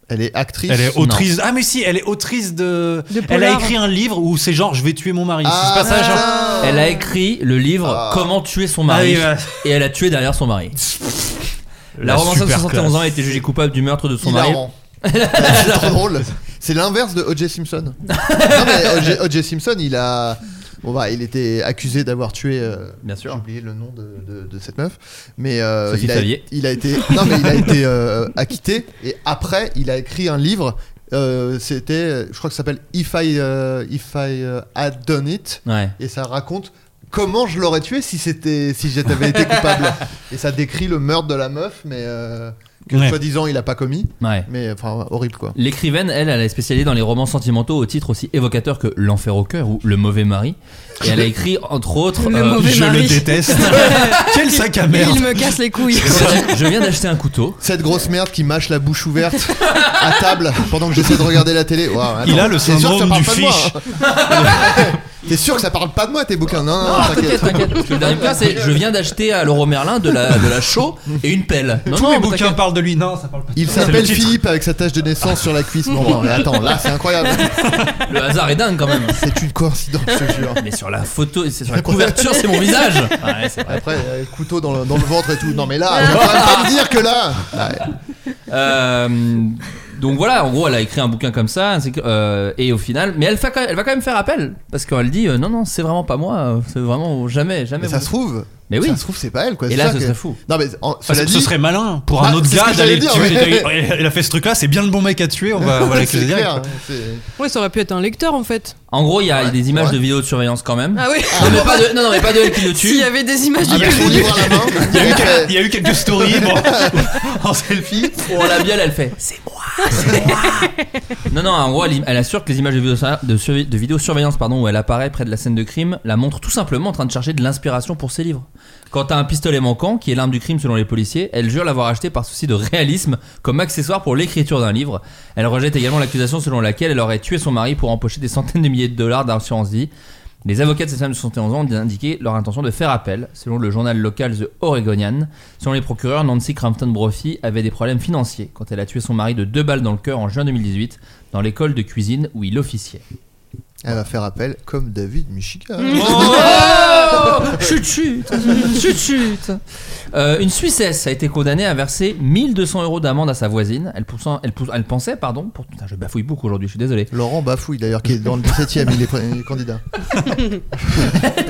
Speaker 2: elle est actrice.
Speaker 4: Elle est autrice. Ah, mais si, elle est autrice de.
Speaker 6: De
Speaker 4: elle a
Speaker 6: polar.
Speaker 4: écrit un livre où c'est genre je vais tuer mon mari.
Speaker 2: Ah,
Speaker 4: c'est pas ça, genre.
Speaker 2: putain.
Speaker 5: Elle a écrit le livre
Speaker 2: Ah.
Speaker 5: Comment tuer son mari
Speaker 4: Ah oui, bah.
Speaker 5: et elle a tué derrière son mari. La,
Speaker 4: La
Speaker 5: romancière de
Speaker 4: super
Speaker 5: 71 ans
Speaker 4: classe.
Speaker 5: a été jugée coupable du meurtre de son mari.
Speaker 2: Hilarant. c'est trop drôle. C'est l'inverse de O.J. Simpson. non mais O.J. O.J. Simpson il a bon bah il était accusé d'avoir tué. euh,
Speaker 5: Bien sûr.
Speaker 2: J'ai oublié le nom de, de- de cette meuf, mais euh,
Speaker 5: Sophie
Speaker 2: il, a,
Speaker 5: Favier.
Speaker 2: il a été non mais il a été euh, acquitté et après il a écrit un livre. euh, C'était, euh, je crois que ça s'appelle If I euh, If I euh, Had Done It
Speaker 5: Ouais.
Speaker 2: et ça raconte comment je l'aurais tué si c'était si j'avais été coupable et ça décrit le meurtre de la meuf mais euh, que
Speaker 4: Ouais.
Speaker 2: soi-disant il a pas commis
Speaker 5: Ouais.
Speaker 2: mais enfin horrible quoi.
Speaker 5: L'écrivaine, elle, elle est spécialisée dans les romans sentimentaux au titre aussi évocateur que L'enfer au cœur ou Le mauvais mari. Et elle a écrit, entre autres, euh,
Speaker 6: Le mauvais
Speaker 4: Je
Speaker 6: mari.
Speaker 4: le déteste. Quel sac à
Speaker 6: Et
Speaker 4: merde.
Speaker 6: Il me casse les couilles.
Speaker 5: Je viens d'acheter un couteau.
Speaker 2: Cette grosse merde qui mâche la bouche ouverte à table pendant que j'essaie de regarder la télé. Waouh, attends,
Speaker 4: Il a le
Speaker 2: t'es sûr que ça
Speaker 4: syndrome
Speaker 2: parle
Speaker 4: du
Speaker 2: pas de moi,
Speaker 4: fiche.
Speaker 2: hein T'es sûr que ça parle pas de moi tes bouquins Non, non, non,
Speaker 5: T'inquiète, t'inquiète. Parce que le dernier bouquin, c'est Je viens d'acheter à Leroy Merlin de la, de la chaux et une pelle. Non,
Speaker 4: Tous
Speaker 5: non,
Speaker 4: les
Speaker 5: mais
Speaker 4: bouquins
Speaker 5: t'inquiète.
Speaker 4: parlent de lui. Non, ça parle pas. de
Speaker 2: Il
Speaker 4: toi. C'est le
Speaker 2: s'appelle
Speaker 4: titre.
Speaker 2: Philippe avec sa tache de naissance sur la cuisse. Bon, bon, mais attends, là c'est incroyable.
Speaker 5: Le hasard est dingue quand même.
Speaker 2: C'est une coïncidence, je te jure.
Speaker 5: Mais sur la photo, c'est sur la couverture, c'est mon visage. Ouais, c'est vrai.
Speaker 2: Après, euh, couteau dans le, dans le ventre et tout. Non, mais là, je vais quand même pas me dire que
Speaker 4: Ah,
Speaker 2: là. bah, Ouais.
Speaker 5: Euh, donc voilà, en gros, elle a écrit un bouquin comme ça, ainsi que- euh, et au final, mais elle, fait quand- elle va quand même faire appel parce qu'elle dit euh, non, non, c'est vraiment pas moi, euh, c'est vraiment jamais, jamais.
Speaker 2: Mais ça
Speaker 5: vous-
Speaker 2: se trouve.
Speaker 5: Mais oui.
Speaker 2: Ça se trouve, c'est pas elle quoi.
Speaker 5: Et
Speaker 2: c'est
Speaker 5: là,
Speaker 2: ça
Speaker 5: ce
Speaker 2: que-
Speaker 5: serait fou.
Speaker 2: Non, mais en-
Speaker 4: Enfin,
Speaker 2: cela
Speaker 4: Ah, ce
Speaker 2: dit,
Speaker 4: serait malin pour un
Speaker 2: Ah,
Speaker 4: autre
Speaker 2: c'est ce
Speaker 4: gars
Speaker 2: que j'allais
Speaker 4: d'aller le
Speaker 2: dire,
Speaker 4: tuer.
Speaker 2: ouais.
Speaker 4: d'aller- Il a fait ce truc-là, c'est bien le bon mec à tuer. On va, euh, on va
Speaker 2: c'est
Speaker 4: l'accuser direct. Ah,
Speaker 2: clair. hein, c'est-
Speaker 6: Ouais, ça aurait pu être un lecteur en fait.
Speaker 5: En gros, il y a des images
Speaker 2: ouais.
Speaker 5: de vidéos de surveillance quand même.
Speaker 6: Ah oui.
Speaker 5: non, mais pas de, non, non, mais pas de elle qui le
Speaker 6: S'il
Speaker 5: tue.
Speaker 6: y avait des
Speaker 5: Ah,
Speaker 6: images du
Speaker 2: Avec son livre à la main.
Speaker 4: Il y a eu quel- il y a eu quelques stories bon, en selfie.
Speaker 5: Pour Oh, la bielle, elle fait c'est moi, c'est moi. non, non, en gros, elle, elle assure que les images de vidéo de, survi- de vidéosurveillance pardon, où elle apparaît près de la scène de crime la montrent tout simplement en train de chercher de l'inspiration pour ses livres. Quant à un pistolet manquant, qui est l'arme du crime selon les policiers, elle jure l'avoir acheté par souci de réalisme comme accessoire pour l'écriture d'un livre. Elle rejette également l'accusation selon laquelle elle aurait tué son mari pour empocher des centaines de milliers de dollars d'assurance vie. Les avocats de cette femme de 71 ans ont indiqué leur intention de faire appel, selon le journal local The Oregonian. Selon les procureurs, Nancy Crampton Brophy avait des problèmes financiers quand elle a tué son mari de deux balles dans le cœur en juin 2018 dans l'école de cuisine où il officiait.
Speaker 2: Elle va faire appel comme David Michigan.
Speaker 5: Oh chut chut Chut chut Euh, Une Suissesse a été condamnée à verser 1200 euros d'amende à sa voisine. Elle, poussant- elle, pouss- elle pensait, pardon, pour, putain, je bafouille beaucoup aujourd'hui, je suis désolé.
Speaker 2: Laurent Bafouille d'ailleurs qui est dans le 17 e il est pr- il est candidat.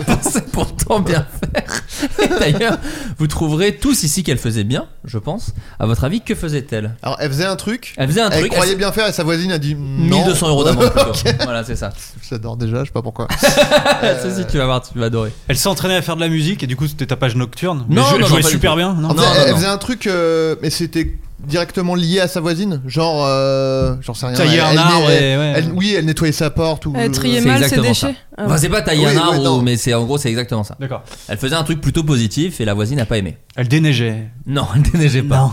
Speaker 5: pensait pourtant bien faire. Et D'ailleurs, vous trouverez tous ici qu'elle faisait bien, je pense. À votre avis, que faisait-elle
Speaker 2: Alors elle faisait un truc,
Speaker 5: Elle faisait un
Speaker 2: elle
Speaker 5: truc.
Speaker 2: croyait
Speaker 5: elle-
Speaker 2: bien faire et sa voisine a dit non.
Speaker 5: 1200 euros d'amende plutôt. Voilà, c'est ça.
Speaker 2: J'adore déjà, je sais pas pourquoi.
Speaker 5: Ça, Ah, si, tu vas voir, tu vas adorer.
Speaker 4: Elle s'est entraînée à faire de la musique et du coup c'était tapage nocturne. Mais
Speaker 5: Non,
Speaker 4: je-
Speaker 5: non,
Speaker 4: elle
Speaker 5: non,
Speaker 4: jouait
Speaker 5: pas du
Speaker 4: super
Speaker 5: tout.
Speaker 4: bien.
Speaker 2: En
Speaker 4: Non,
Speaker 5: Non,
Speaker 2: fait, elle
Speaker 5: non.
Speaker 2: faisait un truc, euh, mais c'était directement liée à sa voisine Genre, euh, j'en sais rien.
Speaker 4: Tailler
Speaker 2: elle-
Speaker 4: un
Speaker 2: elle-
Speaker 4: arbre
Speaker 2: elle-
Speaker 4: et- ouais.
Speaker 2: elle- Oui, elle nettoyait sa porte. Ou,
Speaker 6: Elle triait
Speaker 2: euh,
Speaker 6: mal ses
Speaker 5: exactement
Speaker 6: déchets.
Speaker 5: ça.
Speaker 6: Ah
Speaker 5: Enfin,
Speaker 6: ouais.
Speaker 5: c'est pas tailler
Speaker 2: Oui,
Speaker 5: un
Speaker 2: oui,
Speaker 5: arbre,
Speaker 2: non.
Speaker 5: mais c'est en gros, c'est exactement ça.
Speaker 4: D'accord.
Speaker 5: Elle faisait un truc plutôt positif et la voisine n'a pas aimé.
Speaker 4: Elle déneigeait.
Speaker 5: Non, elle déneigeait pas.
Speaker 4: Non.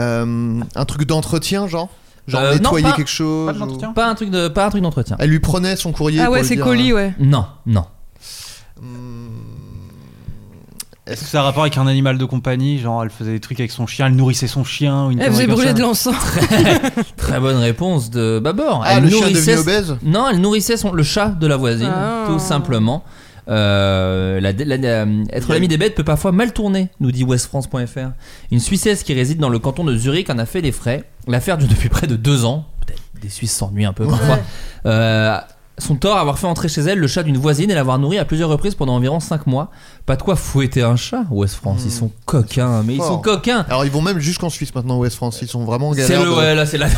Speaker 2: euh, un truc d'entretien, genre Genre
Speaker 5: Euh, non,
Speaker 2: nettoyer
Speaker 5: pas-
Speaker 2: quelque chose ou-
Speaker 5: Pas un truc de, pas un truc d'entretien.
Speaker 2: Elle lui prenait son courrier.
Speaker 6: Ah
Speaker 2: pour
Speaker 6: ouais,
Speaker 2: lui
Speaker 6: c'est
Speaker 2: dire,
Speaker 6: colis,
Speaker 2: euh, hmm,
Speaker 6: ouais.
Speaker 5: Non, non.
Speaker 4: Est-ce que ça a rapport avec un animal de compagnie Genre, elle faisait des trucs avec son chien, elle nourrissait son chien ou une
Speaker 6: Elle faisait
Speaker 4: connerie comme
Speaker 6: brûler
Speaker 4: ça
Speaker 6: de l'encens.
Speaker 5: Très bonne réponse de Babor.
Speaker 2: Ah,
Speaker 5: elle
Speaker 2: le chien
Speaker 5: nourrissait-
Speaker 2: devenu obèse
Speaker 5: Non, elle nourrissait son... le chat de la voisine,
Speaker 6: Ah.
Speaker 5: tout simplement. Euh, la- la- la- être l'ami des bêtes peut parfois mal tourner, nous dit westfrance.fr. Une Suissesse qui réside dans le canton de Zurich en a fait les frais. L'affaire dure depuis près de deux ans. Peut-être des Suisses s'ennuient un peu parfois. Euh, son tort, avoir fait entrer chez elle le chat d'une voisine et l'avoir nourri à plusieurs reprises pendant environ cinq mois. Pas de quoi fouetter un chat, West France.
Speaker 2: Hmm.
Speaker 5: Ils sont coquins, mais ils sont
Speaker 2: forts.
Speaker 5: coquins.
Speaker 2: Alors ils vont même jusqu'en Suisse maintenant, West France. Ils sont vraiment en
Speaker 5: C'est
Speaker 2: galère.
Speaker 5: le,
Speaker 2: de-
Speaker 5: ouais, là, c'est la,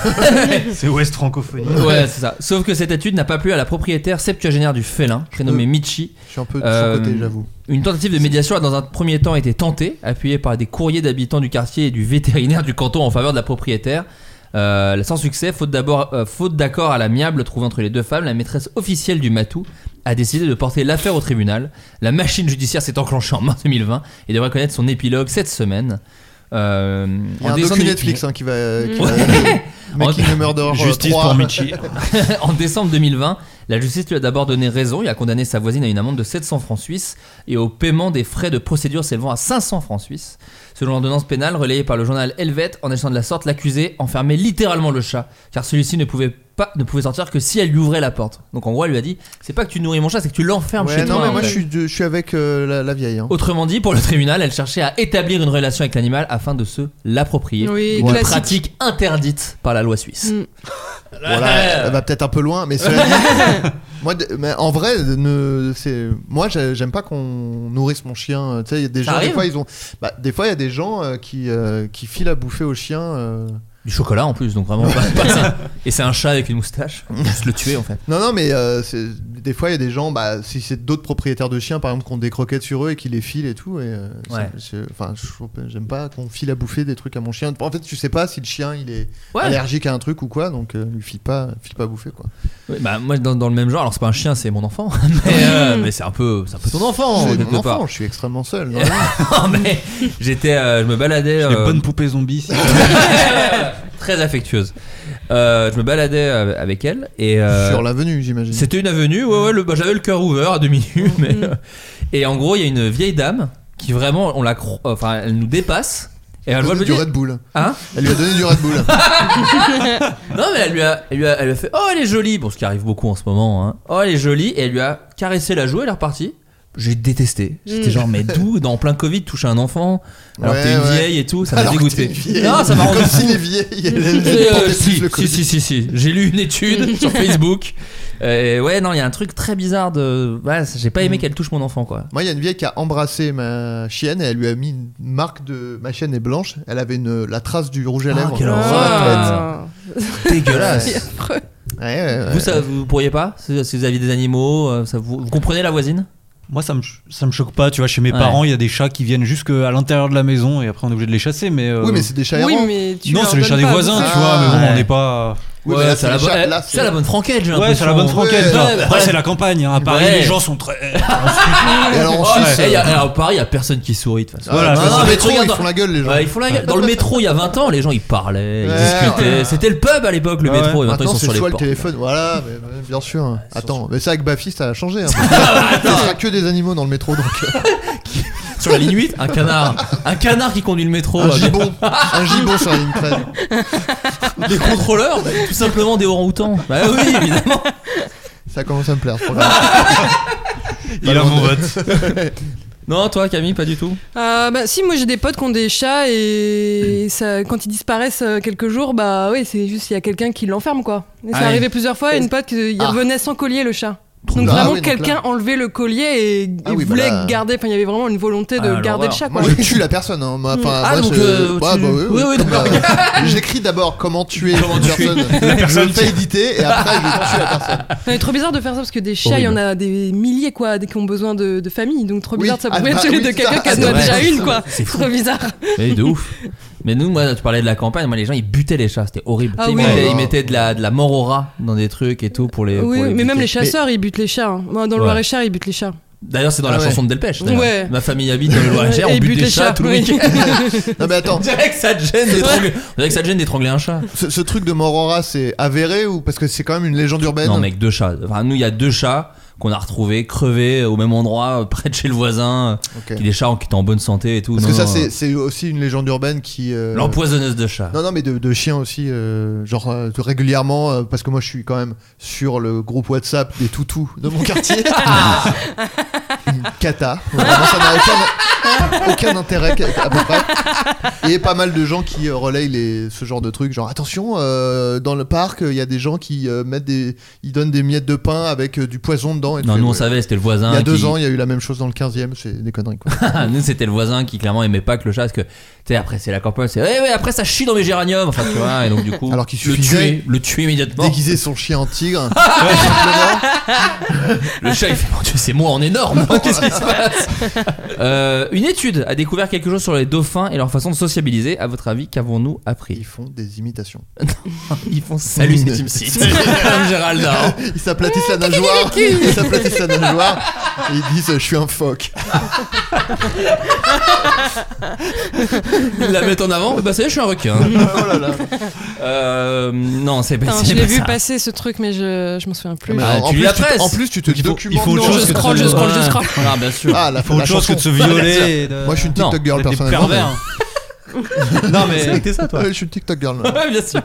Speaker 4: C'est Ouest francophonie.
Speaker 5: Ouais, c'est ça. Sauf que cette étude n'a pas plu à la propriétaire septuagénaire du félin, prénommée
Speaker 2: Hmm.
Speaker 5: Michi.
Speaker 2: Je suis un peu de
Speaker 5: Euh,
Speaker 2: son côté, j'avoue.
Speaker 5: Une tentative de médiation a dans un premier temps été tentée, appuyée par des courriers d'habitants du quartier et du vétérinaire du canton en faveur de la propriétaire. Euh, sans succès, faute d'abord- euh, faute d'accord à l'amiable trouvé entre les deux femmes, la maîtresse officielle du Matou a décidé de porter l'affaire au tribunal. La machine judiciaire s'est enclenchée en mars 2020 et devrait connaître son épilogue cette semaine. Euh,
Speaker 2: Il y a
Speaker 5: en
Speaker 2: un
Speaker 5: décembre-
Speaker 2: docu Netflix hein, qui
Speaker 5: Mm.
Speaker 2: va. Qui va
Speaker 5: Ouais.
Speaker 2: Making a Murderer, euh,
Speaker 4: Justice
Speaker 2: 3.
Speaker 4: pour Michi.
Speaker 5: en décembre 2020, la justice lui a d'abord donné raison et a condamné sa voisine à une amende de 700 francs suisses et au paiement des frais de procédure s'élevant à 500 francs suisses. Selon l'ordonnance pénale relayée par le journal Helvète, en agissant de la sorte, l'accusé enfermait littéralement le chat, car celui-ci ne pouvait pas, ne pouvait sortir que si elle lui ouvrait la porte. Donc en gros, elle lui a dit c'est pas que tu nourris mon chat, c'est que tu l'enfermes
Speaker 2: Ouais,
Speaker 5: chez
Speaker 2: non,
Speaker 5: toi.
Speaker 2: mais
Speaker 5: en
Speaker 2: moi
Speaker 5: fait.
Speaker 2: je suis, de- je suis avec euh, la, la vieille. hein.
Speaker 5: Autrement dit, pour le tribunal, elle cherchait à établir une relation avec l'animal afin de se l'approprier.
Speaker 6: Oui,
Speaker 5: une
Speaker 6: classique.
Speaker 5: pratique interdite par la loi suisse.
Speaker 6: Mm.
Speaker 2: Voilà, elle va peut-être un peu loin, mais cela dit, moi, de- mais en vrai, de- ne, c'est, moi, j'ai- j'aime pas qu'on nourrisse mon chien. euh, Tu sais, il y a des
Speaker 5: Ça
Speaker 2: gens, des
Speaker 5: arrive
Speaker 2: fois, ils ont, bah, des fois, il y a des gens euh, qui euh, qui filent à bouffer au chien. euh.
Speaker 5: Du chocolat en plus, donc vraiment. pas- pas ça. Et c'est un chat avec une moustache. Juste le tuer en fait.
Speaker 2: Non, non, mais euh, c'est, des fois, il y a des gens, bah, si c'est d'autres propriétaires de chiens, par exemple, qui ont des croquettes sur eux et qui les filent et tout. Et, euh, ça-
Speaker 5: Ouais.
Speaker 2: c'est- enfin, je trouve pas- j'aime pas qu'on file à bouffer des trucs à mon chien. En fait, tu sais pas si le chien il est
Speaker 5: Ouais.
Speaker 2: allergique à un truc ou quoi, donc euh, lui file pas, file pas à bouffer quoi.
Speaker 5: Ouais, bah moi dans, dans le même genre, alors c'est pas un chien, c'est mon enfant. Mais, euh, mais c'est un peu, c'est un peu ton enfant
Speaker 2: C'est
Speaker 5: quelque
Speaker 2: mon
Speaker 5: part.
Speaker 2: enfant, je suis extrêmement seul. non
Speaker 5: Non, mais j'étais, euh, je me baladais.
Speaker 4: Les
Speaker 5: euh,
Speaker 4: bonnes poupées zombies. si-
Speaker 5: très affectueuse. Euh, je me baladais euh, avec elle et euh,
Speaker 2: Sur l'avenue, j'imagine.
Speaker 5: C'était une avenue, ouais, ouais, le- bah, j'avais le cœur ouvert à demi nu, mais euh, et en gros il y a une vieille dame qui vraiment on la, cro- enfin elle nous dépasse et elle voit
Speaker 2: Donner
Speaker 5: le
Speaker 2: du
Speaker 5: dire,
Speaker 2: Red Bull.
Speaker 5: hein
Speaker 2: Elle lui a donné du Red Bull.
Speaker 5: Non mais elle lui, a, elle, lui a, elle lui a fait Oh elle est jolie Bon ce qui arrive beaucoup en ce moment hein. Oh elle est jolie Et elle lui a caressé la joue Elle est repartie J'ai détesté J'étais genre mais d'où Dans plein Covid toucher un enfant Alors que
Speaker 2: Hmm. Ouais,
Speaker 5: t'es une
Speaker 2: ouais.
Speaker 5: vieille et tout Ça m'a
Speaker 2: Alors que
Speaker 5: dégoûté
Speaker 2: t'es une vieille.
Speaker 5: Non ça m'a rendu
Speaker 2: Comme si
Speaker 5: fou.
Speaker 2: les vieilles, elles
Speaker 5: Euh,
Speaker 2: elles portaient plus
Speaker 5: si,
Speaker 2: le
Speaker 5: si,
Speaker 2: Covid.
Speaker 5: si, si, si. J'ai lu une étude sur Facebook. Euh, ouais, non, il y a un truc très bizarre de. Voilà, j'ai pas aimé
Speaker 2: Hmm.
Speaker 5: qu'elle touche mon enfant, quoi.
Speaker 2: Moi, il y a une vieille qui a embrassé ma chienne et elle lui a mis une marque de. Ma chienne est blanche, elle avait une... la trace du rouge à
Speaker 5: Ah,
Speaker 2: lèvres.
Speaker 5: quelle
Speaker 2: sur la
Speaker 5: horreur.
Speaker 6: Ah.
Speaker 2: tête. Ouais,
Speaker 5: Dégueulasse.
Speaker 2: ouais, ouais.
Speaker 5: Vous, ça, vous pourriez pas si, si vous aviez des animaux, euh, ça vous, vous comprenez la voisine
Speaker 4: Moi, ça me, ch- ça me choque pas. Tu vois, chez mes
Speaker 5: Ouais.
Speaker 4: parents, il y a des chats qui viennent jusque à l'intérieur de la maison et après on est obligé de les chasser. Mais euh,
Speaker 2: Oui, mais c'est des chats errants.
Speaker 6: Oui, mais tu
Speaker 4: non,
Speaker 6: leur
Speaker 4: c'est les
Speaker 6: donnes
Speaker 4: chats des
Speaker 6: pas à
Speaker 4: voisins,
Speaker 6: bouffer.
Speaker 4: tu vois. Mais
Speaker 5: Ouais.
Speaker 4: bon, on n'est pas.
Speaker 2: Oui, mais là, c'est
Speaker 5: c'est la,
Speaker 2: les
Speaker 5: bo-
Speaker 2: chats-
Speaker 5: euh,
Speaker 2: là,
Speaker 5: c'est la bonne franquette, j'ai
Speaker 4: Ouais, c'est la bonne
Speaker 5: l'impression.
Speaker 4: franquette.
Speaker 5: Ouais,
Speaker 4: genre.
Speaker 5: ouais,
Speaker 4: Après,
Speaker 5: ouais.
Speaker 4: c'est la campagne. Hein. À Paris,
Speaker 5: Ouais.
Speaker 4: les gens sont très. euh,
Speaker 2: Et alors en
Speaker 5: Oh,
Speaker 2: Suisse.
Speaker 5: eh, y a- Ah,
Speaker 2: euh,
Speaker 5: alors, pareil, il y a personne qui sourit de toute façon.
Speaker 4: Voilà,
Speaker 5: Non,
Speaker 4: c'est
Speaker 5: non,
Speaker 2: dans
Speaker 4: ça.
Speaker 2: le
Speaker 5: mais
Speaker 2: métro,
Speaker 5: regarde,
Speaker 2: ils font la gueule, les gens.
Speaker 5: Ouais, ils font la gueule. Dans le métro, il y a 20 ans, les gens ils parlaient, ils
Speaker 2: Ouais,
Speaker 5: discutaient.
Speaker 2: ouais.
Speaker 5: C'était le pub à l'époque, le
Speaker 2: Ouais.
Speaker 5: métro. Et maintenant, ils
Speaker 2: Maintenant,
Speaker 5: sont
Speaker 2: c'est
Speaker 5: sur les
Speaker 2: soit le
Speaker 5: portes.
Speaker 2: téléphone, voilà, mais, mais bien sûr. Attends, mais ça avec Bafi, ça a changé. Hein, parce
Speaker 5: Ah,
Speaker 2: que ça sera que des animaux dans le métro, donc.
Speaker 5: Sur la ligne 8, un canard. Un canard qui conduit le métro.
Speaker 2: un
Speaker 5: euh,
Speaker 2: gibon, un gibon sur la ligne 13.
Speaker 5: Des contrôleurs, bah, tout simplement des orang-outans. Bah oui, évidemment.
Speaker 2: Ça commence à me plaire, ce programme.
Speaker 4: Il a mon vote.
Speaker 5: Non, toi, Camille, pas du tout.
Speaker 6: Ah, bah, si, moi j'ai des potes qui ont des chats et ça, quand ils disparaissent euh, quelques jours, bah oui, c'est juste il y a quelqu'un qui l'enferme quoi. Et
Speaker 5: Ah,
Speaker 6: c'est arrivé plusieurs fois, une pote qui il
Speaker 2: Ah.
Speaker 6: revenait sans collier le chat.
Speaker 5: Trop
Speaker 6: Donc
Speaker 2: bien. Ah
Speaker 6: vraiment
Speaker 2: oui, donc
Speaker 6: quelqu'un
Speaker 2: là-
Speaker 6: enlevait le collier et, et
Speaker 2: Ah oui, bah
Speaker 6: voulait
Speaker 2: là-
Speaker 6: garder. Enfin, il y avait vraiment une volonté de
Speaker 5: Ah,
Speaker 6: garder
Speaker 5: l'horreur.
Speaker 6: le chat quoi.
Speaker 2: Moi je tue la personne. Hein. Moi, enfin,
Speaker 5: Ah,
Speaker 2: moi,
Speaker 5: donc,
Speaker 2: je-
Speaker 5: euh,
Speaker 2: Ouais,
Speaker 5: tu-
Speaker 2: bah, oui,
Speaker 5: oui, oui, d'accord.
Speaker 2: Euh, J'écris d'abord comment tuer
Speaker 5: Comment
Speaker 2: une
Speaker 5: tuer.
Speaker 2: personne. je le fais éditer et après je tue la personne.
Speaker 6: Non, mais trop bizarre de faire ça parce que des chats, il y en a des milliers quoi, des qui ont besoin de, de famille. Donc trop
Speaker 2: Oui.
Speaker 6: bizarre, ça
Speaker 2: Ah,
Speaker 6: pourrait
Speaker 2: bah,
Speaker 6: être celui
Speaker 2: oui,
Speaker 6: de
Speaker 2: ça-
Speaker 6: quelqu'un qui
Speaker 2: ah,
Speaker 6: en
Speaker 5: c'est
Speaker 6: a
Speaker 5: vrai.
Speaker 6: déjà une quoi.
Speaker 5: C'est fou.
Speaker 6: trop bizarre.
Speaker 5: Mais de ouf. Mais nous, moi, tu parlais de la campagne, moi, les gens, ils butaient les chats, c'était horrible.
Speaker 6: Ah
Speaker 5: Tu sais,
Speaker 6: oui.
Speaker 5: ils, mettaient,
Speaker 6: Ouais.
Speaker 5: ils mettaient de la, de la mort au rat dans des trucs et tout pour les.
Speaker 6: Oui,
Speaker 5: pour les
Speaker 6: mais même
Speaker 5: buter.
Speaker 6: les chasseurs, ils butent les chats. hein. Moi, Dans le
Speaker 5: Ouais.
Speaker 6: Loir-et-Cher, ils butent les chats.
Speaker 5: D'ailleurs, c'est dans
Speaker 6: Ah
Speaker 5: la
Speaker 6: ouais.
Speaker 5: chanson de Delpech. d'ailleurs.
Speaker 6: Ouais.
Speaker 5: Ma famille habite dans le Loir-et-Cher,
Speaker 6: Et
Speaker 5: on
Speaker 6: ils
Speaker 5: bute
Speaker 6: butent
Speaker 5: les
Speaker 6: les
Speaker 5: chats,
Speaker 6: chats,
Speaker 5: tout le
Speaker 6: oui.
Speaker 5: week-end.
Speaker 2: Non mais attends,
Speaker 5: On dirait que ça te gêne d'étrangler- on dirait que ça te gêne d'étrangler un chat.
Speaker 2: ce, ce truc de Morora, c'est avéré ou parce que c'est quand même une légende urbaine
Speaker 5: Non, mec, deux chats. Enfin, nous, il y a deux chats qu'on a retrouvés crevés au même endroit, euh, près de chez le voisin. euh,
Speaker 2: Ok.
Speaker 5: Qui des chats en- qui étaient en bonne santé et tout.
Speaker 2: Parce
Speaker 5: Non,
Speaker 2: que ça,
Speaker 5: non,
Speaker 2: c'est- c'est aussi une légende urbaine qui. euh,
Speaker 5: L'empoisonneuse de chats.
Speaker 2: Non, non, mais de, de chiens aussi, euh, genre euh, de- régulièrement, euh, parce que moi je suis quand même sur le groupe WhatsApp des toutous de mon quartier. Une cata. Vraiment, ça n'a aucun, aucun intérêt à peu près. Et pas mal de gens qui euh, relayent les, ce genre de trucs, genre attention, euh, dans le parc, euh, il y a des gens qui euh, mettent des, ils donnent des miettes de pain avec euh, du poison dedans. Et
Speaker 5: Non,
Speaker 2: tu
Speaker 5: nous, on
Speaker 2: fais,
Speaker 5: savait, c'était le
Speaker 2: Il y
Speaker 5: voisin.
Speaker 2: a deux
Speaker 5: qui-
Speaker 2: ans, il y a eu la même chose dans le 15e, c'est des conneries quoi.
Speaker 5: nous, c'était le voisin qui clairement aimait pas que le chat, parce que, tu sais, après, c'est la campagne, c'est, «Eh ouais, ouais, après, ça chie dans mes géraniums. Enfin, tu vois, et donc, du coup,
Speaker 2: Alors qu'il
Speaker 5: le
Speaker 2: suffisait
Speaker 5: tuer, le tuer immédiatement.
Speaker 2: Déguiser son chien en tigre.
Speaker 5: Le chat, il fait, mon Dieu, c'est moi en énorme. Qu'est-ce qui se passe Euh, Une étude a découvert quelque chose sur les dauphins et leur façon de sociabiliser. À votre avis, qu'avons-nous appris
Speaker 2: Ils font des imitations.
Speaker 5: Ils font salut, c'est Tim Hein. Seed. Comme Gérald Darmon.
Speaker 2: Ils s'aplatissent la nageoire. Ils s'aplatissent la nageoire. Et ils disent Je suis un phoque.
Speaker 4: Ah,
Speaker 5: Ils la mettent en avant. Bah, ça y est, je suis un requin.
Speaker 2: Oh là là.
Speaker 5: Euh, non, c'est pas
Speaker 6: Putain,
Speaker 5: c'est
Speaker 6: je l'ai
Speaker 5: pas
Speaker 6: vu
Speaker 5: ça.
Speaker 6: passer ce truc, mais je, je m'en souviens plus.
Speaker 5: Ah,
Speaker 2: en,
Speaker 5: tu
Speaker 2: plus,
Speaker 5: la
Speaker 2: tu,
Speaker 5: presses.
Speaker 2: en plus, tu te
Speaker 4: Il faut- il faut autre
Speaker 2: documentes.
Speaker 6: Non,
Speaker 4: chose
Speaker 6: je
Speaker 4: que de
Speaker 6: scroll,
Speaker 4: se-
Speaker 6: je scroll, je
Speaker 5: Ouais.
Speaker 6: scroll.
Speaker 5: Voilà, bien sûr.
Speaker 2: Ah, la,
Speaker 4: Il faut
Speaker 2: la
Speaker 4: autre chose que
Speaker 2: chanson.
Speaker 4: de se violer. et de-
Speaker 2: Moi, je suis une
Speaker 5: Non,
Speaker 2: TikTok girl
Speaker 4: D'être des
Speaker 2: personnellement.
Speaker 4: pervers. hein. non, mais. C'était ça, toi
Speaker 2: Ouais, je suis une TikTok girl. là.
Speaker 5: Ouais, bien sûr.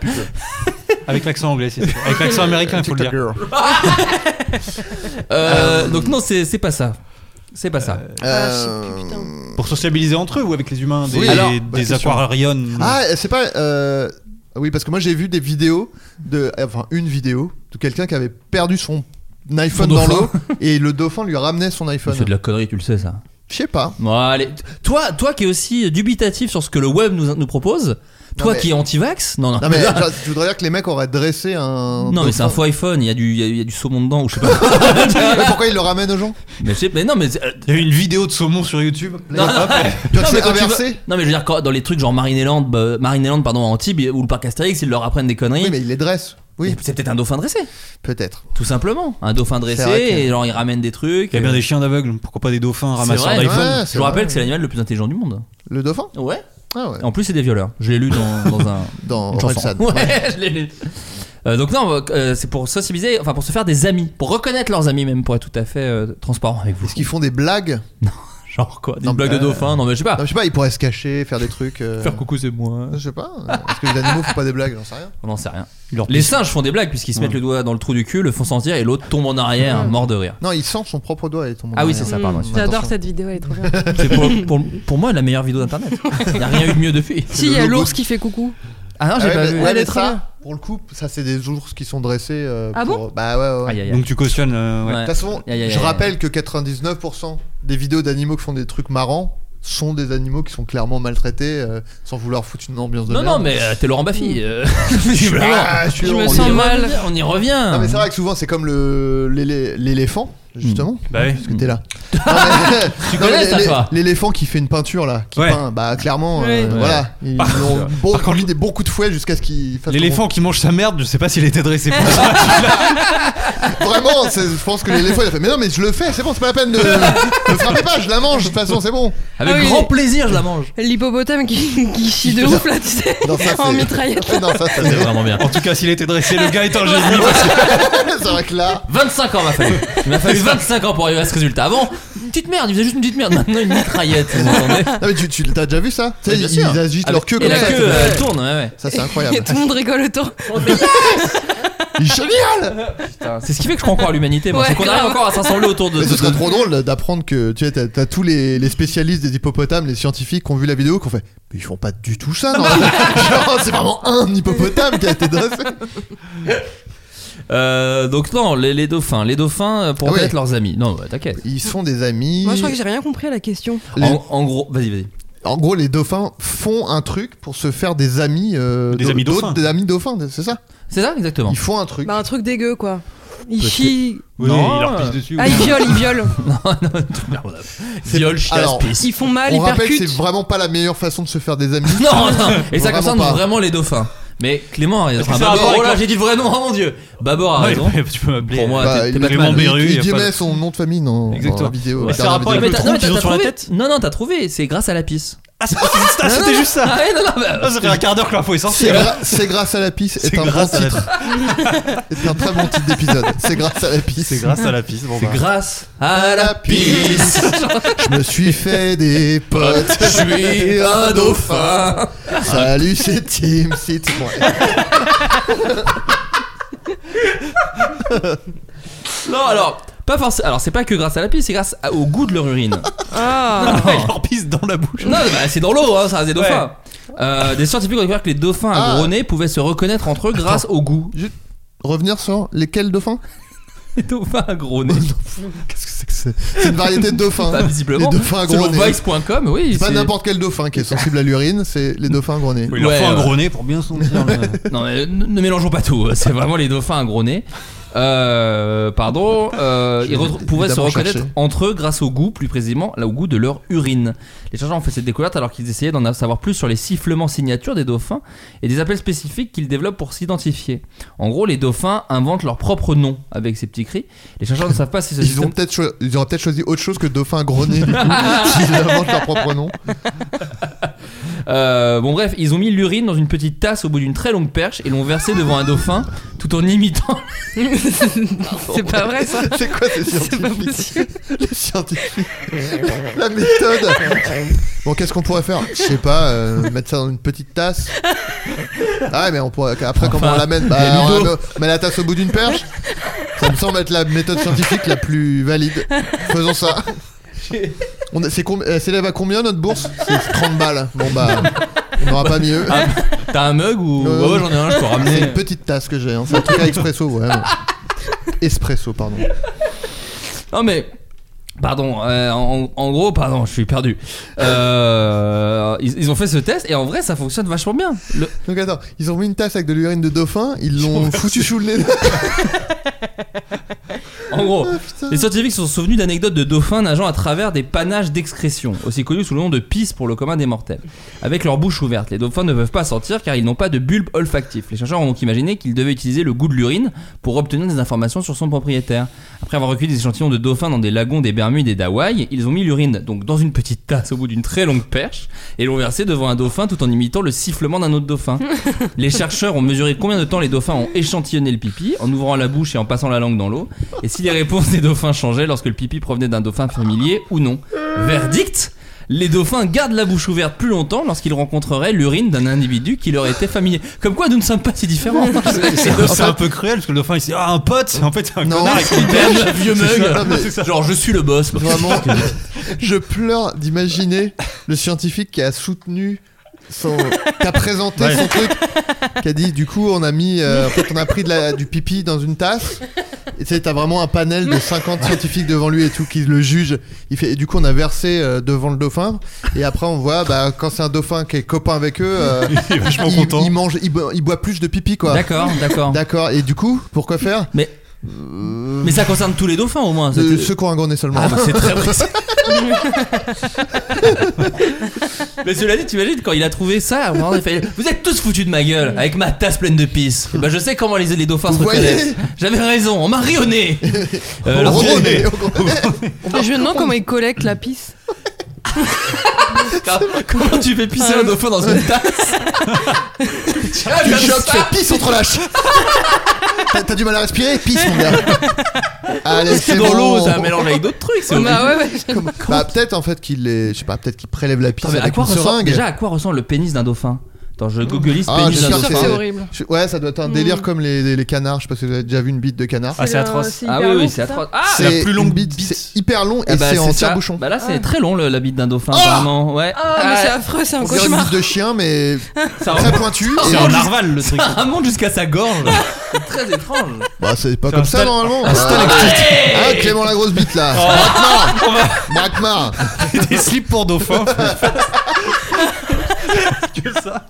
Speaker 4: Avec l'accent anglais, c'est sûr. Avec l'accent américain, il faut le
Speaker 2: TikTok
Speaker 4: dire.
Speaker 2: girl.
Speaker 5: Euh, donc non, c'est c'est pas ça. C'est pas ça.
Speaker 6: Ah, je sais
Speaker 2: Euh,
Speaker 6: plus, putain.
Speaker 4: Pour sociabiliser entre eux ou avec les humains Des,
Speaker 2: Oui, alors,
Speaker 4: des
Speaker 2: bah, c'est sûr.
Speaker 4: aquariums
Speaker 2: Ah, c'est pas. euh, Oui, parce que moi j'ai vu des vidéos, de... enfin une vidéo, de quelqu'un qui avait perdu son iPhone
Speaker 5: Son
Speaker 2: dans l'eau
Speaker 5: dauphin.
Speaker 2: et le dauphin lui ramenait son iPhone.
Speaker 5: C'est de la connerie, tu le sais ça.
Speaker 2: Je sais pas.
Speaker 5: Bon, allez. Toi, toi qui es aussi dubitatif sur ce que le web nous, nous propose, toi
Speaker 2: mais-
Speaker 5: qui es anti-vax, non, non.
Speaker 2: Non mais genre, je voudrais dire que les mecs auraient dressé un.
Speaker 5: Non, mais c'est un
Speaker 2: dauphin.
Speaker 5: faux iPhone, il y, a du- il y a- il y a du saumon dedans ou je sais pas. quoi.
Speaker 2: Mais pourquoi ils le ramènent aux gens
Speaker 5: mais, je sais- mais non, mais. c'est- euh,
Speaker 4: Il y a eu une vidéo de saumon sur YouTube.
Speaker 5: non, non,
Speaker 2: Tu vois que
Speaker 5: mais
Speaker 2: c'est
Speaker 5: quand tu vas-
Speaker 2: inversé
Speaker 5: non, mais je veux dire, quand- dans les trucs genre Marineland, bah, Marineland pardon, en Tibes ou le parc Astérix, ils leur apprennent des conneries.
Speaker 2: Oui, mais il les dresse. Oui,
Speaker 5: C'est peut-être un dauphin dressé,
Speaker 2: peut-être.
Speaker 5: tout simplement. Un dauphin dressé,
Speaker 2: C'est vrai que-
Speaker 5: et genre il ramène des trucs.
Speaker 4: Il y a bien
Speaker 5: euh,
Speaker 4: des chiens d'aveugle, pourquoi pas des dauphins
Speaker 5: C'est
Speaker 4: ramasseurs
Speaker 5: vrai,
Speaker 4: d'iPhone
Speaker 2: Ouais,
Speaker 5: je
Speaker 2: c'est
Speaker 5: vous rappelle
Speaker 2: vrai.
Speaker 5: que c'est l'animal le plus intelligent du monde.
Speaker 2: Le dauphin
Speaker 5: Ouais.
Speaker 2: Ah ouais.
Speaker 5: En plus, c'est des violeurs. Je l'ai lu dans, dans un.
Speaker 2: Dans
Speaker 5: une chanson.
Speaker 2: Orelsan.
Speaker 5: Ouais, je l'ai lu. Euh, donc non, euh, c'est pour sociabiliser, enfin pour se faire des amis, pour reconnaître leurs amis même, pour être tout à fait euh, transparent avec vous.
Speaker 2: Est-ce qu'ils font des blagues
Speaker 5: Genre quoi, des
Speaker 2: Non,
Speaker 5: blagues
Speaker 2: mais, euh,
Speaker 5: de dauphin, non mais je sais pas.
Speaker 2: Non, je sais pas, ils pourraient se cacher, faire des trucs. euh,
Speaker 5: Ah. Faire coucou c'est moi.
Speaker 2: Je sais pas. euh, Est-ce que les animaux font pas des blagues J'en sais rien.
Speaker 5: On n'en sait rien.
Speaker 4: Il leur
Speaker 5: Les
Speaker 4: pisse.
Speaker 5: singes font des blagues puisqu'ils se mettent le doigt dans le trou du cul, le font sentir et l'autre tombe en arrière, mort de rire.
Speaker 2: Non, il sent son propre doigt et tombe.
Speaker 5: Ah oui, c'est ça, pardon.
Speaker 6: Mm,
Speaker 5: excuse-moi.
Speaker 6: J'adore
Speaker 2: attention.
Speaker 6: cette vidéo, elle est trop bien.
Speaker 5: C'est pour, pour, pour moi la meilleure vidéo d'internet. Il n'y a rien eu de mieux depuis.
Speaker 6: si, il y a
Speaker 2: logo.
Speaker 6: l'ours qui fait coucou.
Speaker 5: Ah non,
Speaker 2: Ah
Speaker 5: j'ai
Speaker 2: ouais,
Speaker 5: pas
Speaker 2: mais-
Speaker 5: vu.
Speaker 2: ouais,
Speaker 5: Elle
Speaker 2: mais
Speaker 5: est trop bien.
Speaker 2: ça, pour le coup, ça c'est des ours qui sont dressés. euh,
Speaker 6: Ah
Speaker 2: pour- Bah ouais, ouais.
Speaker 5: Aïe, aïe, aïe.
Speaker 4: Donc tu cautionnes. euh, ouais.
Speaker 5: Ouais.
Speaker 2: De toute façon,
Speaker 5: Aïe, aïe, aïe,
Speaker 2: je
Speaker 5: aïe.
Speaker 2: rappelle que 99% des vidéos d'animaux qui font des trucs marrants sont des animaux qui sont clairement maltraités euh, sans vouloir foutre une ambiance de
Speaker 5: Non,
Speaker 2: merde.
Speaker 5: non, mais euh, t'es Laurent Baffy. euh,
Speaker 2: Ah, je suis
Speaker 6: Je
Speaker 2: heureux,
Speaker 6: me
Speaker 2: on
Speaker 6: sens
Speaker 5: On y
Speaker 2: est-
Speaker 6: mal.
Speaker 5: revient, On y revient.
Speaker 2: Non mais c'est vrai que souvent c'est comme le l'élé- l'éléphant justement
Speaker 4: Bah oui.
Speaker 2: parce que t'es là. Non, mais-
Speaker 5: Tu
Speaker 2: Non,
Speaker 5: connais
Speaker 2: mais
Speaker 5: ça,
Speaker 2: l'é-
Speaker 5: toi
Speaker 2: L'éléphant qui fait une peinture là, qui
Speaker 4: Ouais.
Speaker 2: peint, bah clairement, euh,
Speaker 6: Ouais.
Speaker 2: voilà, ils
Speaker 4: Par
Speaker 2: ont
Speaker 4: contre-
Speaker 2: bon,
Speaker 4: par contre-
Speaker 2: mis des bons coups de fouet jusqu'à ce qu'il fasse.
Speaker 4: L'éléphant qui mange sa merde, je sais pas s'il était dressé pour ça.
Speaker 2: comment- Vraiment, c'est- je pense que l'éléphant il a fait. Mais non, mais je le fais, c'est bon, c'est pas la peine de. Ne frappez pas, je la mange de toute façon, c'est bon.
Speaker 5: Avec
Speaker 6: Ah oui.
Speaker 5: grand plaisir, je la mange.
Speaker 6: L'hippopotame qui, qui chie de ouf là, tu sais,
Speaker 2: Non, ça,
Speaker 6: en
Speaker 2: c'est-
Speaker 6: mitraillette.
Speaker 2: Non, ça c'est.
Speaker 5: C'est vraiment bien.
Speaker 4: En tout cas, s'il était dressé, le gars est un génie. parce que-
Speaker 2: c'est vrai que là.
Speaker 5: 25 ans m'a fallu. Il m'a fallu 25 ans pour arriver à ce résultat. Avant, une petite merde, il faisait juste une petite merde. Maintenant, une mitraillette, vous entendez
Speaker 2: Non mais tu, tu t'as déjà vu ça Tu sais,
Speaker 5: Bien
Speaker 2: ils,
Speaker 5: sûr.
Speaker 2: ils agitent leur
Speaker 5: Avec-
Speaker 2: queue
Speaker 5: Et
Speaker 2: comme
Speaker 5: la
Speaker 2: ça.
Speaker 5: queue, euh, elle tourne, ouais, ouais.
Speaker 2: Ça c'est incroyable.
Speaker 6: Et tout le monde rigole autour.
Speaker 2: Il est génial
Speaker 5: C'est ce qui fait que je crois encore à l'humanité, moi.
Speaker 6: Ouais,
Speaker 5: c'est qu'on arrive
Speaker 6: grave.
Speaker 5: encore à s'assembler autour de.
Speaker 2: Mais ce
Speaker 5: de-
Speaker 2: serait trop drôle d'apprendre que tu sais, t'as, t'as tous les, les spécialistes des hippopotames, les scientifiques qui ont vu la vidéo, qui ont fait Mais ils font pas du tout ça, non Genre, c'est vraiment un hippopotame qui a été dressé
Speaker 5: Euh, donc, non, les, les dauphins. Les dauphins euh, pour
Speaker 2: Ah oui.
Speaker 5: connaître leurs amis. Non, bah, t'inquiète.
Speaker 2: Ils sont des amis.
Speaker 6: Moi, je crois que j'ai rien compris à la question.
Speaker 2: Les-
Speaker 5: En, en gros, vas-y, vas-y.
Speaker 2: En gros, les dauphins font un truc pour se faire des amis. euh,
Speaker 4: Des
Speaker 2: d'au-
Speaker 4: amis
Speaker 2: d'autres-
Speaker 4: dauphins.
Speaker 2: Des amis dauphins, c'est ça
Speaker 5: C'est ça, exactement.
Speaker 2: Ils font un truc.
Speaker 6: Bah, un truc dégueu, quoi. Il chie.
Speaker 4: Oui, il leur pisse dessus.
Speaker 6: Ah, ils violent, ils violent. Bah,
Speaker 2: C'est-
Speaker 5: Viol, chiasse,
Speaker 2: alors,
Speaker 5: pisse.
Speaker 6: Ils font mal,
Speaker 2: on
Speaker 6: ils
Speaker 2: rappelle que
Speaker 6: percutent.
Speaker 2: c'est vraiment pas la meilleure façon de se faire des amis.
Speaker 5: Non, non, et ça
Speaker 2: Vraiment
Speaker 5: concerne
Speaker 2: pas.
Speaker 5: vraiment les dauphins. Mais Clément,
Speaker 2: Est-ce que
Speaker 5: enfin,
Speaker 2: ça a rapport
Speaker 5: Babor, oh
Speaker 2: avec
Speaker 5: là,
Speaker 2: la-
Speaker 5: j'ai dit le vrai nom, oh mon dieu! Babor a
Speaker 4: Ouais,
Speaker 5: raison.
Speaker 4: tu peux m'appeler.
Speaker 5: Pour moi,
Speaker 2: Bah,
Speaker 5: t'es-
Speaker 2: il-
Speaker 5: t'es Batman.
Speaker 2: il- Il dit même son nom de famille dans dans la
Speaker 5: Exactement.
Speaker 2: vidéo.
Speaker 5: Mais
Speaker 2: dernière vidéo.
Speaker 5: t'as- non, mais t'as- t'as trouvé- Non, non, t'as trouvé, c'est grâce à la pisse.
Speaker 4: Ah, c'est- ah,
Speaker 5: Non,
Speaker 4: c'était
Speaker 5: non.
Speaker 4: juste ça.
Speaker 5: Ah, ouais, non, non, bah,
Speaker 4: Ah, ça fait un quart d'heure que l'info est sortie.
Speaker 2: C'est gra- C'est grâce à la pisse est
Speaker 4: C'est
Speaker 2: un bon
Speaker 4: grâce à la
Speaker 2: titre. C'est un très bon titre d'épisode. C'est grâce à la pisse.
Speaker 4: C'est grâce à la piste. Bon,
Speaker 5: C'est
Speaker 4: bah.
Speaker 5: grâce à la pisse.
Speaker 2: Je me suis fait des potes.
Speaker 5: Je suis un dauphin.
Speaker 2: Salut, c'est Tim. eh, C'est moi.
Speaker 5: Non, alors, pas forcément. Alors, c'est pas que grâce à la pisse, c'est grâce à- au goût de leur urine.
Speaker 6: Ah,
Speaker 4: Ah, il leur pisse dans la bouche.
Speaker 5: Non, bah, c'est dans l'eau, hein, ça reste des dauphins. Euh, des scientifiques ont découvert que les dauphins
Speaker 2: Ah.
Speaker 5: à gros nez pouvaient se reconnaître entre eux grâce au goût.
Speaker 2: Je- Revenir sur lesquels dauphins
Speaker 5: Les dauphins à gros nez.
Speaker 2: Qu'est-ce que c'est que c'est C'est une variété de dauphins.
Speaker 5: Bah, visiblement.
Speaker 2: Les dauphins à gros
Speaker 5: Selon
Speaker 2: nez.
Speaker 5: Vice.com, oui.
Speaker 2: C'est pas
Speaker 5: c'est-
Speaker 2: n'importe quel dauphin qui est sensible à l'urine, c'est les dauphins à gros nez.
Speaker 4: Il leur
Speaker 5: Ouais,
Speaker 4: faut un
Speaker 5: ouais.
Speaker 4: gros nez pour bien sentir. le-
Speaker 5: Non, mais n- ne mélangeons pas tout. C'est vraiment les dauphins à gros nez. Euh, pardon, euh,
Speaker 2: Je
Speaker 5: ils
Speaker 2: vais
Speaker 5: re- pouvaient se
Speaker 2: évidemment
Speaker 5: reconnaître
Speaker 2: chercher.
Speaker 5: entre eux grâce au goût, plus précisément là, au goût de leur urine. Les chercheurs ont fait cette découverte alors qu'ils essayaient d'en savoir plus sur les sifflements signatures des dauphins et des appels spécifiques qu'ils développent pour s'identifier. En gros, les dauphins inventent leur propre nom avec ces petits cris. Les chercheurs ne savent pas si ce
Speaker 2: Ils, ont
Speaker 5: système...
Speaker 2: peut-être cho- ils auraient peut-être choisi autre chose que dauphin à gros nez, du coup, s'ils inventent leur propre nom.
Speaker 5: Euh, bon bref, ils ont mis l'urine dans une petite tasse au bout d'une très longue perche et l'ont versée devant un dauphin tout en imitant...
Speaker 6: c'est pas vrai ça.
Speaker 2: C'est quoi ces
Speaker 6: C'est pas
Speaker 2: scientifiques
Speaker 6: possible.
Speaker 2: Les scientifiques La méthode Bon, qu'est-ce qu'on pourrait faire Je sais pas, euh, mettre ça dans une petite tasse. Ah, ouais, mais on pourrait. Après, comment on l'amène Bah,
Speaker 5: il y a
Speaker 2: on
Speaker 5: Ludo.
Speaker 2: la met- on met la tasse au bout d'une perche. Ça me semble être la méthode scientifique la plus valide. Faisons ça. On a- c'est com- elle s'élève à combien notre bourse C'est 30 balles. Bon, bah, on n'aura pas mieux.
Speaker 5: Ah, T'as un mug ou...
Speaker 2: Euh,
Speaker 5: Ouais, ouais, j'en ai un, je peux
Speaker 2: C'est
Speaker 5: ramener.
Speaker 2: une petite tasse que j'ai. hein. C'est un truc à expresso, ouais. ouais. Espresso, pardon.
Speaker 5: Non mais. Pardon, euh, en, en gros, pardon, je suis perdu. Euh, ils, ils ont fait ce test et en vrai, ça fonctionne vachement bien. Le-
Speaker 2: Donc attends, ils ont mis une tasse avec de l'urine de dauphin, ils l'ont foutu sous le nez.
Speaker 5: en gros,
Speaker 2: Ah, putain.
Speaker 5: les scientifiques se sont souvenus d'anecdotes de dauphins nageant à travers des panaches d'excrétion, aussi connus sous le nom de pisse pour le commun des mortels. Avec leur bouche ouverte, les dauphins ne peuvent pas sentir car ils n'ont pas de bulbe olfactif. Les chercheurs ont donc imaginé qu'ils devaient utiliser le goût de l'urine pour obtenir des informations sur son propriétaire. Après avoir recueilli des échantillons de dauphins dans des lagons des Bermudes et d'Hawaï, ils ont mis l'urine donc dans une petite tasse au bout d'une très longue perche et l'ont versée devant un dauphin tout en imitant le sifflement d'un autre dauphin. les chercheurs ont mesuré combien de temps les dauphins ont échantillonné le pipi en ouvrant la bouche et en passant la langue dans l'eau et si les réponses des dauphins changeaient lorsque le pipi provenait d'un dauphin familier ou non. Verdict les dauphins gardent la bouche ouverte plus longtemps lorsqu'ils rencontreraient l'urine d'un individu qui leur était familier. Comme quoi, nous ne sommes pas si différents.
Speaker 4: C'est c'est un peu cruel parce que le dauphin il se dit Ah, un pote En fait, c'est un
Speaker 2: Non.
Speaker 4: connard avec une
Speaker 5: Damn, le vieux
Speaker 2: C'est ça,
Speaker 5: mug.
Speaker 2: mais-
Speaker 5: C'est ça. Genre, je suis le boss.
Speaker 2: Vraiment, je pleure d'imaginer le scientifique qui a soutenu son, qui a présenté
Speaker 4: Ouais.
Speaker 2: son truc, qui a dit du coup on a mis, euh, en fait on a pris de la, du pipi dans une tasse. Et tu sais, t'as vraiment un panel de 50 scientifiques devant lui et tout qui le jugent. Il fait, et du coup, on a versé euh, devant le dauphin. Et après, on voit, bah, quand c'est un dauphin qui est copain avec eux, euh,
Speaker 4: Il est vachement
Speaker 2: il,
Speaker 4: content.
Speaker 2: il mange, il, bo- il boit plus de pipi, quoi.
Speaker 5: D'accord, d'accord.
Speaker 2: D'accord. Et du coup, pourquoi faire
Speaker 5: Mais, mais ça concerne tous les dauphins au moins.
Speaker 2: Euh,
Speaker 5: C'était-
Speaker 2: Ceux qui ont un gros nez seulement.
Speaker 5: Ah, bah, c'est très précis. mais cela dit, t'imagines quand il a trouvé ça, vraiment, il fait, vous êtes tous foutus de ma gueule avec ma tasse pleine de pisse. Et bah je sais comment les, les dauphins
Speaker 2: Vous
Speaker 5: se
Speaker 2: voyez
Speaker 5: reconnaissent. J'avais raison, on m'a rionné. Euh,
Speaker 2: Au
Speaker 5: lorsque-
Speaker 2: gros nez, au gros nez.
Speaker 6: Je me demande comment ils collectent la pisse.
Speaker 5: Comment tu fais pisser un dauphin dans une tasse Tiens,
Speaker 2: Tu
Speaker 5: comme
Speaker 2: choques,
Speaker 5: Ah, ça.
Speaker 2: tu fais pisse, on te relâche. T'as- T'as du mal à respirer, pisse, mon gars.
Speaker 5: Parce
Speaker 2: Allez,
Speaker 5: que
Speaker 2: c'est
Speaker 5: dans
Speaker 2: bon. Ah
Speaker 5: l'eau, ça mélange avec d'autres trucs. C'est horrible.
Speaker 6: Bah ouais, ouais.
Speaker 2: Comme- Bah, peut-être en fait qu'il est. Je sais pas, peut-être qu'il prélève la pisse
Speaker 5: Attends, mais à
Speaker 2: avec
Speaker 5: quoi
Speaker 2: une
Speaker 5: ressemble,
Speaker 2: seringue.
Speaker 5: déjà, à quoi ressemble le pénis d'un dauphin Attends, je googleise
Speaker 2: Ah,
Speaker 5: pénis
Speaker 2: je
Speaker 5: d'un
Speaker 2: suis
Speaker 6: sûr
Speaker 5: dauphin.
Speaker 6: que c'est horrible.
Speaker 2: Je- Ouais, ça doit être un
Speaker 6: Hmm.
Speaker 2: délire comme les, les- les canards. Je sais pas si vous avez déjà vu une bite de canard.
Speaker 4: Ah, c'est
Speaker 6: euh,
Speaker 4: atroce.
Speaker 6: hyper
Speaker 5: Ah oui,
Speaker 6: long,
Speaker 5: oui, c'est
Speaker 6: ça
Speaker 5: atroce. Ah
Speaker 4: la plus longue
Speaker 2: une bite.
Speaker 4: bite.
Speaker 2: C'est hyper long et
Speaker 5: Ah bah,
Speaker 2: c'est en
Speaker 5: ça.
Speaker 2: tire-bouchon.
Speaker 5: Bah là, c'est très long le- la bite d'un dauphin, apparemment. Ouais.
Speaker 6: Oh Ah, mais c'est affreux, c'est un
Speaker 2: On dirait une
Speaker 6: cauchemar.
Speaker 2: bite de chien, mais
Speaker 5: ça
Speaker 2: très
Speaker 5: remonte,
Speaker 2: pointue.
Speaker 4: C'est
Speaker 2: et-
Speaker 4: en narval le truc.
Speaker 5: ça remonte jusqu'à sa gorge. c'est très étrange.
Speaker 2: Bah, c'est pas
Speaker 4: C'est
Speaker 2: comme
Speaker 4: un
Speaker 2: ça
Speaker 4: stal-
Speaker 2: normalement.
Speaker 4: un stalactite.
Speaker 2: Ah, Clément la grosse bite là.
Speaker 5: Oh.
Speaker 2: Maintenant, maintenant.
Speaker 4: Des slips pour dauphin. que ça.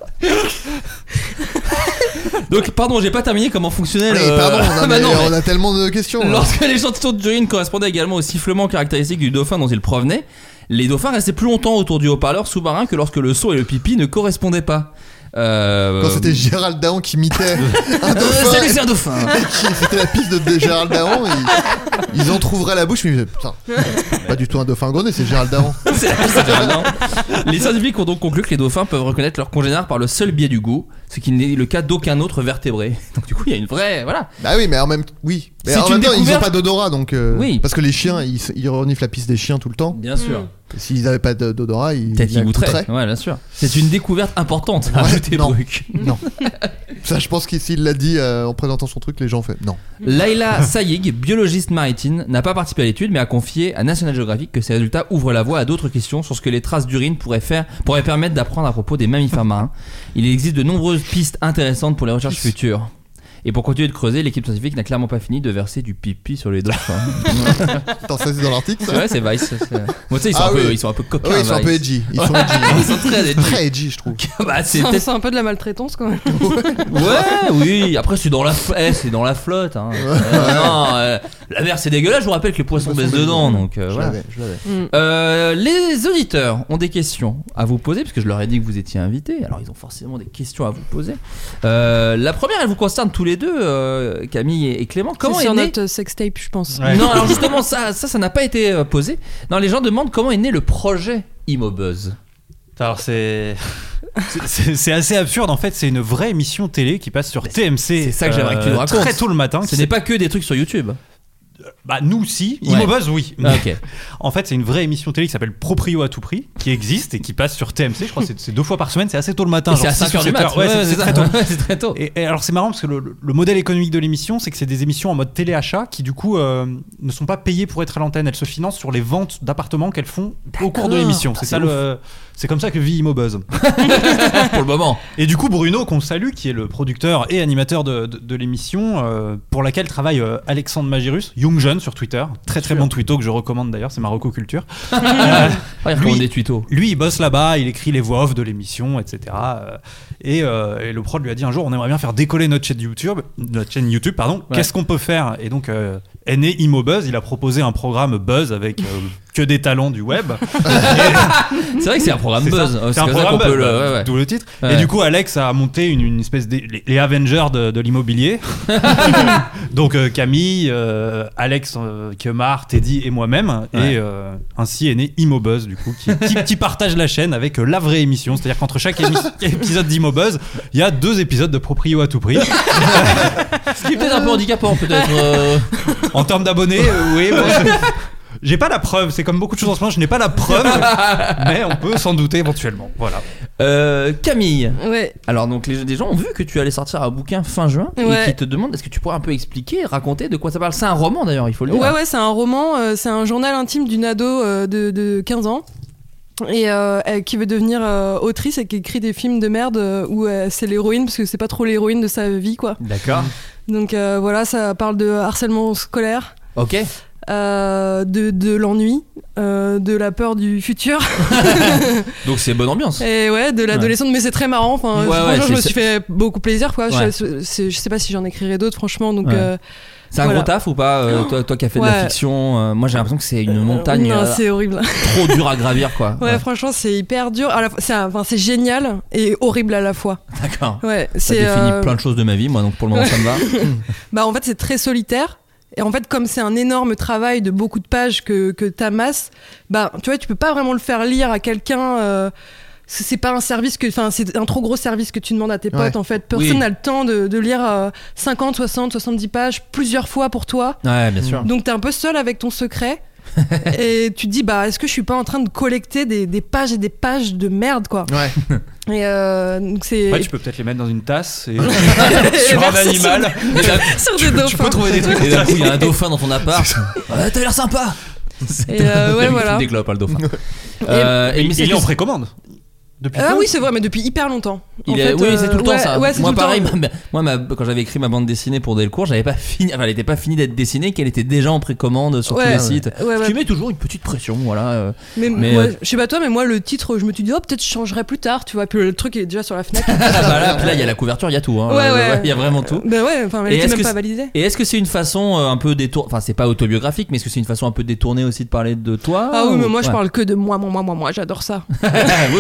Speaker 5: Donc, pardon, j'ai pas terminé comment fonctionnait
Speaker 2: Oui,
Speaker 5: le.
Speaker 2: pardon, non,
Speaker 5: Bah
Speaker 2: mais
Speaker 5: non,
Speaker 2: on
Speaker 5: mais
Speaker 2: a hein. tellement de questions. là.
Speaker 5: Lorsque l'échantillon d'urine correspondait également au sifflement caractéristique du dauphin dont il provenait, les dauphins restaient plus longtemps autour du haut-parleur sous-marin que lorsque le son et le pipi ne correspondaient pas. Euh,
Speaker 2: Quand c'était Gérald Daon qui imitait un dauphin.
Speaker 5: salut, Euh, c'est un dauphin.
Speaker 2: Et qui- C'était la piste de, de Gérald Daon. et Ils, ils en trouveraient la bouche, mais ils disaient, putain, c'est pas du tout un dauphin grené, c'est Gérald Daon.
Speaker 5: C'est la piste de Jordan. Les scientifiques ont donc conclu que les dauphins peuvent reconnaître leurs congénères par le seul biais du goût, ce qui n'est le cas d'aucun autre vertébré. Donc du coup, il y a une vraie voilà.
Speaker 2: Bah oui, mais en même oui. Mais
Speaker 5: C'est
Speaker 2: en
Speaker 5: une
Speaker 2: même temps, ils ont
Speaker 5: découverte.
Speaker 2: pas d'odorat, donc. euh,
Speaker 5: Oui.
Speaker 2: Parce que les chiens, ils, ils reniflent la piste des chiens tout le temps.
Speaker 5: Bien sûr. Mm.
Speaker 2: S'ils n'avaient pas de- d'odorat, ils.
Speaker 5: Peut-être
Speaker 2: ils
Speaker 5: qu'ils
Speaker 2: la
Speaker 5: goûteraient.
Speaker 2: goûteraient.
Speaker 5: Ouais, bien sûr. C'est une découverte importante. Ajoutez Bruck.
Speaker 2: Non. Ça, je pense qu'il s'il l'a dit euh, en présentant son truc, les gens ont fait non.
Speaker 5: Mm. Laila Sayig, biologiste maritime, n'a pas participé à l'étude, mais a confié à National Geographic que ces résultats ouvrent la voie à d'autres questions sur ce que les traces d'urine pourraient faire, pourraient permettre d'apprendre à propos des mammifères marins. Il existe de nombreuses pistes intéressantes pour les recherches futures. Et pour continuer de creuser, l'équipe scientifique n'a clairement pas fini de verser du pipi sur les dauphins.
Speaker 2: Attends, ça c'est dans l'article. ça
Speaker 5: Ouais, c'est Vice. c'est- Moi, tu sais, ils sont
Speaker 2: Ah
Speaker 5: un peu-
Speaker 2: oui.
Speaker 5: ils sont un peu coquins,
Speaker 2: Ouais, ils sont un peu
Speaker 5: Vice.
Speaker 2: edgy. Ils sont
Speaker 5: Ouais,
Speaker 2: edgy. hein.
Speaker 5: ils sont très edgy.
Speaker 2: Très edgy, je trouve.
Speaker 5: Bah, c'est
Speaker 6: C'est un,
Speaker 5: peut-être-
Speaker 6: c'est un peu de la maltraitance quand même.
Speaker 5: Ouais, oui. Après, c'est dans la, f- eh, c'est dans la flotte. hein. Euh, non, euh, la mer, c'est dégueulasse. Je vous rappelle que les poissons baissent dedans, donc euh,
Speaker 2: Je
Speaker 5: voilà.
Speaker 2: l'avais, je l'avais.
Speaker 5: Euh, les auditeurs ont des questions à vous poser, parce que je leur ai dit que vous étiez invités, alors ils ont forcément des questions à vous poser. Euh, la première, elle vous concerne tous les deux, euh, Camille et, et Clément. Comment
Speaker 6: C'est
Speaker 5: est,
Speaker 6: sur
Speaker 5: né...
Speaker 6: notre euh, sextape, je pense.
Speaker 5: Non, alors justement, ça, ça, ça n'a pas été euh, posé. Non, les gens demandent comment est né le projet Immobuzz.
Speaker 4: Alors c'est c'est- c'est c'est assez absurde en fait, c'est une vraie émission télé qui passe sur TMC. C'est
Speaker 5: ça que j'aimerais que tu nous racontes.
Speaker 4: euh, Très tôt le matin.
Speaker 5: Ce n'est pas que des trucs sur YouTube.
Speaker 4: Bah nous si,
Speaker 5: Ouais.
Speaker 4: Immobuzz oui.
Speaker 5: Ah, ok.
Speaker 4: en fait c'est une vraie émission télé qui s'appelle Proprio à tout prix, qui existe et qui passe sur TMC. Je crois que c'est- c'est deux fois par semaine, c'est assez tôt le matin.
Speaker 5: Et
Speaker 4: genre
Speaker 5: c'est à
Speaker 4: 6
Speaker 5: 5 heures
Speaker 4: ou
Speaker 5: du
Speaker 4: 7 Ouais,
Speaker 5: mat. Ouais,
Speaker 4: c'est-
Speaker 5: ouais,
Speaker 4: c'est
Speaker 5: c'est
Speaker 4: très
Speaker 5: ça.
Speaker 4: tôt.
Speaker 5: Ouais, c'est très tôt.
Speaker 4: Et, et alors c'est marrant parce que le, le modèle économique de l'émission, c'est que c'est des émissions en mode téléachat qui du coup euh, ne sont pas payées pour être à l'antenne. Elles se financent sur les ventes d'appartements qu'elles font au cours de
Speaker 5: D'accord.
Speaker 4: l'émission.
Speaker 5: Ah,
Speaker 4: C'est
Speaker 5: c'est
Speaker 4: ça le. C'est comme ça que vit Immobuzz.
Speaker 5: pour le moment.
Speaker 4: Et du coup Bruno qu'on salue, qui est le producteur et animateur de, de- de l'émission, euh, pour laquelle travaille euh, Alexandre Magirus, Young Jeune sur Twitter, très très bon twitto que je recommande d'ailleurs, c'est ma culture.
Speaker 5: Ah, il recommande des twittos.
Speaker 4: Lui, il bosse là-bas, il écrit les voix off de l'émission, etc. Euh, Et, euh, et le prod lui a dit un jour, on aimerait bien faire décoller notre chaîne YouTube. Notre chaîne YouTube, pardon. Qu'est-ce qu'on peut faire Et donc euh, est né ImmoBuzz. Il a proposé un programme Buzz avec euh, que des talents du web.
Speaker 5: C'est vrai que Ah, c'est un programme
Speaker 4: C'est ça.
Speaker 5: Buzz.
Speaker 4: C'est un
Speaker 5: comme ça
Speaker 4: programme
Speaker 5: qu'on
Speaker 4: Buzz,
Speaker 5: peut le- ouais, ouais.
Speaker 4: d'où le titre. Et
Speaker 5: Ouais.
Speaker 4: du coup, Alex a monté une, une espèce de les- les Avengers de, de l'immobilier. Donc euh, Camille, euh, Alex, euh, Kemar, Teddy et moi-même.
Speaker 5: Ouais.
Speaker 4: Et euh, ainsi est né ImmoBuzz, du coup, qui, qui- qui partage la chaîne avec euh, la vraie émission. C'est-à-dire qu'entre chaque émi- épisode d'ImmoBuzz, il y a deux épisodes de Proprio à tout prix.
Speaker 5: Ce qui est peut-être un peu handicapant, peut-être. euh.
Speaker 4: En termes d'abonnés, euh, oui. bon, je- J'ai pas la preuve, c'est comme beaucoup de choses en ce moment, je n'ai pas la preuve, mais on peut s'en douter éventuellement. Voilà.
Speaker 5: Euh, Camille.
Speaker 6: Ouais.
Speaker 5: Alors donc les, les gens ont vu que tu allais sortir un bouquin fin juin
Speaker 6: Ouais.
Speaker 5: et qui te demandent est-ce que tu pourrais un peu expliquer, raconter de quoi ça parle. C'est un roman d'ailleurs, il faut le dire.
Speaker 6: Ouais, ouais, c'est un roman, euh, c'est un journal intime d'une ado euh, de, de 15 ans. Et euh, elle- qui veut devenir euh, autrice et qui écrit des films de merde euh, où euh, c'est l'héroïne parce que c'est pas trop l'héroïne de sa vie quoi.
Speaker 5: D'accord.
Speaker 6: Donc euh, voilà, ça parle de harcèlement scolaire,
Speaker 5: Ok.
Speaker 6: euh, de, de l'ennui, euh, de la peur du futur.
Speaker 5: Donc c'est bonne ambiance.
Speaker 6: Et ouais, de l'adolescente, mais c'est très marrant. Enfin,
Speaker 5: Ouais,
Speaker 6: franchement,
Speaker 5: ouais,
Speaker 6: je me
Speaker 5: c'est-
Speaker 6: suis fait beaucoup plaisir. Quoi.
Speaker 5: Ouais.
Speaker 6: Je, c'est- je sais pas si j'en écrirai d'autres, franchement. Donc,
Speaker 5: Ouais.
Speaker 6: euh,
Speaker 5: C'est un
Speaker 6: voilà.
Speaker 5: gros taf ou pas euh, toi, toi qui as fait de la
Speaker 6: Ouais.
Speaker 5: fiction, euh, moi j'ai l'impression que c'est une montagne
Speaker 6: non,
Speaker 5: euh,
Speaker 6: c'est horrible.
Speaker 5: trop dure à gravir quoi.
Speaker 6: Ouais, franchement, c'est hyper dur. À la fois- C'est enfin, c'est génial et horrible à la fois.
Speaker 5: D'accord.
Speaker 6: Ouais,
Speaker 5: ça
Speaker 6: c'est,
Speaker 5: définit
Speaker 6: euh,
Speaker 5: plein de choses de ma vie, moi donc pour le moment ça me va.
Speaker 6: Bah, en fait, c'est très solitaire. Et en fait, comme c'est un énorme travail de beaucoup de pages que, que t'amasses, bah, tu vois, tu peux pas vraiment le faire lire à quelqu'un. euh, parce que c'est pas un service que. Enfin, c'est un trop gros service que tu demandes à tes potes,
Speaker 5: Ouais.
Speaker 6: en fait. Personne
Speaker 5: Oui.
Speaker 6: n'a le temps de, de lire euh, 50, 60, 70 pages plusieurs fois pour toi.
Speaker 5: Ouais, bien sûr.
Speaker 6: Donc, t'es un peu seul avec ton secret. et tu te dis, bah, est-ce que je suis pas en train de collecter des, des pages et des pages de merde, quoi
Speaker 2: Ouais.
Speaker 6: Et euh, donc, c'est.
Speaker 4: Ouais, tu peux peut-être les mettre dans une tasse et
Speaker 6: Et
Speaker 4: sur un
Speaker 6: verser sur
Speaker 4: animal.
Speaker 6: des- sur des dauphins.
Speaker 4: Tu peux trouver des trucs.
Speaker 5: Et d'un coup il y a un
Speaker 4: intéressants.
Speaker 5: dauphin dans ton appart. Ouais, T'as l'air sympa.
Speaker 6: Et euh, ouais,
Speaker 5: Il fume
Speaker 6: voilà.
Speaker 5: des clopes, hein, le dauphin. Euh, et mais
Speaker 4: Il
Speaker 5: c'est-
Speaker 4: est en précommande. Depuis
Speaker 6: Ah
Speaker 4: peu
Speaker 6: oui, c'est vrai, mais depuis hyper longtemps. En
Speaker 5: Il est-
Speaker 6: fait,
Speaker 5: oui,
Speaker 6: euh,
Speaker 5: c'est tout le temps
Speaker 6: ouais,
Speaker 5: ça.
Speaker 6: ouais, c'est
Speaker 5: moi,
Speaker 6: tout le
Speaker 5: pareil,
Speaker 6: temps.
Speaker 5: ma- moi, ma- quand j'avais écrit ma bande dessinée pour Delcourt, j'avais pas fini, enfin, elle était pas finie d'être dessinée, qu'elle était déjà en précommande sur tous
Speaker 6: Ouais.
Speaker 5: les sites.
Speaker 6: Ouais, ouais,
Speaker 5: Ce qui
Speaker 6: ouais.
Speaker 5: met toujours une petite pression, voilà. euh.
Speaker 6: Mais,
Speaker 5: Mais,
Speaker 6: ouais,
Speaker 5: euh,
Speaker 6: je sais pas toi, mais moi le titre, je me suis dit oh peut-être je changerai plus tard, tu vois. Puis le truc il est déjà sur la fenêtre.
Speaker 5: Ah, bah là, puis là, il y a la couverture, il y a tout. hein.
Speaker 6: Ouais, ouais.
Speaker 5: Il y a vraiment tout.
Speaker 6: bah ouais, enfin elle
Speaker 5: Et
Speaker 6: était
Speaker 5: est-ce
Speaker 6: même
Speaker 5: que
Speaker 6: pas
Speaker 5: c'est-
Speaker 6: validée.
Speaker 5: Et est-ce que c'est une façon euh, un peu détour, enfin c'est pas autobiographique, mais est-ce que c'est une façon un peu détournée aussi de parler de toi
Speaker 6: Ah oui,
Speaker 5: ou-
Speaker 6: mais moi je
Speaker 5: Oh, Ouais.
Speaker 6: parle que de moi, moi, moi, moi, moi, j'adore ça.
Speaker 5: oui,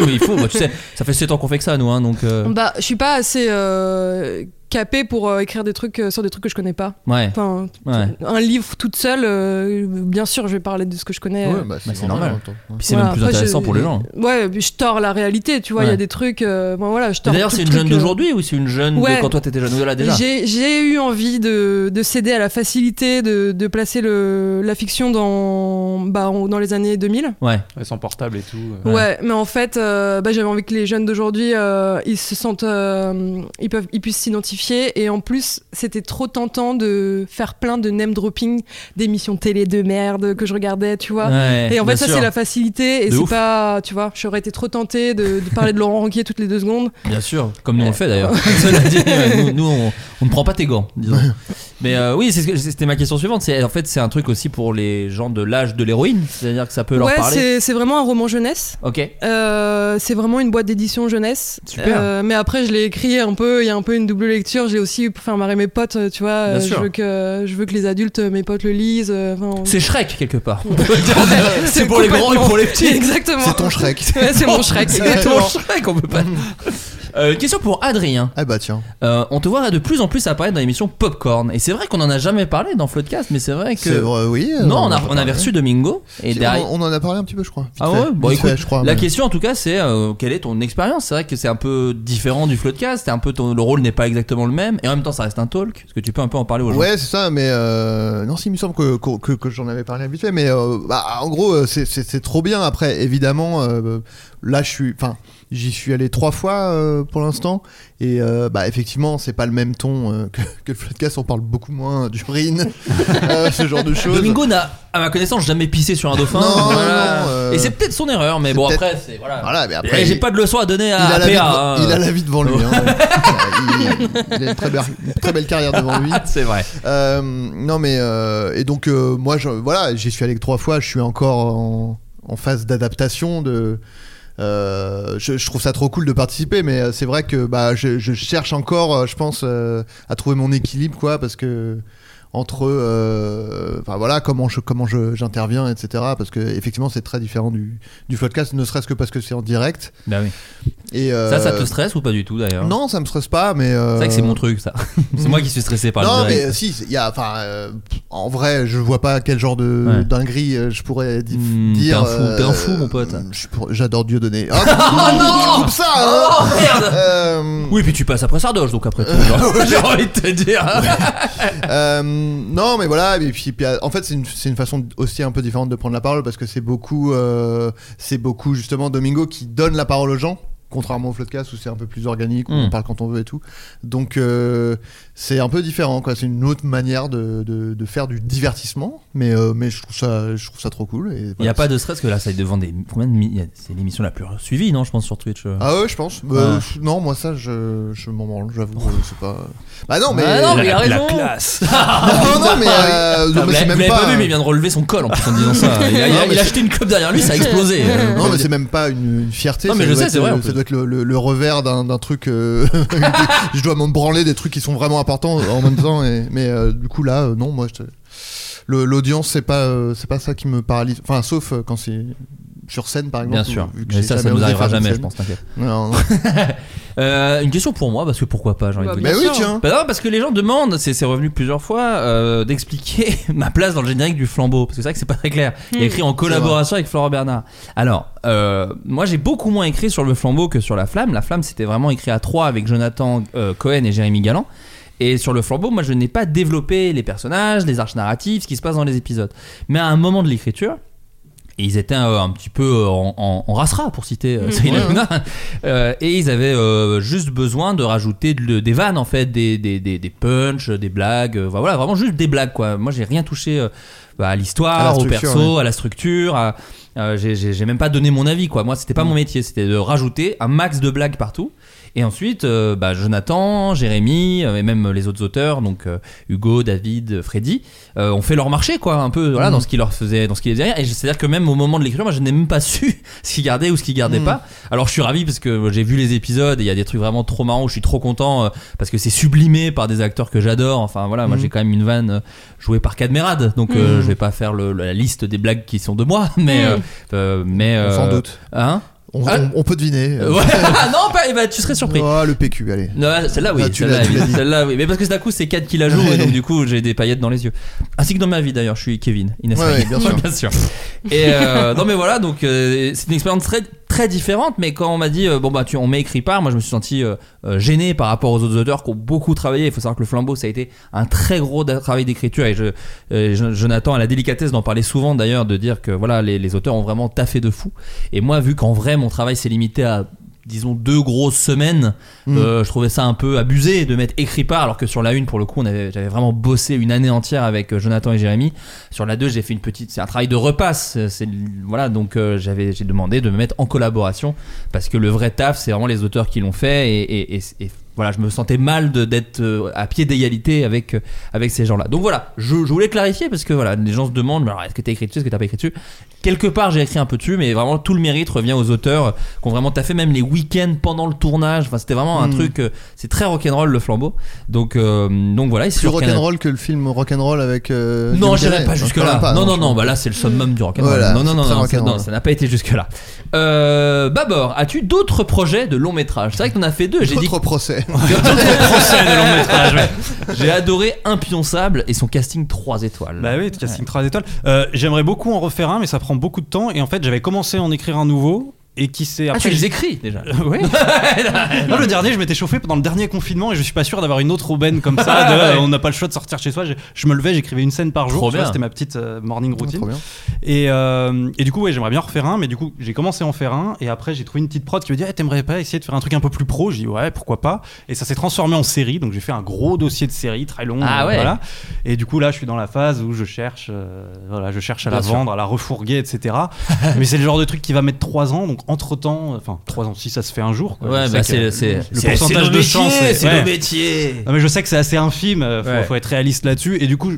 Speaker 5: mais il faut. bah, tu sais, ça fait 7 ans qu'on fait que ça, nous, hein, donc. euh,
Speaker 6: Bah, je suis pas assez capé capée pour euh, écrire des trucs euh, sur des trucs que je connais pas.
Speaker 5: Ouais.
Speaker 6: Enfin,
Speaker 5: Ouais.
Speaker 6: un livre toute seule, euh, bien sûr, je vais parler de ce que je connais.
Speaker 2: Ouais,
Speaker 6: euh.
Speaker 2: bah,
Speaker 5: bah,
Speaker 2: c'est
Speaker 5: c'est
Speaker 2: normal.
Speaker 5: normal.
Speaker 2: en même temps.
Speaker 5: Puis c'est
Speaker 6: Voilà,
Speaker 5: même plus
Speaker 6: après, je-
Speaker 5: intéressant pour les gens. hein.
Speaker 6: Ouais, puis je tords la réalité, tu vois. Il y
Speaker 5: Ouais.
Speaker 6: a des trucs. euh, bon, voilà, je
Speaker 5: Et
Speaker 6: tords
Speaker 5: D'ailleurs,
Speaker 6: tout
Speaker 5: c'est
Speaker 6: le
Speaker 5: une jeune
Speaker 6: truc, euh,
Speaker 5: d'aujourd'hui ou c'est une jeune
Speaker 6: Ouais.
Speaker 5: de quand toi t'étais jeune Ou là, déjà
Speaker 6: J'ai, j'ai eu envie de, de céder à la facilité de, de placer le, la fiction dans, bah, en- dans les années 2000.
Speaker 5: Ouais.
Speaker 4: Ouais, sans portable et tout. euh.
Speaker 6: Ouais. mais en fait, euh, bah, j'avais envie que les jeunes d'aujourd'hui, euh, ils se sentent, euh, ils peuvent, ils puissent s'identifier. Et en plus, c'était trop tentant de faire plein de name dropping d'émissions télé de merde que je regardais, tu vois.
Speaker 5: Ouais,
Speaker 6: et en fait,
Speaker 5: bien
Speaker 6: ça
Speaker 5: sûr.
Speaker 6: c'est la facilité. Et
Speaker 5: De
Speaker 6: c'est
Speaker 5: ouf.
Speaker 6: pas, tu vois, j'aurais été trop tentée de, de parler de Laurent Ranquier toutes les deux secondes.
Speaker 5: Bien sûr, comme nous on le fait d'ailleurs. Cela dit, ouais, nous, nous, on, on ne prend pas tes gants, disons. Mais euh, oui, c'est ce que- c'était ma question suivante. C'est en fait c'est un truc aussi pour les gens de l'âge de l'héroïne, c'est-à-dire que ça peut leur
Speaker 6: ouais,
Speaker 5: parler.
Speaker 6: c'est, c'est vraiment un roman jeunesse.
Speaker 5: Ok.
Speaker 6: Euh, c'est vraiment une boîte d'édition jeunesse.
Speaker 5: Super.
Speaker 6: Euh, mais après, je l'ai écrit un peu. Il y a un peu une double lecture. J'ai aussi pour faire marrer mes potes, euh, tu vois. euh, je
Speaker 5: sûr.
Speaker 6: veux que je veux que les adultes, euh, mes potes, le lisent. euh, enfin, on-
Speaker 5: C'est Shrek quelque part.
Speaker 6: Ouais,
Speaker 5: c'est pour les grands et pour les petits.
Speaker 6: Exactement.
Speaker 2: C'est ton Shrek.
Speaker 6: Ouais, c'est mon Shrek.
Speaker 5: C'est
Speaker 6: exactement. Mm.
Speaker 5: ton Shrek, on peut pas. Euh, une question pour Adrien.
Speaker 2: Ah bah tiens,
Speaker 5: Euh, on te voit de plus en plus apparaître dans l'émission Popcorn. Et c'est vrai qu'on en a jamais parlé dans Floodcast, mais c'est vrai que.
Speaker 2: c'est vrai, oui. euh,
Speaker 5: Non, on, a,
Speaker 2: en
Speaker 5: on avait
Speaker 2: parlé.
Speaker 5: reçu Domingo. Et
Speaker 2: Si,
Speaker 5: derrière.
Speaker 2: on, on en a parlé un petit peu, je crois. Vite
Speaker 5: Ah
Speaker 2: fait.
Speaker 5: ouais, bon
Speaker 2: Vite
Speaker 5: écoute,
Speaker 2: fait, je crois.
Speaker 5: la
Speaker 2: mais-
Speaker 5: question en tout cas c'est euh, quelle est ton expérience C'est vrai que c'est un peu différent du floodcast, c'est un peu ton- le rôle n'est pas exactement le même et en même temps ça reste un talk. Est-ce que tu peux un peu en parler aux gens
Speaker 2: Ouais, c'est ça, mais euh, non, si, il me semble que, que, que- que j'en avais parlé vite fait, mais euh, bah, en gros, euh, c'est- c'est c'est trop bien. Après, évidemment, euh, là, je suis, enfin, j'y suis allé trois fois euh, pour l'instant, et euh, bah, effectivement, c'est pas le même ton euh, que, que le podcast. On parle beaucoup moins d'urine, euh, ce genre de choses.
Speaker 5: Domingo n'a à ma connaissance jamais pissé sur un dauphin.
Speaker 2: Non,
Speaker 5: voilà.
Speaker 2: non, non, euh,
Speaker 5: Et c'est peut-être son erreur mais
Speaker 2: c'est
Speaker 5: bon
Speaker 2: peut-être-
Speaker 5: après c'est voilà.
Speaker 2: Voilà, mais
Speaker 5: Et
Speaker 2: après,
Speaker 5: Eh, J'ai pas de leçon à donner
Speaker 2: il
Speaker 5: à euh.
Speaker 2: a, la vie
Speaker 5: PA.
Speaker 2: devant- il a la vie devant lui. hein. il, il a une très, belle, une très belle carrière devant lui.
Speaker 5: hein. C'est vrai.
Speaker 2: Euh, non mais euh, et donc euh, moi je, voilà j'y suis allé que trois fois je suis encore en, en phase d'adaptation de euh, je, je trouve ça trop cool de participer mais euh, c'est vrai que bah je, je cherche encore euh, je pense euh, à trouver mon équilibre quoi parce que entre euh, enfin voilà comment je comment je- j'interviens etc parce que effectivement c'est très différent du du podcast ne serait-ce que parce que c'est en direct
Speaker 5: Bah oui.
Speaker 2: et euh,
Speaker 5: Ça ça te stresse ou pas du tout d'ailleurs
Speaker 2: non ça me stresse pas mais euh,
Speaker 5: C'est vrai que c'est mon truc ça. c'est moi qui suis stressé par
Speaker 2: non,
Speaker 5: le
Speaker 2: mais
Speaker 5: direct.
Speaker 2: euh, si, il y a. Enfin, euh, en vrai, je vois pas quel genre de
Speaker 5: Ouais.
Speaker 2: dinguerie euh, je pourrais di-
Speaker 5: Hmm, t'es
Speaker 2: dire.
Speaker 5: un fou,
Speaker 2: euh,
Speaker 5: t'es un fou, mon pote.
Speaker 2: je suis pour- J'adore Dieu donné. Oh, non Coupe ça hein
Speaker 5: Ah, Oh merde
Speaker 2: Euh,
Speaker 5: Oui, puis tu passes après Sardoche, donc après tout, genre, j'ai envie de te dire. hein.
Speaker 2: euh, non, mais voilà. Et puis, puis, euh, en fait, c'est une, c'est une façon aussi un peu différente de prendre la parole parce que c'est beaucoup, euh, c'est beaucoup justement Domingo qui donne la parole aux gens. Contrairement au Floodcast où c'est un peu plus organique, où
Speaker 5: Mm.
Speaker 2: on parle quand on veut et tout. Donc euh, c'est un peu différent, quoi. C'est une autre manière de, de- de faire du divertissement, mais, euh, mais je, trouve ça, je trouve ça trop cool. Il
Speaker 5: Il n'y a pas de stress que là, ça devant des. Combien de mi- C'est l'émission la plus suivie, non, je pense, sur Twitch. euh.
Speaker 2: Ah ouais, je pense. Bah,
Speaker 5: Ouais.
Speaker 2: je- Non, moi ça, je, je m'en branle, j'avoue. je sais pas. Bah non, mais.
Speaker 5: Ah non, mais il a
Speaker 4: La
Speaker 5: raison.
Speaker 4: classe
Speaker 2: non, non, mais. euh,
Speaker 5: Ah,
Speaker 2: non,
Speaker 5: vous l'avez
Speaker 2: mais c'est
Speaker 5: vous
Speaker 2: même
Speaker 5: l'avez pas,
Speaker 2: pas.
Speaker 5: vu, mais il vient de relever son col en plus en disant ça. Il a, il a-
Speaker 2: Non,
Speaker 5: il
Speaker 2: mais
Speaker 5: a
Speaker 2: c'est-
Speaker 5: acheté une cup derrière lui, ça a explosé. euh.
Speaker 2: Non, mais c'est même pas une, une fierté.
Speaker 5: Non, mais je
Speaker 2: ça doit
Speaker 5: sais,
Speaker 2: être
Speaker 5: c'est vrai,
Speaker 2: le-
Speaker 5: en
Speaker 2: Ça
Speaker 5: plus.
Speaker 2: doit être le, le- le revers d'un d'un truc. euh, je dois m'en branler des trucs qui sont vraiment importants euh, en même temps. et- mais euh, du coup, là, euh, non, moi, je te- le- l'audience, c'est pas, euh, c'est pas ça qui me paralyse. Enfin, sauf euh, quand c'est sur scène, par exemple.
Speaker 5: Bien
Speaker 2: où-
Speaker 5: sûr.
Speaker 2: vu que
Speaker 5: Mais
Speaker 2: j'ai
Speaker 5: ça, ça
Speaker 2: jamais
Speaker 5: nous
Speaker 2: osé
Speaker 5: arrivera
Speaker 2: faire une
Speaker 5: jamais, je
Speaker 2: scène.
Speaker 5: pense, t'inquiète.
Speaker 2: Non, non.
Speaker 5: Euh, une question pour moi, parce que pourquoi pas, j'ai envie de
Speaker 6: Bah,
Speaker 5: vous
Speaker 2: Mais
Speaker 5: dire.
Speaker 6: bien
Speaker 2: oui,
Speaker 6: sûr.
Speaker 2: tiens.
Speaker 5: Bah non, parce que les gens demandent, c'est c'est revenu plusieurs fois, euh, d'expliquer ma place dans le générique du flambeau. Parce que c'est vrai que c'est pas très clair. Il y a écrit en collaboration avec Florent Bernard. Alors, euh, moi j'ai beaucoup moins écrit sur le flambeau que sur la flamme. La flamme c'était vraiment écrit à trois avec Jonathan euh, Cohen et Jérémy Galland. Et sur le flambeau, moi je n'ai pas développé les personnages, les arches narratives, ce qui se passe dans les épisodes. Mais à un moment de l'écriture, Et ils étaient euh, un petit peu euh, en, en, en rasera, pour citer euh,
Speaker 4: Mm.
Speaker 5: Cyril
Speaker 4: Ouais,
Speaker 5: Hanouna. Euh, et ils avaient euh, juste besoin de rajouter de- des vannes, en fait, des, des, des, des punchs, des blagues. euh, voilà, vraiment juste des blagues, quoi. Moi, j'ai rien touché euh, bah, à
Speaker 4: À
Speaker 5: l'histoire,
Speaker 4: la
Speaker 5: au
Speaker 4: structure,
Speaker 5: perso,
Speaker 4: ouais.
Speaker 5: à la structure. à- euh, j'ai- j'ai j'ai même pas donné mon avis, quoi. Moi, c'était pas
Speaker 4: Mm.
Speaker 5: mon métier, c'était de rajouter un max de blagues partout. Et ensuite, euh, bah, Jonathan, Jérémy, euh, et même les autres auteurs, donc euh, Hugo, David, euh, Freddy, euh, ont fait leur marché, quoi, un peu,
Speaker 2: Mm.
Speaker 5: voilà,
Speaker 4: Mhm.
Speaker 5: dans ce qui leur faisait, dans ce qui les derrière. Et je- c'est-à-dire que même au moment de l'écriture, moi, je n'ai même pas su ce qu'ils gardaient ou ce qu'ils
Speaker 2: Mm.
Speaker 5: gardaient
Speaker 4: Mhm.
Speaker 5: pas. Alors, je suis ravi parce que j'ai vu les épisodes et il y a des trucs vraiment trop marrants. où Je suis trop content euh, parce que c'est sublimé par des acteurs que j'adore. Enfin, voilà,
Speaker 2: Mm.
Speaker 5: moi,
Speaker 4: Mhm.
Speaker 5: j'ai quand même une vanne euh, jouée par Cadmerade, donc euh,
Speaker 4: Mhm.
Speaker 5: je vais pas faire le- la liste des blagues qui sont de moi, mais, euh,
Speaker 4: Mhm.
Speaker 5: euh, mais euh,
Speaker 2: Mm. Sans doute.
Speaker 5: hein.
Speaker 2: On,
Speaker 5: Ah.
Speaker 2: on- on peut deviner.
Speaker 5: Euh, ouais. Ah non, pas, eh ben, tu serais surpris.
Speaker 2: Ah, le PQ, allez.
Speaker 5: Non, ah, celle-là, oui.
Speaker 2: Ah, tu
Speaker 5: celle-là,
Speaker 2: l'as- tu l'as
Speaker 5: oui.
Speaker 2: dit.
Speaker 5: Celle-là, oui. Mais parce que d'un coup, c'est Kat qui la joue, et donc du coup, j'ai des paillettes dans les yeux. Ainsi que dans ma vie, d'ailleurs, je suis Kevin. Inès
Speaker 2: Ouais,
Speaker 5: Reg.
Speaker 2: ouais, bien sûr.
Speaker 5: Et euh, non, mais voilà, donc euh, c'est une expérience très, très différente. Mais quand on m'a dit, euh, bon, bah, tu, on met écrit par, moi, je me suis senti euh, euh, gêné par rapport aux autres auteurs qui ont beaucoup travaillé. Il faut savoir que le flambeau, ça a été un très gros da- travail d'écriture. Et je, euh, je- Jonathan a la délicatesse d'en parler souvent, d'ailleurs, de dire que voilà, les, les auteurs ont vraiment taffé de fou. Et moi, vu qu'en vrai, mon travail s'est limité à disons deux grosses semaines
Speaker 4: Mm.
Speaker 5: euh, je trouvais ça un peu abusé de mettre écrit par alors que sur la une pour le coup on avait j'avais vraiment bossé une année entière avec euh, Jonathan et Jérémy sur la deux j'ai fait une petite c'est un travail de repasse c'est- c'est voilà donc euh, j'avais j'ai demandé de me mettre en collaboration parce que le vrai taf c'est vraiment les auteurs qui l'ont fait et, et- et- et voilà je me sentais mal de- d'être euh, à pied d'égalité avec euh, avec ces gens là donc voilà je, je voulais clarifier parce que voilà les gens se demandent mais alors, est-ce que t'as écrit dessus est-ce que t'as pas écrit dessus quelque part j'ai écrit un peu dessus mais vraiment tout le mérite revient aux auteurs euh, qui ont vraiment taffé même les week-ends pendant le tournage enfin c'était vraiment un
Speaker 2: Mm.
Speaker 5: truc euh, c'est très rock'n'roll le flambeau donc euh, donc voilà et c'est
Speaker 2: Plus
Speaker 5: sur Canal+.
Speaker 2: rock'n'roll que le film rock'n'roll avec. euh,
Speaker 5: Non,
Speaker 2: Jim
Speaker 5: j'irai
Speaker 2: Carrey.
Speaker 5: pas
Speaker 2: Non,
Speaker 5: jusque
Speaker 2: quand
Speaker 5: là.
Speaker 2: même pas,
Speaker 5: non,
Speaker 2: non,
Speaker 5: non,
Speaker 2: je
Speaker 5: non,
Speaker 2: crois.
Speaker 5: bah là c'est le summum du rock'n'roll.
Speaker 2: Voilà,
Speaker 5: non, non,
Speaker 2: c'est
Speaker 5: non,
Speaker 2: très
Speaker 5: non, ça-
Speaker 2: rock'n'roll.
Speaker 5: non, ça n'a pas été jusque là. Babor, as-tu d'autres projets de long métrage C'est vrai qu'on a fait deux. bah, J'ai dit
Speaker 2: D'autres procès.
Speaker 5: d'autres procès de long métrage. J'ai adoré Impionçable et son casting 3 étoiles.
Speaker 4: Bah oui, casting 3 étoiles. Euh, J'aimerais beaucoup en refaire un, mais ça prend beaucoup de temps. Et en fait, j'avais commencé à en écrire un nouveau. Et qui s'est
Speaker 5: Ah,
Speaker 4: après.
Speaker 5: tu les écris déjà.
Speaker 4: oui. Non, le dernier, je m'étais chauffé pendant le dernier confinement et je suis pas sûr d'avoir une autre aubaine comme ça. de,
Speaker 5: Ouais.
Speaker 4: On n'a pas le choix de sortir chez soi. Je, je me levais, j'écrivais une scène par jour. tu
Speaker 5: Trop
Speaker 4: vois,
Speaker 5: bien.
Speaker 4: C'était ma petite euh, morning routine.
Speaker 2: trop bien.
Speaker 4: et, euh, et du coup, ouais, j'aimerais bien en refaire un. Mais du coup, j'ai commencé à en faire un. Et après, j'ai trouvé une petite prod qui me dit Eh, T'aimerais pas essayer de faire un truc un peu plus pro Je dis Ouais, pourquoi pas. Et ça s'est transformé en série. Donc j'ai fait un gros dossier de série très long.
Speaker 5: Ah
Speaker 4: euh,
Speaker 5: ouais.
Speaker 4: voilà. Et du coup, là, je suis dans la phase où je cherche, euh, voilà, je cherche à
Speaker 5: Bien
Speaker 4: la
Speaker 5: sûr.
Speaker 4: vendre, à la refourguer, etc. Mais c'est le genre de truc qui va mettre 3 ans. Donc entre temps, enfin 3 ans, si ça se fait un jour. quoi.
Speaker 5: Ouais,
Speaker 4: Je
Speaker 5: bah
Speaker 4: sais que
Speaker 5: c'est c'est-
Speaker 4: le
Speaker 5: c'est- c'est
Speaker 4: pourcentage
Speaker 5: nos
Speaker 4: de chance.
Speaker 5: métiers,
Speaker 4: est-
Speaker 5: C'est
Speaker 4: ouais.
Speaker 5: le métier.
Speaker 4: Non, Ah, mais je sais que c'est assez infime. euh, Faut,
Speaker 5: Ouais.
Speaker 4: faut être réaliste là-dessus. Et du coup.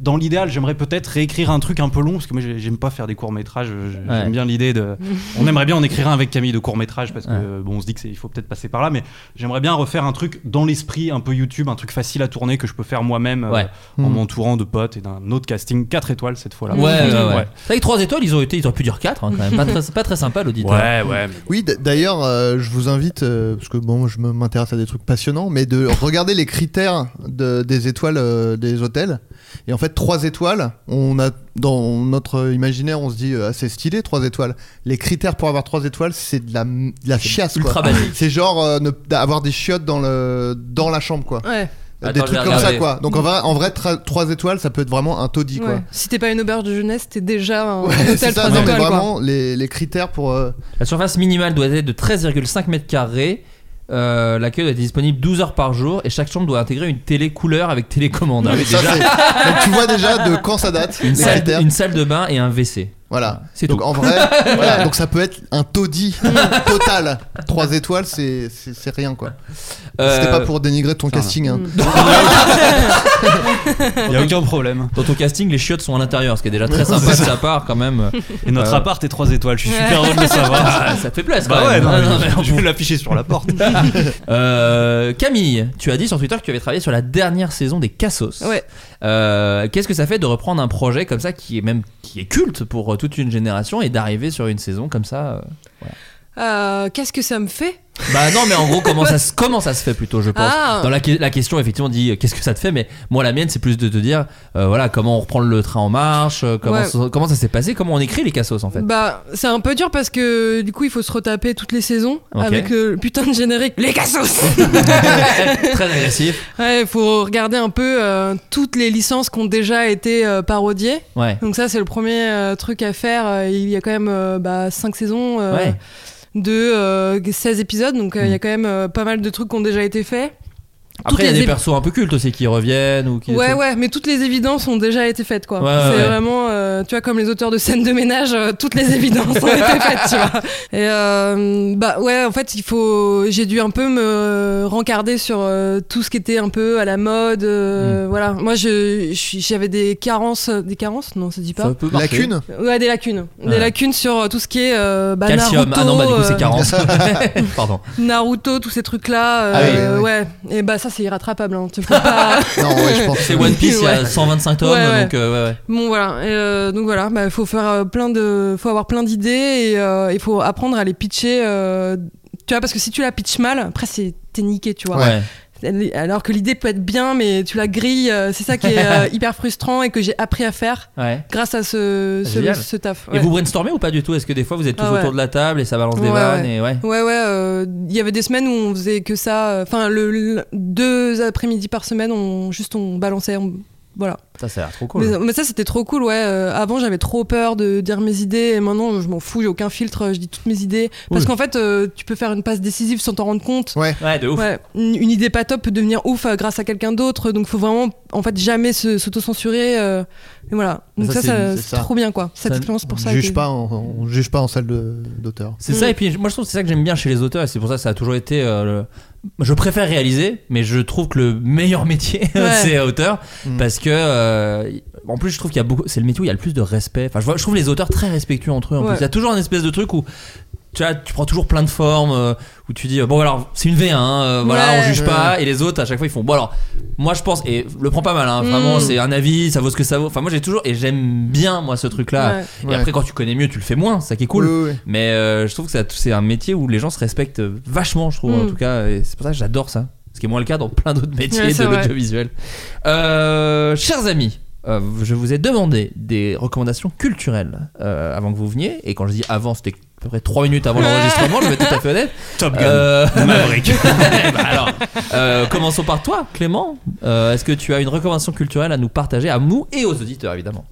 Speaker 4: Dans l'idéal, j'aimerais peut-être réécrire un truc un peu long, parce que moi j'ai- j'aime pas faire des courts-métrages, je- je- j'aime
Speaker 5: Ouais.
Speaker 4: bien l'idée de... On aimerait bien en écrire un avec Camille de courts-métrages, parce que
Speaker 5: Ouais.
Speaker 4: bon, on se dit qu'il faut peut-être passer par là, mais j'aimerais bien refaire un truc dans l'esprit, un peu YouTube, un truc facile à tourner que je peux faire moi-même euh,
Speaker 5: Ouais. Hmm.
Speaker 4: en
Speaker 2: Mm.
Speaker 4: m'entourant de potes et d'un autre casting 4 étoiles cette fois-là.
Speaker 5: Ouais, ouais, ouais.
Speaker 4: ouais.
Speaker 5: C'est vrai que 3 étoiles, ils ont été, ils auraient pu dire 4 quand même. Pas très, pas très sympa l'auditeur.
Speaker 4: Ouais, ouais, mais-
Speaker 2: Oui, d- d'ailleurs, euh, je vous invite, euh, parce que bon, je me- m'intéresse à des trucs passionnants, mais de regarder les critères de- des étoiles euh, des hôtels. Et en fait, trois étoiles, on a dans notre imaginaire, on se dit euh, ah, c'est stylé, trois étoiles. Les critères pour avoir trois étoiles, c'est de la, de la chiasse. quoi.
Speaker 5: ultra basique.
Speaker 2: C'est genre euh, ne- d'avoir des chiottes dans, le, dans la chambre, quoi.
Speaker 6: Ouais.
Speaker 5: Attends,
Speaker 2: des
Speaker 5: je vais
Speaker 2: trucs comme ça,
Speaker 5: regarder.
Speaker 2: quoi. Donc en vrai, en vrai tra- trois étoiles, ça peut être vraiment un taudis, quoi.
Speaker 6: Ouais. Si t'es pas une auberge de jeunesse, t'es déjà un
Speaker 2: Ouais,
Speaker 6: hôtel
Speaker 2: c'est ça,
Speaker 6: trois
Speaker 2: non, mais
Speaker 6: étoiles, quoi.
Speaker 2: vraiment les, les critères pour. euh,
Speaker 5: La surface minimale doit être de 13,5 mètres carrés. Euh, L'accueil doit être disponible 12 heures par jour et chaque chambre doit intégrer une télé couleur avec télécommande.
Speaker 2: mais ça, c'est- Donc, tu vois déjà de quand ça date,
Speaker 5: une,
Speaker 2: les
Speaker 5: salle,
Speaker 2: critères.
Speaker 5: une salle de bain et un WC.
Speaker 2: Voilà.
Speaker 5: C'est
Speaker 2: donc
Speaker 5: tout.
Speaker 2: en vrai, voilà, donc ça peut être un taudis total. Trois étoiles, c'est c'est c'est rien quoi. C'était
Speaker 5: Euh,
Speaker 2: pas pour dénigrer ton casting. Hein.
Speaker 4: hein. Il y a aucun problème.
Speaker 5: Dans ton casting, les chiottes sont à l'intérieur, ce qui est déjà très sympa de sa part quand même.
Speaker 4: Et notre
Speaker 5: Euh,
Speaker 4: appart est 3 étoiles, je suis super heureux de le savoir.
Speaker 5: Ah, ça te fait plaisir.
Speaker 4: Bah
Speaker 5: quand
Speaker 4: ouais,
Speaker 5: même.
Speaker 4: non,
Speaker 5: Ah,
Speaker 4: mais
Speaker 5: non, mais
Speaker 4: je-
Speaker 5: on
Speaker 4: je vais l'afficher sur la porte.
Speaker 5: Euh, Camille, tu as dit sur Twitter que tu avais travaillé sur la dernière saison des Cassos.
Speaker 6: Ouais.
Speaker 5: Euh, Qu'est-ce que ça fait de reprendre un projet comme ça qui est même qui est culte pour euh, toute une génération et d'arriver sur une saison comme ça euh,
Speaker 6: Euh, Qu'est-ce que ça me fait
Speaker 5: Bah non, mais en gros, comment ça, se- comment ça se fait plutôt, je pense.
Speaker 6: Ah.
Speaker 5: Dans la, que- la question, effectivement, dit euh, qu'est-ce que ça te fait, mais moi, la mienne, c'est plus de te dire, euh, voilà, comment on reprend le train en marche, euh, comment,
Speaker 6: Ouais.
Speaker 5: ça- comment ça s'est passé, comment on écrit les cassos, en fait.
Speaker 6: Bah, c'est un peu dur parce que du coup, il faut se retaper toutes les saisons
Speaker 5: Ok.
Speaker 6: avec euh, le putain de générique. Les cassos
Speaker 5: Très agressif.
Speaker 6: Ouais, il faut regarder un peu euh, toutes les licences qui ont déjà été euh, parodiées.
Speaker 5: Ouais.
Speaker 6: Donc, ça, c'est le premier euh, truc à faire. Euh, Il y a quand même euh, bah, 5 saisons euh,
Speaker 5: Ouais. Mm.
Speaker 6: de euh, 16 épisodes, donc euh, il y a quand même euh, pas mal de trucs qui ont déjà été faits.
Speaker 5: Après, il y a
Speaker 6: les
Speaker 5: des
Speaker 6: épi-
Speaker 5: persos un peu cultes aussi qui reviennent ou qui.
Speaker 6: Ouais, ouais, mais toutes les évidences ont déjà été faites, quoi.
Speaker 5: Ouais,
Speaker 6: c'est
Speaker 5: ouais.
Speaker 6: vraiment, euh, tu vois, comme les auteurs de scènes de ménage, euh, toutes les évidences ont été faites, tu vois. Et euh, bah ouais, en fait, il faut, j'ai dû un peu me rencarder sur euh, tout ce qui était un peu à la mode,
Speaker 5: Hmm.
Speaker 6: euh, voilà. Moi, je, je suis- j'avais des carences, euh, des carences, non, ça se dit pas.
Speaker 5: Ça peut marcher. Lacunes
Speaker 6: Ouais, des lacunes,
Speaker 5: Ouais.
Speaker 6: des lacunes sur euh, tout ce qui est euh, bah,
Speaker 5: Calcium.
Speaker 6: Naruto,
Speaker 5: ah non, bah du coup, c'est
Speaker 6: euh,
Speaker 5: 40. Pardon.
Speaker 6: Naruto, tous ces trucs-là,
Speaker 5: Ah oui,
Speaker 6: euh, ouais. Et bah ça, c'est irrattrapable. Hein. Tu peux pas.
Speaker 5: C'est One Piece, il y a
Speaker 6: Ouais.
Speaker 5: 125 tomes,
Speaker 6: Ouais, ouais.
Speaker 5: donc euh, ouais, ouais.
Speaker 6: Bon voilà, Et, euh, donc voilà, bah, faut faire euh, plein de, faut avoir plein d'idées et euh, il faut apprendre à les pitcher. euh, tu vois, parce que si tu la pitches mal, après c'est t'es niqué, tu vois.
Speaker 5: Ouais.
Speaker 6: Elle- Alors que l'idée peut être bien, mais tu la grilles. euh, c'est ça qui est euh, hyper frustrant et que j'ai appris à faire
Speaker 5: Ouais.
Speaker 6: grâce à ce, ce,
Speaker 5: Génial.
Speaker 6: ce taf.
Speaker 5: Et
Speaker 6: ouais.
Speaker 5: vous brainstormez ou pas du tout Est-ce que des fois vous êtes tous
Speaker 6: Ah ouais.
Speaker 5: autour de la table et ça balance des
Speaker 6: Ouais,
Speaker 5: vannes
Speaker 6: ouais.
Speaker 5: et ouais.
Speaker 6: ouais, ouais, euh, il y avait des semaines où on faisait que ça. euh, Enfin, le, le- deux après-midi par semaine, on juste on balançait. on- voilà.
Speaker 5: Ça, ça a l'air trop cool.
Speaker 6: Mais, mais ça, c'était trop cool, ouais. Euh, avant, j'avais trop peur de dire mes idées, et maintenant, je m'en fous, j'ai aucun filtre, je dis toutes mes idées. Parce
Speaker 5: Oui.
Speaker 6: qu'en fait, euh, tu peux faire une passe décisive sans t'en rendre compte.
Speaker 2: Ouais.
Speaker 5: Ouais, de ouf.
Speaker 6: une, une idée pas top peut devenir ouf euh, grâce à quelqu'un d'autre, donc faut vraiment, en fait, jamais se- s'auto-censurer. euh, et voilà.
Speaker 5: Mais
Speaker 6: Donc ça,
Speaker 5: ça, c'est-
Speaker 6: ça,
Speaker 5: c'est
Speaker 6: c'est
Speaker 5: ça.
Speaker 6: trop bien, quoi. Cette
Speaker 5: Ça-
Speaker 6: expérience pour
Speaker 2: on
Speaker 6: ça.
Speaker 2: juge
Speaker 6: que-
Speaker 2: pas en- on juge pas en salle de- d'auteur.
Speaker 5: C'est
Speaker 4: Mm.
Speaker 5: ça, et puis moi je trouve que c'est ça que j'aime bien chez les auteurs, et c'est pour ça que ça a toujours été. euh, le- Je préfère réaliser, mais je trouve que le meilleur métier,
Speaker 4: Ouais.
Speaker 5: c'est auteur,
Speaker 4: Mm.
Speaker 5: parce que. euh, en plus, je trouve qu'il y a beaucoup. C'est le métier où il y a le plus de respect. Enfin, je, vois- je trouve les auteurs très respectueux entre eux. En
Speaker 4: Ouais.
Speaker 5: plus, il y a toujours un espèce de truc où. Tu, vois, tu prends toujours plein de formes euh, où tu dis euh, bon alors c'est une V1 euh, voilà
Speaker 4: Ouais.
Speaker 5: on juge pas
Speaker 4: Ouais.
Speaker 5: et les autres à chaque fois ils font bon alors moi je pense et le prends pas mal hein, vraiment
Speaker 4: Mm.
Speaker 5: c'est un avis ça vaut ce que ça vaut enfin moi j'ai toujours et j'aime bien moi ce truc là
Speaker 4: Ouais.
Speaker 5: et
Speaker 4: Ouais.
Speaker 5: après quand tu connais mieux tu le fais moins c'est ça qui est cool
Speaker 4: Oui, oui, oui.
Speaker 5: mais euh, je trouve que ça- c'est un métier où les gens se respectent vachement, je trouve, en
Speaker 4: Mm.
Speaker 5: tout cas. Et c'est pour ça que j'adore ça. Ce qui est moins le cas dans plein d'autres métiers
Speaker 4: Ouais,
Speaker 5: de
Speaker 4: c'est vrai.
Speaker 5: l'audiovisuel. Euh, chers amis, euh, je vous ai demandé des recommandations culturelles euh, avant que vous veniez. Et quand je dis avant, c'était à peu près 3 minutes avant l'enregistrement, je vais être tout à fait honnête.
Speaker 4: Top Gun.
Speaker 5: Maverick. alors, euh, commençons par toi, Clément. Euh, Est-ce que tu as une recommandation culturelle à nous partager, à nous et aux auditeurs, évidemment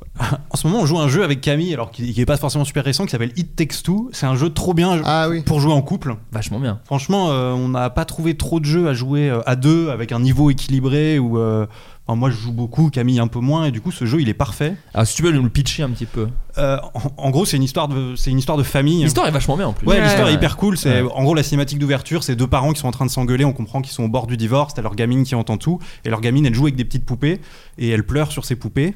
Speaker 4: En ce moment, on joue à un jeu avec Camille, alors qui n'est pas forcément super récent, qui s'appelle It Takes Two. C'est un jeu trop bien
Speaker 2: Ah
Speaker 4: pour jouer en couple.
Speaker 5: Vachement bien.
Speaker 4: Franchement, euh, on n'a pas trouvé trop de jeux à jouer euh, à deux, avec un niveau équilibré. Où, euh, enfin, moi, je joue beaucoup, Camille un peu moins, et du coup, ce jeu, il est parfait.
Speaker 5: Alors, si tu veux nous le pitcher un petit peu.
Speaker 4: Euh, en, en gros, c'est une histoire de, c'est une histoire de famille.
Speaker 5: L'histoire est vachement bien en plus.
Speaker 4: Ouais, l'histoire
Speaker 5: Ouais.
Speaker 4: est hyper cool. C'est
Speaker 5: Ouais.
Speaker 4: en gros la cinématique d'ouverture, c'est deux parents qui sont en train de s'engueuler. On comprend qu'ils sont au bord du divorce. T'as leur gamine qui entend tout, et leur gamine elle joue avec des petites poupées et elle pleure sur ses poupées.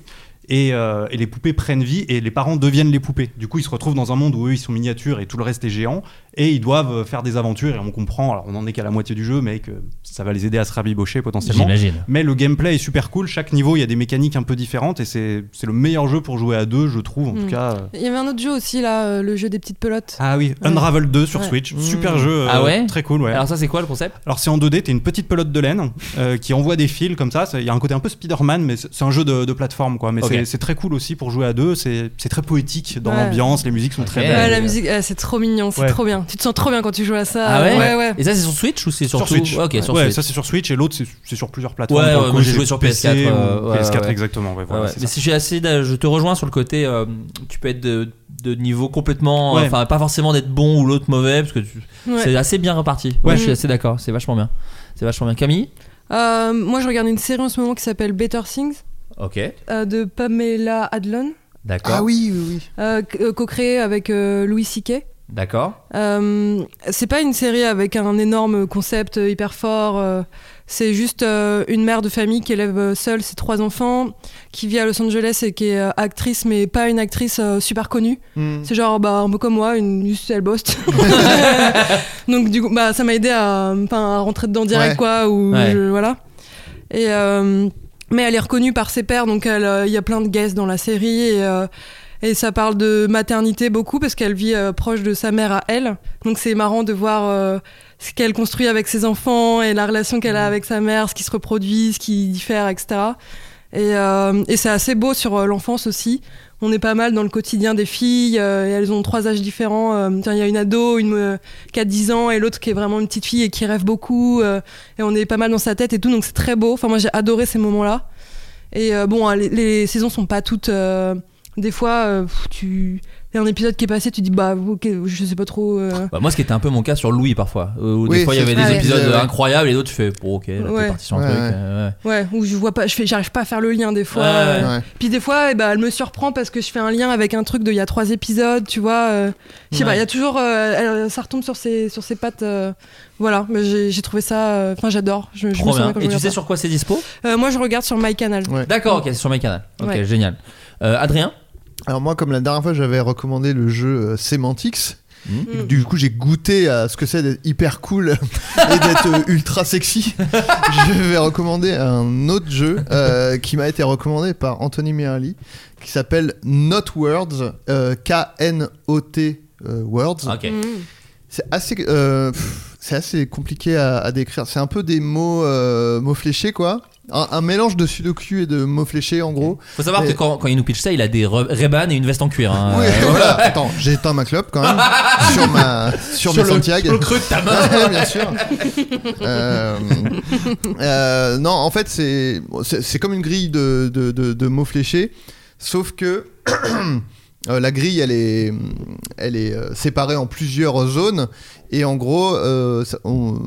Speaker 4: Et, euh, et les poupées prennent vie et les parents deviennent les poupées. Du coup, ils se retrouvent dans un monde où eux ils sont miniatures et tout le reste est géant et ils doivent euh, faire des aventures. Et on comprend, alors on en est qu'à la moitié du jeu, mais que ça va les aider à se rabibocher potentiellement.
Speaker 5: J'imagine.
Speaker 4: Mais le gameplay est super cool. Chaque niveau, il y a des mécaniques un peu différentes et c'est c'est le meilleur jeu pour jouer à deux, je trouve en
Speaker 6: Mm.
Speaker 4: tout cas. euh,
Speaker 6: Il y avait un autre jeu aussi, là, euh, le jeu des petites pelotes.
Speaker 4: Ah oui,
Speaker 6: Ouais.
Speaker 4: Unravel 2 sur
Speaker 6: Ouais. Mmh.
Speaker 4: Switch, super jeu, euh,
Speaker 5: Ah ouais
Speaker 4: très cool. Ouais.
Speaker 5: Alors ça c'est quoi le concept
Speaker 4: Alors c'est en 2D, t'es une petite pelote de laine euh, qui envoie des fils comme ça. C'est- Il y a un côté un peu Spider-Man, mais c'est c'est un jeu de, de plateforme quoi. Mais
Speaker 5: Ok.
Speaker 4: c'est- c'est très cool aussi pour jouer à deux. C'est c'est très poétique dans
Speaker 6: Ouais.
Speaker 4: l'ambiance, les musiques sont très
Speaker 5: Ah
Speaker 6: Ouais,
Speaker 4: belles.
Speaker 6: la musique, euh, c'est trop mignon, c'est
Speaker 4: Ouais.
Speaker 6: trop bien. Tu te sens trop bien quand tu joues à ça.
Speaker 5: Ah
Speaker 6: ouais, ouais.
Speaker 5: Et ça c'est sur Switch ou c'est sur,
Speaker 4: Sur
Speaker 5: tout
Speaker 4: Switch.
Speaker 5: Ouais, Ok, sur
Speaker 4: Ouais,
Speaker 5: Switch.
Speaker 4: ça c'est sur Switch et l'autre c'est c'est sur plusieurs plateformes.
Speaker 5: Ouais,
Speaker 4: Pour le
Speaker 5: ouais,
Speaker 4: coup,
Speaker 5: moi j'ai
Speaker 4: c'est
Speaker 5: joué sur
Speaker 4: PC
Speaker 5: PS4.
Speaker 4: ou
Speaker 5: euh, ouais,
Speaker 4: PS4
Speaker 5: ouais.
Speaker 4: exactement. Ouais, voilà,
Speaker 5: Ouais,
Speaker 4: c'est
Speaker 5: Mais
Speaker 4: ça.
Speaker 5: si je suis assez, d'a- je te rejoins sur le côté, euh, tu peux être de, de niveau complètement,
Speaker 4: Ouais.
Speaker 5: enfin pas forcément d'être bon ou l'autre mauvais, parce que tu-
Speaker 6: Ouais.
Speaker 5: c'est assez bien reparti. Ouais,
Speaker 6: Ouais.
Speaker 5: je suis assez d'accord, c'est vachement bien. C'est vachement bien. Camille
Speaker 6: Euh, moi, je regarde une série en ce moment qui s'appelle Better Things
Speaker 5: Ok,
Speaker 6: euh, de Pamela Adlon.
Speaker 5: d'accord.
Speaker 2: Ah oui, oui.
Speaker 6: euh, c- euh, co-créé avec euh, Louis C.K.
Speaker 5: D'accord.
Speaker 6: Euh, c'est pas une série avec un énorme concept euh, hyper fort. euh, c'est juste euh, une mère de famille qui élève euh, seule ses trois enfants, qui vit à Los Angeles et qui est euh, actrice, mais pas une actrice euh, super connue.
Speaker 2: Mm.
Speaker 6: C'est genre bah, un peu comme moi, une juste elle bosse. Donc du coup, bah, ça m'a aidé à, enfin, à rentrer dedans direct,
Speaker 2: Ouais.
Speaker 6: quoi. Ou
Speaker 2: Ouais.
Speaker 6: je- voilà. Et euh, mais elle est reconnue par ses pairs, donc elle, euh, il y a plein de guests dans la série. Et, euh, Et ça parle de maternité beaucoup parce qu'elle vit euh, proche de sa mère à elle. Donc c'est marrant de voir euh, ce qu'elle construit avec ses enfants et la relation qu'elle
Speaker 2: Mm.
Speaker 6: a avec sa mère, ce qui se reproduit, ce qui diffère, etc. Et, euh, et c'est assez beau sur euh, l'enfance aussi. On est pas mal dans le quotidien des filles. euh, et elles ont trois âges différents. Euh, tiens, Il y a une ado, une euh, qui a 10 ans, et l'autre qui est vraiment une petite fille et qui rêve beaucoup. euh, et on est pas mal dans sa tête et tout. Donc c'est très beau. Enfin, moi j'ai adoré ces moments-là. Et euh, bon, hein, les, les saisons sont pas toutes. euh, des fois, euh, pff, tu. Il y a un épisode qui est passé, tu dis, bah, ok, je sais pas trop. euh,
Speaker 5: Bah, moi, ce qui était un peu mon cas sur Louis parfois.
Speaker 6: Oui,
Speaker 5: Où des fois, il y
Speaker 6: c'est-
Speaker 5: avait des
Speaker 6: Ah ouais.
Speaker 5: épisodes
Speaker 6: Ouais, ouais.
Speaker 5: incroyables et d'autres, tu fais, oh, ok, là,
Speaker 6: Ouais.
Speaker 5: t'es parti sur un
Speaker 6: Ouais,
Speaker 5: truc.
Speaker 6: ouais.
Speaker 5: euh, ouais.
Speaker 6: Ouais, où je vois pas, je fais, j'arrive pas à faire le lien des fois.
Speaker 5: Ouais, ouais.
Speaker 6: euh.
Speaker 5: Ouais.
Speaker 6: Puis des fois, eh ben, elle me surprend parce que je fais un lien avec un truc de il y a trois épisodes, tu vois. euh, je sais pas,
Speaker 5: Ouais.
Speaker 6: il y a toujours, euh, elle- ça retombe sur ses, sur ses pattes. euh, voilà, mais j'ai j'ai trouvé ça, euh, enfin j'adore. Je, je me
Speaker 5: Trop
Speaker 6: souviens
Speaker 5: bien.
Speaker 6: quand je
Speaker 5: Et tu
Speaker 6: regarde
Speaker 5: sais
Speaker 6: ça.
Speaker 5: sur quoi c'est dispo
Speaker 6: Euh, Moi, je regarde sur MyCanal.
Speaker 5: D'accord, ok, c'est sur MyCanal. Ok,
Speaker 6: Ouais.
Speaker 5: génial. Euh, Adrien
Speaker 2: Alors moi, comme la dernière fois, j'avais recommandé le jeu euh, Semantics.
Speaker 5: Mhm.
Speaker 2: Du coup, j'ai goûté à ce que c'est d'être hyper cool et d'être euh, ultra sexy. Je vais recommander un autre jeu euh, qui m'a été recommandé par Anthony Mirali, qui s'appelle Not Words, euh, K-N-O-T euh, Words.
Speaker 5: Ok.
Speaker 6: Mmh.
Speaker 5: Mhm.
Speaker 2: C'est assez, euh, pff, c'est assez compliqué à, à décrire. C'est un peu des mots, euh, mots fléchés, quoi. Un, un mélange de sudoku et de mots fléchés, en gros.
Speaker 5: Faut savoir
Speaker 2: Et-
Speaker 5: que quand, quand il nous pitch ça, il a des re- Ray-Ban et une veste en cuir. hein.
Speaker 2: oui,
Speaker 5: Euh,
Speaker 2: voilà. Attends, j'ai éteint ma clope quand même sur ma sur,
Speaker 5: Sur
Speaker 2: mes
Speaker 5: le-
Speaker 2: Santiago.
Speaker 5: sur le creux de ta main.
Speaker 2: Ouais, bien sûr. Euh, euh, non, en fait, c'est bon, c'est c'est comme une grille de, de, de- de mots fléchés, sauf que euh, la grille, elle est, elle est euh, séparée en plusieurs zones. Et en gros, euh, ça- on,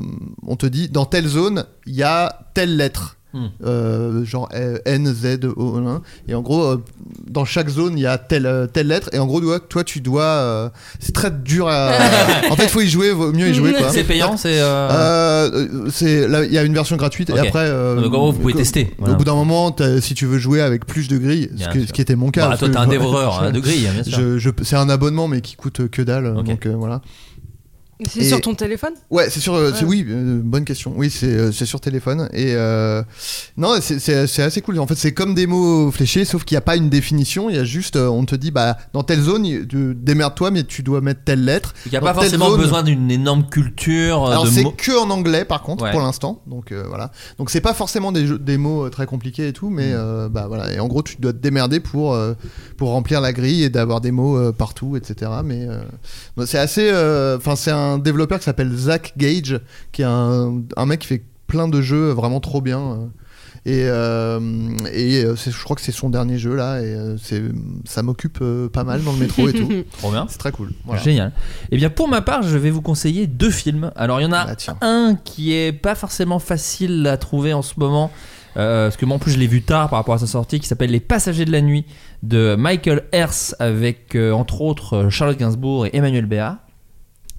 Speaker 2: on te dit dans telle zone, il y a telle lettre.
Speaker 5: Hmm.
Speaker 2: Euh, genre euh, N, Z, O, 1. Et en gros, euh, dans chaque zone, il y a telle, euh, telle lettre. Et en gros, toi, toi, tu dois. euh, c'est très dur à. en fait, il faut y jouer, vaut mieux y jouer. quoi.
Speaker 5: C'est payant, c'est. euh,
Speaker 2: Euh, euh, c'est là, il y a une version gratuite
Speaker 5: Ok.
Speaker 2: et après euh,
Speaker 5: Donc, en gros, vous pouvez
Speaker 2: co-
Speaker 5: tester, voilà.
Speaker 2: au bout d'un moment t'as- si tu veux jouer avec plus de grilles ce,
Speaker 5: Bien
Speaker 2: que-
Speaker 5: sûr.
Speaker 2: ce qui était mon cas
Speaker 5: Bah,
Speaker 2: parce
Speaker 5: toi,
Speaker 2: que
Speaker 5: t'es un
Speaker 2: je-
Speaker 5: dévoreur, hein, de grilles, bien sûr.
Speaker 2: je- je- c'est un abonnement mais qui coûte que dalle donc euh, voilà
Speaker 6: C'est
Speaker 2: Et-
Speaker 6: sur ton téléphone
Speaker 2: Ouais, c'est sur. euh, c'est-
Speaker 6: Ouais.
Speaker 2: Oui, euh, bonne question. Oui, c'est euh, c'est sur téléphone. Et euh, non, c'est- c'est c'est assez cool. En fait, c'est comme des mots fléchés, sauf qu'il n'y a pas une définition. Il y a juste, euh, on te dit, bah, dans telle zone, y- tu- démerde-toi, mais tu dois mettre telle lettre.
Speaker 5: Il n'y a
Speaker 2: Dans
Speaker 5: pas
Speaker 2: telle
Speaker 5: forcément
Speaker 2: zone-
Speaker 5: besoin d'une énorme culture. euh,
Speaker 2: alors
Speaker 5: de
Speaker 2: c'est
Speaker 5: mots.
Speaker 2: que en anglais par contre
Speaker 5: Ouais.
Speaker 2: pour l'instant donc euh, voilà donc c'est pas forcément des, jeux- des mots euh, très compliqués et tout mais
Speaker 5: Mm.
Speaker 2: euh, bah voilà et en gros tu dois te démerder pour euh, pour remplir la grille et d'avoir des mots euh, partout etc mais euh, bon, c'est assez euh, enfin c'est un développeur qui s'appelle Zach Gage qui est un, un mec qui fait plein de jeux vraiment trop bien euh. et, euh, et euh, c'est- je crois que c'est son dernier jeu là et euh, c'est ça m'occupe euh, pas mal dans le métro et tout
Speaker 5: Trop bien.
Speaker 2: c'est très cool voilà.
Speaker 5: Génial. Et bien pour ma part, je vais vous conseiller deux films. Alors il y en a un qui est pas forcément facile à trouver en ce moment. euh, parce que moi en plus je l'ai vu tard par rapport à sa sortie qui s'appelle Les Passagers de la Nuit de Michael Herse avec euh, entre autres euh, Charlotte Gainsbourg et Emmanuel Béat.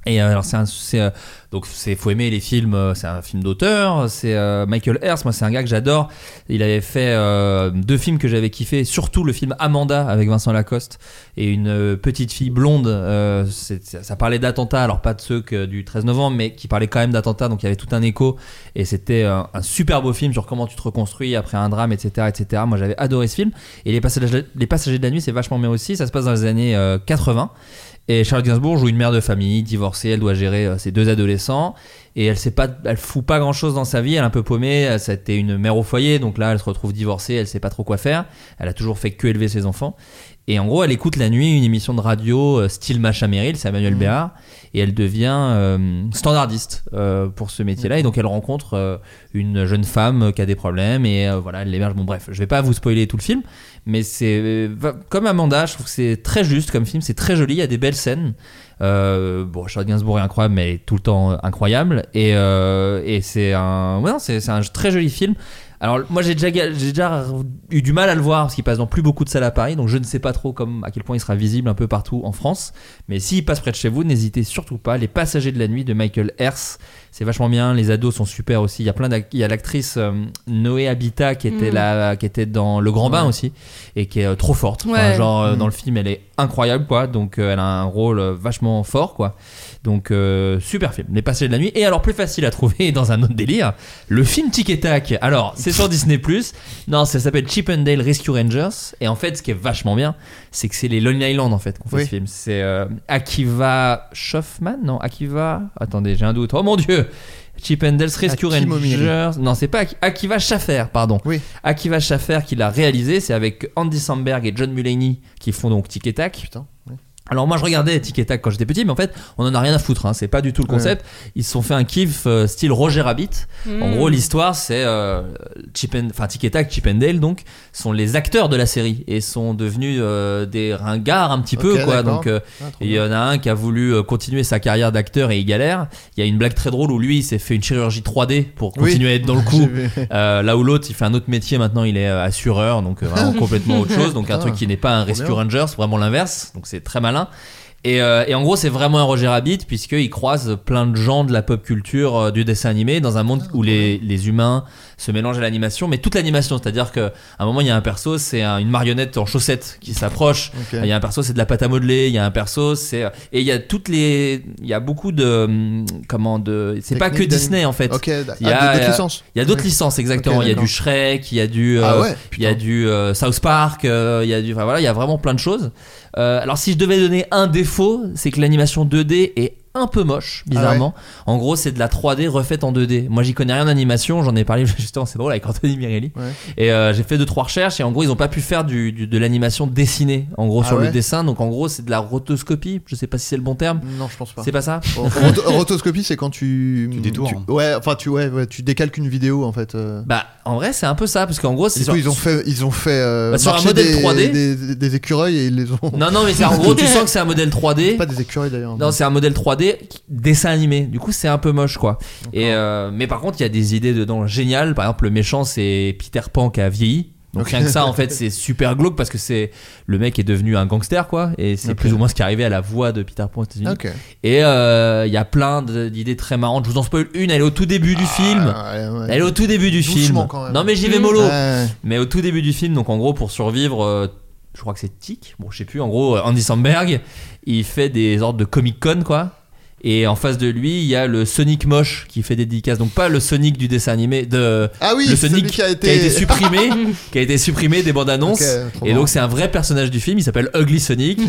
Speaker 5: Et euh, alors c'est un, c'est, euh, donc c'est faut aimer les films. euh, C'est un film d'auteur. C'est euh, Michael Hers. Moi c'est un gars que j'adore. Il avait fait euh, deux films que j'avais kiffé. Surtout le film Amanda avec Vincent Lacoste et une euh, petite fille blonde. euh, c'est- ça, ça parlait d'attentats. Alors pas de ceux que, du 13 novembre, mais qui parlait quand même d'attentats. Donc il y avait tout un écho. Et c'était euh, un super beau film sur comment tu te reconstruis après un drame, etc., etc. Moi j'avais adoré ce film. Et les passagers, les passagers de la nuit c'est vachement bien aussi. Ça se passe dans les années euh, 80. Et Charlotte Gainsbourg joue une mère de famille, divorcée, elle doit gérer euh, ses deux adolescents et elle sait pas, elle fout pas grand chose dans sa vie, elle est un peu paumée, elle- c'était une mère au foyer, donc là elle se retrouve divorcée, elle sait pas trop quoi faire, elle a toujours fait que élever ses enfants. Et en gros, elle écoute la nuit une émission de radio euh, style Macha Meryl, c'est Emmanuel Béard, et elle devient euh, standardiste euh, pour ce métier-là. Et donc, elle rencontre euh, une jeune femme euh, qui a des problèmes, et euh, voilà, elle l'héberge. Bon, bref, je vais pas vous spoiler tout le film, mais c'est euh, va- comme Amanda, je trouve que c'est très juste comme film, c'est très joli, il y a des belles scènes. Euh, bon, Charlotte Gainsbourg est incroyable, mais elle est tout le temps euh, incroyable. Et, euh, et c'est un, ouais, non, c'est c'est un très joli film. Alors moi j'ai déjà, ga- j'ai déjà eu du mal à le voir parce qu'il passe dans plus beaucoup de salles à Paris, donc je ne sais pas trop comme, à quel point il sera visible un peu partout en France. Mais s'il passe près de chez vous, n'hésitez surtout pas. Les Passagers de la nuit de Michael Hers, C'est vachement bien. Les ados sont super aussi. Il y a plein d'ac- il y a l'actrice euh, Noé Habitat qui était
Speaker 6: Mhm.
Speaker 5: là, qui était dans Le Grand Bain
Speaker 6: Ouais.
Speaker 5: aussi et qui est euh, trop forte. Enfin,
Speaker 6: Ouais.
Speaker 5: genre euh,
Speaker 6: Mhm.
Speaker 5: dans le film, elle est incroyable quoi. Donc euh, elle a un rôle euh, vachement fort quoi. Donc euh, super film. Les Passagers de la nuit. Et alors plus facile à trouver dans un autre délire, le film Tic et Tac. Alors c'est sur Disney Non, ça s'appelle Chip and Dale Rescue Rangers. Et en fait, ce qui est vachement bien, c'est que c'est les Lonely Island en fait qu'on fait
Speaker 4: Oui.
Speaker 5: ce film. C'est euh, Akiva Shoffman, non Akiva. Attendez, j'ai un doute. Oh mon dieu. Chip and Dale's Rescue
Speaker 4: Aki Momiri.
Speaker 5: Rangers. Rangers. Non, c'est pas Aki- Akiva Schaffer, pardon. Akiva Schaffer qui l'a réalisé, c'est avec Andy Samberg et John Mulaney qui font donc Tic et Tac. Alors moi je regardais Tic et Tac quand j'étais petit, mais en fait on en a rien à foutre, hein. c'est pas du tout le concept. Ils se sont fait un kiff euh, style Roger Rabbit. En
Speaker 6: Mmh.
Speaker 4: Mm.
Speaker 5: gros l'histoire c'est euh, Chip and- enfin Tic et Tac, Chip and Dale donc sont les acteurs de la série et sont devenus euh, des ringards un petit peu
Speaker 4: Ok,
Speaker 5: quoi.
Speaker 4: d'accord.
Speaker 5: Donc euh,
Speaker 4: Ah,
Speaker 5: il y en a un qui a voulu euh, continuer sa carrière d'acteur et il galère. Il y a une blague très drôle où lui il s'est fait une chirurgie 3D pour
Speaker 4: Oui.
Speaker 5: continuer à être dans le
Speaker 4: J'ai
Speaker 5: coup.
Speaker 4: vu.
Speaker 5: Euh, là où l'autre, il fait un autre métier maintenant, il est euh, assureur, donc euh, vraiment complètement autre chose. Donc un
Speaker 4: Putain,
Speaker 5: truc qui n'est pas un
Speaker 4: trop bien.
Speaker 5: Rescue Rangers, vraiment l'inverse. Donc c'est très malin. Et, euh, et en gros, c'est vraiment un Roger Rabbit, puisqu'il croise plein de gens de la pop culture, euh, du dessin animé, dans un
Speaker 4: Ah,
Speaker 5: monde où les, les humains se mélangent à l'animation, mais toute l'animation. C'est-à-dire qu'à un moment, il y a un perso, c'est un- une marionnette en chaussettes qui s'approche.
Speaker 4: Ok.
Speaker 5: Il y a un perso, c'est de la pâte à modeler. Il y a un perso, c'est. Et il y a toutes les. Il y a beaucoup de. hum, Comment de. C'est pas que
Speaker 2: Technique
Speaker 5: Disney, en fait.
Speaker 2: Ok, d'accord.
Speaker 5: Il y a-
Speaker 2: Ah, d'autres
Speaker 5: il y a-
Speaker 2: licences.
Speaker 5: Il y a d'autres
Speaker 2: Ouais.
Speaker 5: licences, exactement.
Speaker 2: Ok,
Speaker 5: il y a
Speaker 2: d'accord.
Speaker 5: du Shrek, il y a du, euh,
Speaker 2: Ah ouais,
Speaker 5: il y a du euh, South Park, euh, il y a du, enfin voilà, il y a vraiment plein de choses. Euh, alors si je devais donner un défaut, c'est que l'animation 2D est un peu moche,
Speaker 2: Ah
Speaker 5: bizarrement. En gros, c'est de la 3D refaite en 2D. Moi, j'y connais rien d'animation, j'en ai parlé justement, c'est drôle avec Anthony Mirelli. Et euh, j'ai fait deux trois recherches et en gros, ils ont pas pu faire du, du- de l'animation dessinée, en gros
Speaker 2: Ah
Speaker 5: sur le
Speaker 2: ouais
Speaker 5: dessin. Donc en gros, c'est de la rotoscopie. Je sais pas si c'est le bon terme.
Speaker 2: Non, je pense pas.
Speaker 5: C'est pas hein. ça.
Speaker 2: Oh, roto- Rotoscopie, c'est quand tu. Tu
Speaker 5: détournes.
Speaker 2: ouais, enfin, tu, ouais, ouais, tu décalques une vidéo en fait. euh.
Speaker 5: Bah, en vrai, c'est un peu ça, parce qu'en gros, c'est
Speaker 2: Du coup,
Speaker 5: sur-
Speaker 2: ils ont fait, ils ont fait euh,
Speaker 5: Bah, sur un
Speaker 2: marcher
Speaker 5: modèle
Speaker 2: des,
Speaker 5: 3D.
Speaker 2: Des, des- des écureuils et ils les ont.
Speaker 5: Non, non, mais c'est en gros, tu sens que c'est un modèle 3D.
Speaker 2: Pas des écureuils d'ailleurs.
Speaker 5: Non, c'est un modèle 3D qui- dessin animé. Du coup, c'est un peu moche, quoi. Et euh, mais par contre, il y a des idées dedans géniales. Par exemple, le méchant, c'est Peter Pan qui a vieilli. Donc
Speaker 4: Ok.
Speaker 5: rien que ça, en fait, c'est super glauque parce que c'est le mec est devenu un gangster, quoi. Et c'est plus ou moins ce qui est arrivé à la voix de Peter Pan aux États-Unis.
Speaker 2: Ok.
Speaker 5: Et euh, il y a plein de- d'idées très marrantes. Je vous en spoil une. Elle est au tout début du film. Elle est au tout début du
Speaker 2: Ah, Doucement,
Speaker 5: film.
Speaker 2: quand même.
Speaker 5: Non, mais j'y vais
Speaker 2: Mmh.
Speaker 5: mollo.
Speaker 2: Ouais.
Speaker 5: Mais au tout début du film, donc en gros, pour survivre, euh, je crois que c'est Tic, bon, je sais plus, en gros, euh, Andy Samberg, il fait des ordres de Comic Con, quoi. Et en face de lui, il y a le Sonic moche qui fait des dédicaces. Donc pas le Sonic du dessin animé, de
Speaker 2: Ah oui,
Speaker 5: le Sonic
Speaker 2: celui qui a été-
Speaker 5: supprimé, qui a été supprimé des bandes annonces.
Speaker 2: Ok, trop
Speaker 5: et
Speaker 2: marrant.
Speaker 5: donc c'est un vrai personnage du film. Il s'appelle Ugly Sonic.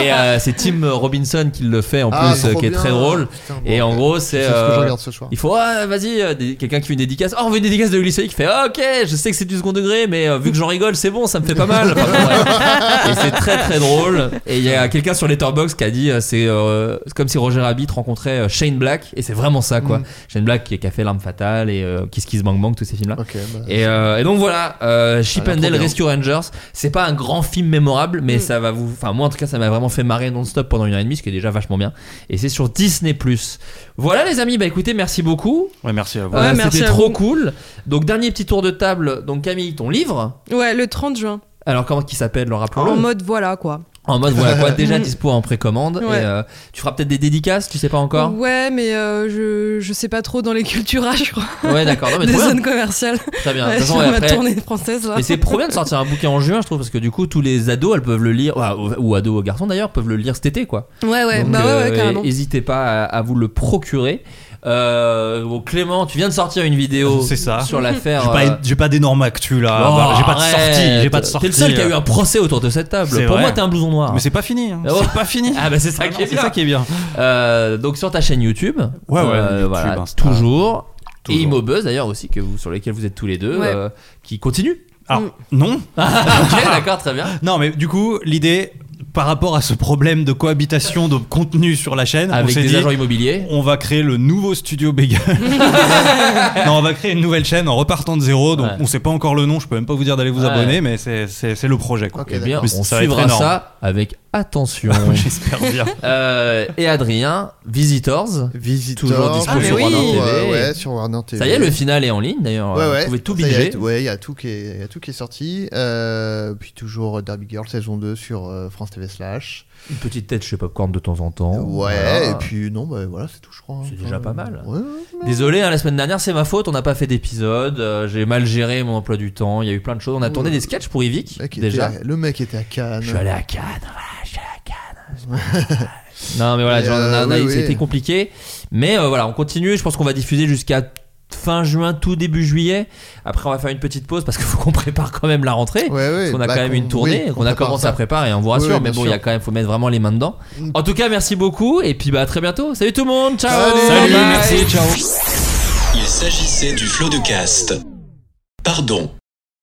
Speaker 5: et euh, c'est Tim Robinson qui le fait en
Speaker 2: Ah,
Speaker 5: plus, euh,
Speaker 2: trop
Speaker 5: qui est
Speaker 2: bien.
Speaker 5: très drôle.
Speaker 2: Putain,
Speaker 5: et en gros, c'est
Speaker 2: c'est ce que je
Speaker 5: euh,
Speaker 2: regarde ce soir.
Speaker 5: il faut, ah, vas-y, euh, des- quelqu'un qui fait une dédicace. Oh, on veut une dédicace de Glycéique. qui fait, ah, ok, je sais que c'est du second degré, mais euh, vu que j'en rigole, c'est bon, ça me fait pas mal. Enfin, bon, bref. Et c'est très très drôle. Et il y a quelqu'un sur Letterboxd qui a dit, euh, c'est euh, c'est comme si Roger Rabbit rencontrait euh, Shane Black. Et c'est vraiment ça, quoi.
Speaker 4: Mm.
Speaker 5: Shane Black qui, qui a fait L'Arme Fatale et euh, Kiss Kiss Bang Bang, tous ces films-là.
Speaker 2: bah,
Speaker 5: et, euh, et donc voilà, euh, Chip
Speaker 4: Ça a l'air
Speaker 5: and Dale
Speaker 4: trop bien.
Speaker 5: Rescue Rangers. C'est pas un grand film mémorable,
Speaker 6: Mm.
Speaker 5: mais ça va vous. Enfin, moi en tout cas, ça m'a vraiment fait marrer non-stop pendant une heure et demie, ce qui est déjà vachement bien. Et c'est sur Disney. Voilà les amis, bah écoutez, merci beaucoup.
Speaker 4: Ouais, merci à vous.
Speaker 5: Euh,
Speaker 6: merci
Speaker 5: C'était
Speaker 6: à
Speaker 5: trop
Speaker 6: vous.
Speaker 5: cool. Donc, dernier petit tour de table. Donc, Camille, ton livre.
Speaker 6: Ouais, le 30 juin.
Speaker 5: Alors, comment qui s'appelle, le rappelons
Speaker 6: En mode voilà quoi.
Speaker 5: En mode, voilà quoi, déjà dispo en précommande.
Speaker 6: Ouais.
Speaker 5: Et, euh, tu feras peut-être des dédicaces, tu sais pas encore
Speaker 6: Ouais, mais euh, je, je sais pas trop dans les culturages, je crois.
Speaker 5: Ouais, d'accord. Non, Ah, mais
Speaker 6: Des
Speaker 5: trop bien.
Speaker 6: zones commerciales.
Speaker 5: Très bien. De
Speaker 6: Ouais,
Speaker 5: toute façon,
Speaker 6: sur
Speaker 5: et
Speaker 6: ma
Speaker 5: après-
Speaker 6: tournée française. là.
Speaker 5: Mais c'est trop bien de sortir un bouquin en juin, je trouve, parce que du coup, tous les ados, elles peuvent le lire, ou- ou ados aux garçons d'ailleurs, peuvent le lire cet été, quoi.
Speaker 6: Ouais, ouais,
Speaker 5: Donc,
Speaker 6: bah ouais, ouais,
Speaker 5: euh,
Speaker 6: carrément.
Speaker 5: N'hésitez pas à, à vous le procurer. Euh, bon, Clément, tu viens de sortir une vidéo
Speaker 4: C'est ça.
Speaker 5: sur l'affaire.
Speaker 4: J'ai pas,
Speaker 5: euh,
Speaker 4: j'ai pas d'énorme actu là.
Speaker 5: Oh,
Speaker 4: Bah, j'ai pas de
Speaker 5: arrête.
Speaker 4: sortie. J'ai pas de
Speaker 5: T'es
Speaker 4: sortie. euh.
Speaker 5: le seul qui a eu un procès autour de cette table.
Speaker 4: C'est
Speaker 5: Pour
Speaker 4: vrai.
Speaker 5: moi, t'es un blouson noir.
Speaker 4: Mais c'est pas fini. hein.
Speaker 5: Ah bon
Speaker 4: C'est pas
Speaker 6: Mm.
Speaker 4: fini.
Speaker 5: Ah bah c'est ça,
Speaker 4: Ah
Speaker 5: qui
Speaker 4: non,
Speaker 5: est
Speaker 4: c'est
Speaker 5: bien.
Speaker 4: ça qui est bien.
Speaker 5: Euh, donc sur ta chaîne YouTube.
Speaker 4: Ouais, ouais,
Speaker 5: euh,
Speaker 4: YouTube,
Speaker 5: voilà,
Speaker 4: Insta.
Speaker 5: toujours. Et
Speaker 4: Toujours.
Speaker 5: Immobuzz d'ailleurs aussi, que vous, sur lesquels vous êtes tous les deux,
Speaker 4: Ouais.
Speaker 5: euh, qui continue. Ah,
Speaker 4: Ah, non.
Speaker 5: ok, d'accord, très bien.
Speaker 4: Non, mais du coup, l'idée par rapport à ce problème de cohabitation de contenu sur la chaîne,
Speaker 5: Avec
Speaker 4: on s'est
Speaker 5: des
Speaker 4: dit,
Speaker 5: agents immobiliers.
Speaker 4: on va créer le nouveau studio Bégal. non, on va créer une nouvelle chaîne en repartant de zéro. Donc,
Speaker 5: Ouais.
Speaker 4: on sait pas encore le nom. Je peux même pas vous dire d'aller vous
Speaker 5: Ouais.
Speaker 4: abonner, mais c'est c'est- c'est le projet. Quoi.
Speaker 5: Eh bien,
Speaker 4: Mais
Speaker 5: on
Speaker 4: ça va être
Speaker 5: suivra
Speaker 4: énorme. Ah
Speaker 5: ça avec attention.
Speaker 4: J'espère bien.
Speaker 5: Euh, et Adrien, Visitors.
Speaker 2: Visitors.
Speaker 5: Toujours dispo
Speaker 2: Ah, mais
Speaker 5: sur
Speaker 2: oui.
Speaker 5: Warner TV.
Speaker 2: Ouais, ouais, sur Warner TV.
Speaker 5: Ça y est, le final est en ligne d'ailleurs.
Speaker 2: Ouais, ouais.
Speaker 5: Vous pouvez tout
Speaker 2: Ça y est,
Speaker 5: binger.
Speaker 2: Ouais, il y a tout qui est, il y a tout qui est sorti. Euh, puis toujours Derby Girl saison 2 sur euh, France TV slash.
Speaker 5: Une petite tête chez Popcorn de temps en temps.
Speaker 2: Ouais,
Speaker 5: Voilà.
Speaker 2: et puis non, bah voilà, c'est tout, je crois.
Speaker 5: C'est déjà pas mal.
Speaker 2: Ouais, ouais, ouais.
Speaker 5: Désolé, hein, la semaine dernière, c'est ma faute. On n'a pas fait d'épisode. euh, J'ai mal géré mon emploi du temps. Il y a eu plein de choses. On a tourné
Speaker 2: Ouais.
Speaker 5: des sketchs pour Yvick.
Speaker 2: Le mec était
Speaker 5: Déjà.
Speaker 2: à- le mec était à Cannes.
Speaker 5: Je suis allé à Cannes. Non, mais voilà,
Speaker 2: Et,
Speaker 5: genre, on a-
Speaker 2: euh,
Speaker 5: on a-
Speaker 2: oui, oui.
Speaker 5: c'était compliqué. Mais euh, voilà, on continue. Je pense qu'on va diffuser jusqu'à fin juin, tout début juillet. Après, on va faire une petite pause parce qu'il faut qu'on prépare quand même la rentrée. parce qu'on a
Speaker 2: bah,
Speaker 5: quand même une
Speaker 2: qu'on-
Speaker 5: tournée
Speaker 2: oui,
Speaker 5: qu'on
Speaker 2: qu'on
Speaker 5: a
Speaker 2: prépare
Speaker 5: commencé
Speaker 2: ça.
Speaker 5: à préparer, hein, on vous
Speaker 2: Oui,
Speaker 5: rassure.
Speaker 2: oui,
Speaker 5: mais
Speaker 2: bien
Speaker 5: bon, il y a
Speaker 2: sûr. Mm.
Speaker 5: quand même, faut mettre vraiment les mains dedans. En tout cas, merci beaucoup. Et puis, bah, à très bientôt. Salut tout le monde. Ciao.
Speaker 1: Salut,
Speaker 5: Bye.
Speaker 1: Il s'agissait du flot de cast. Pardon.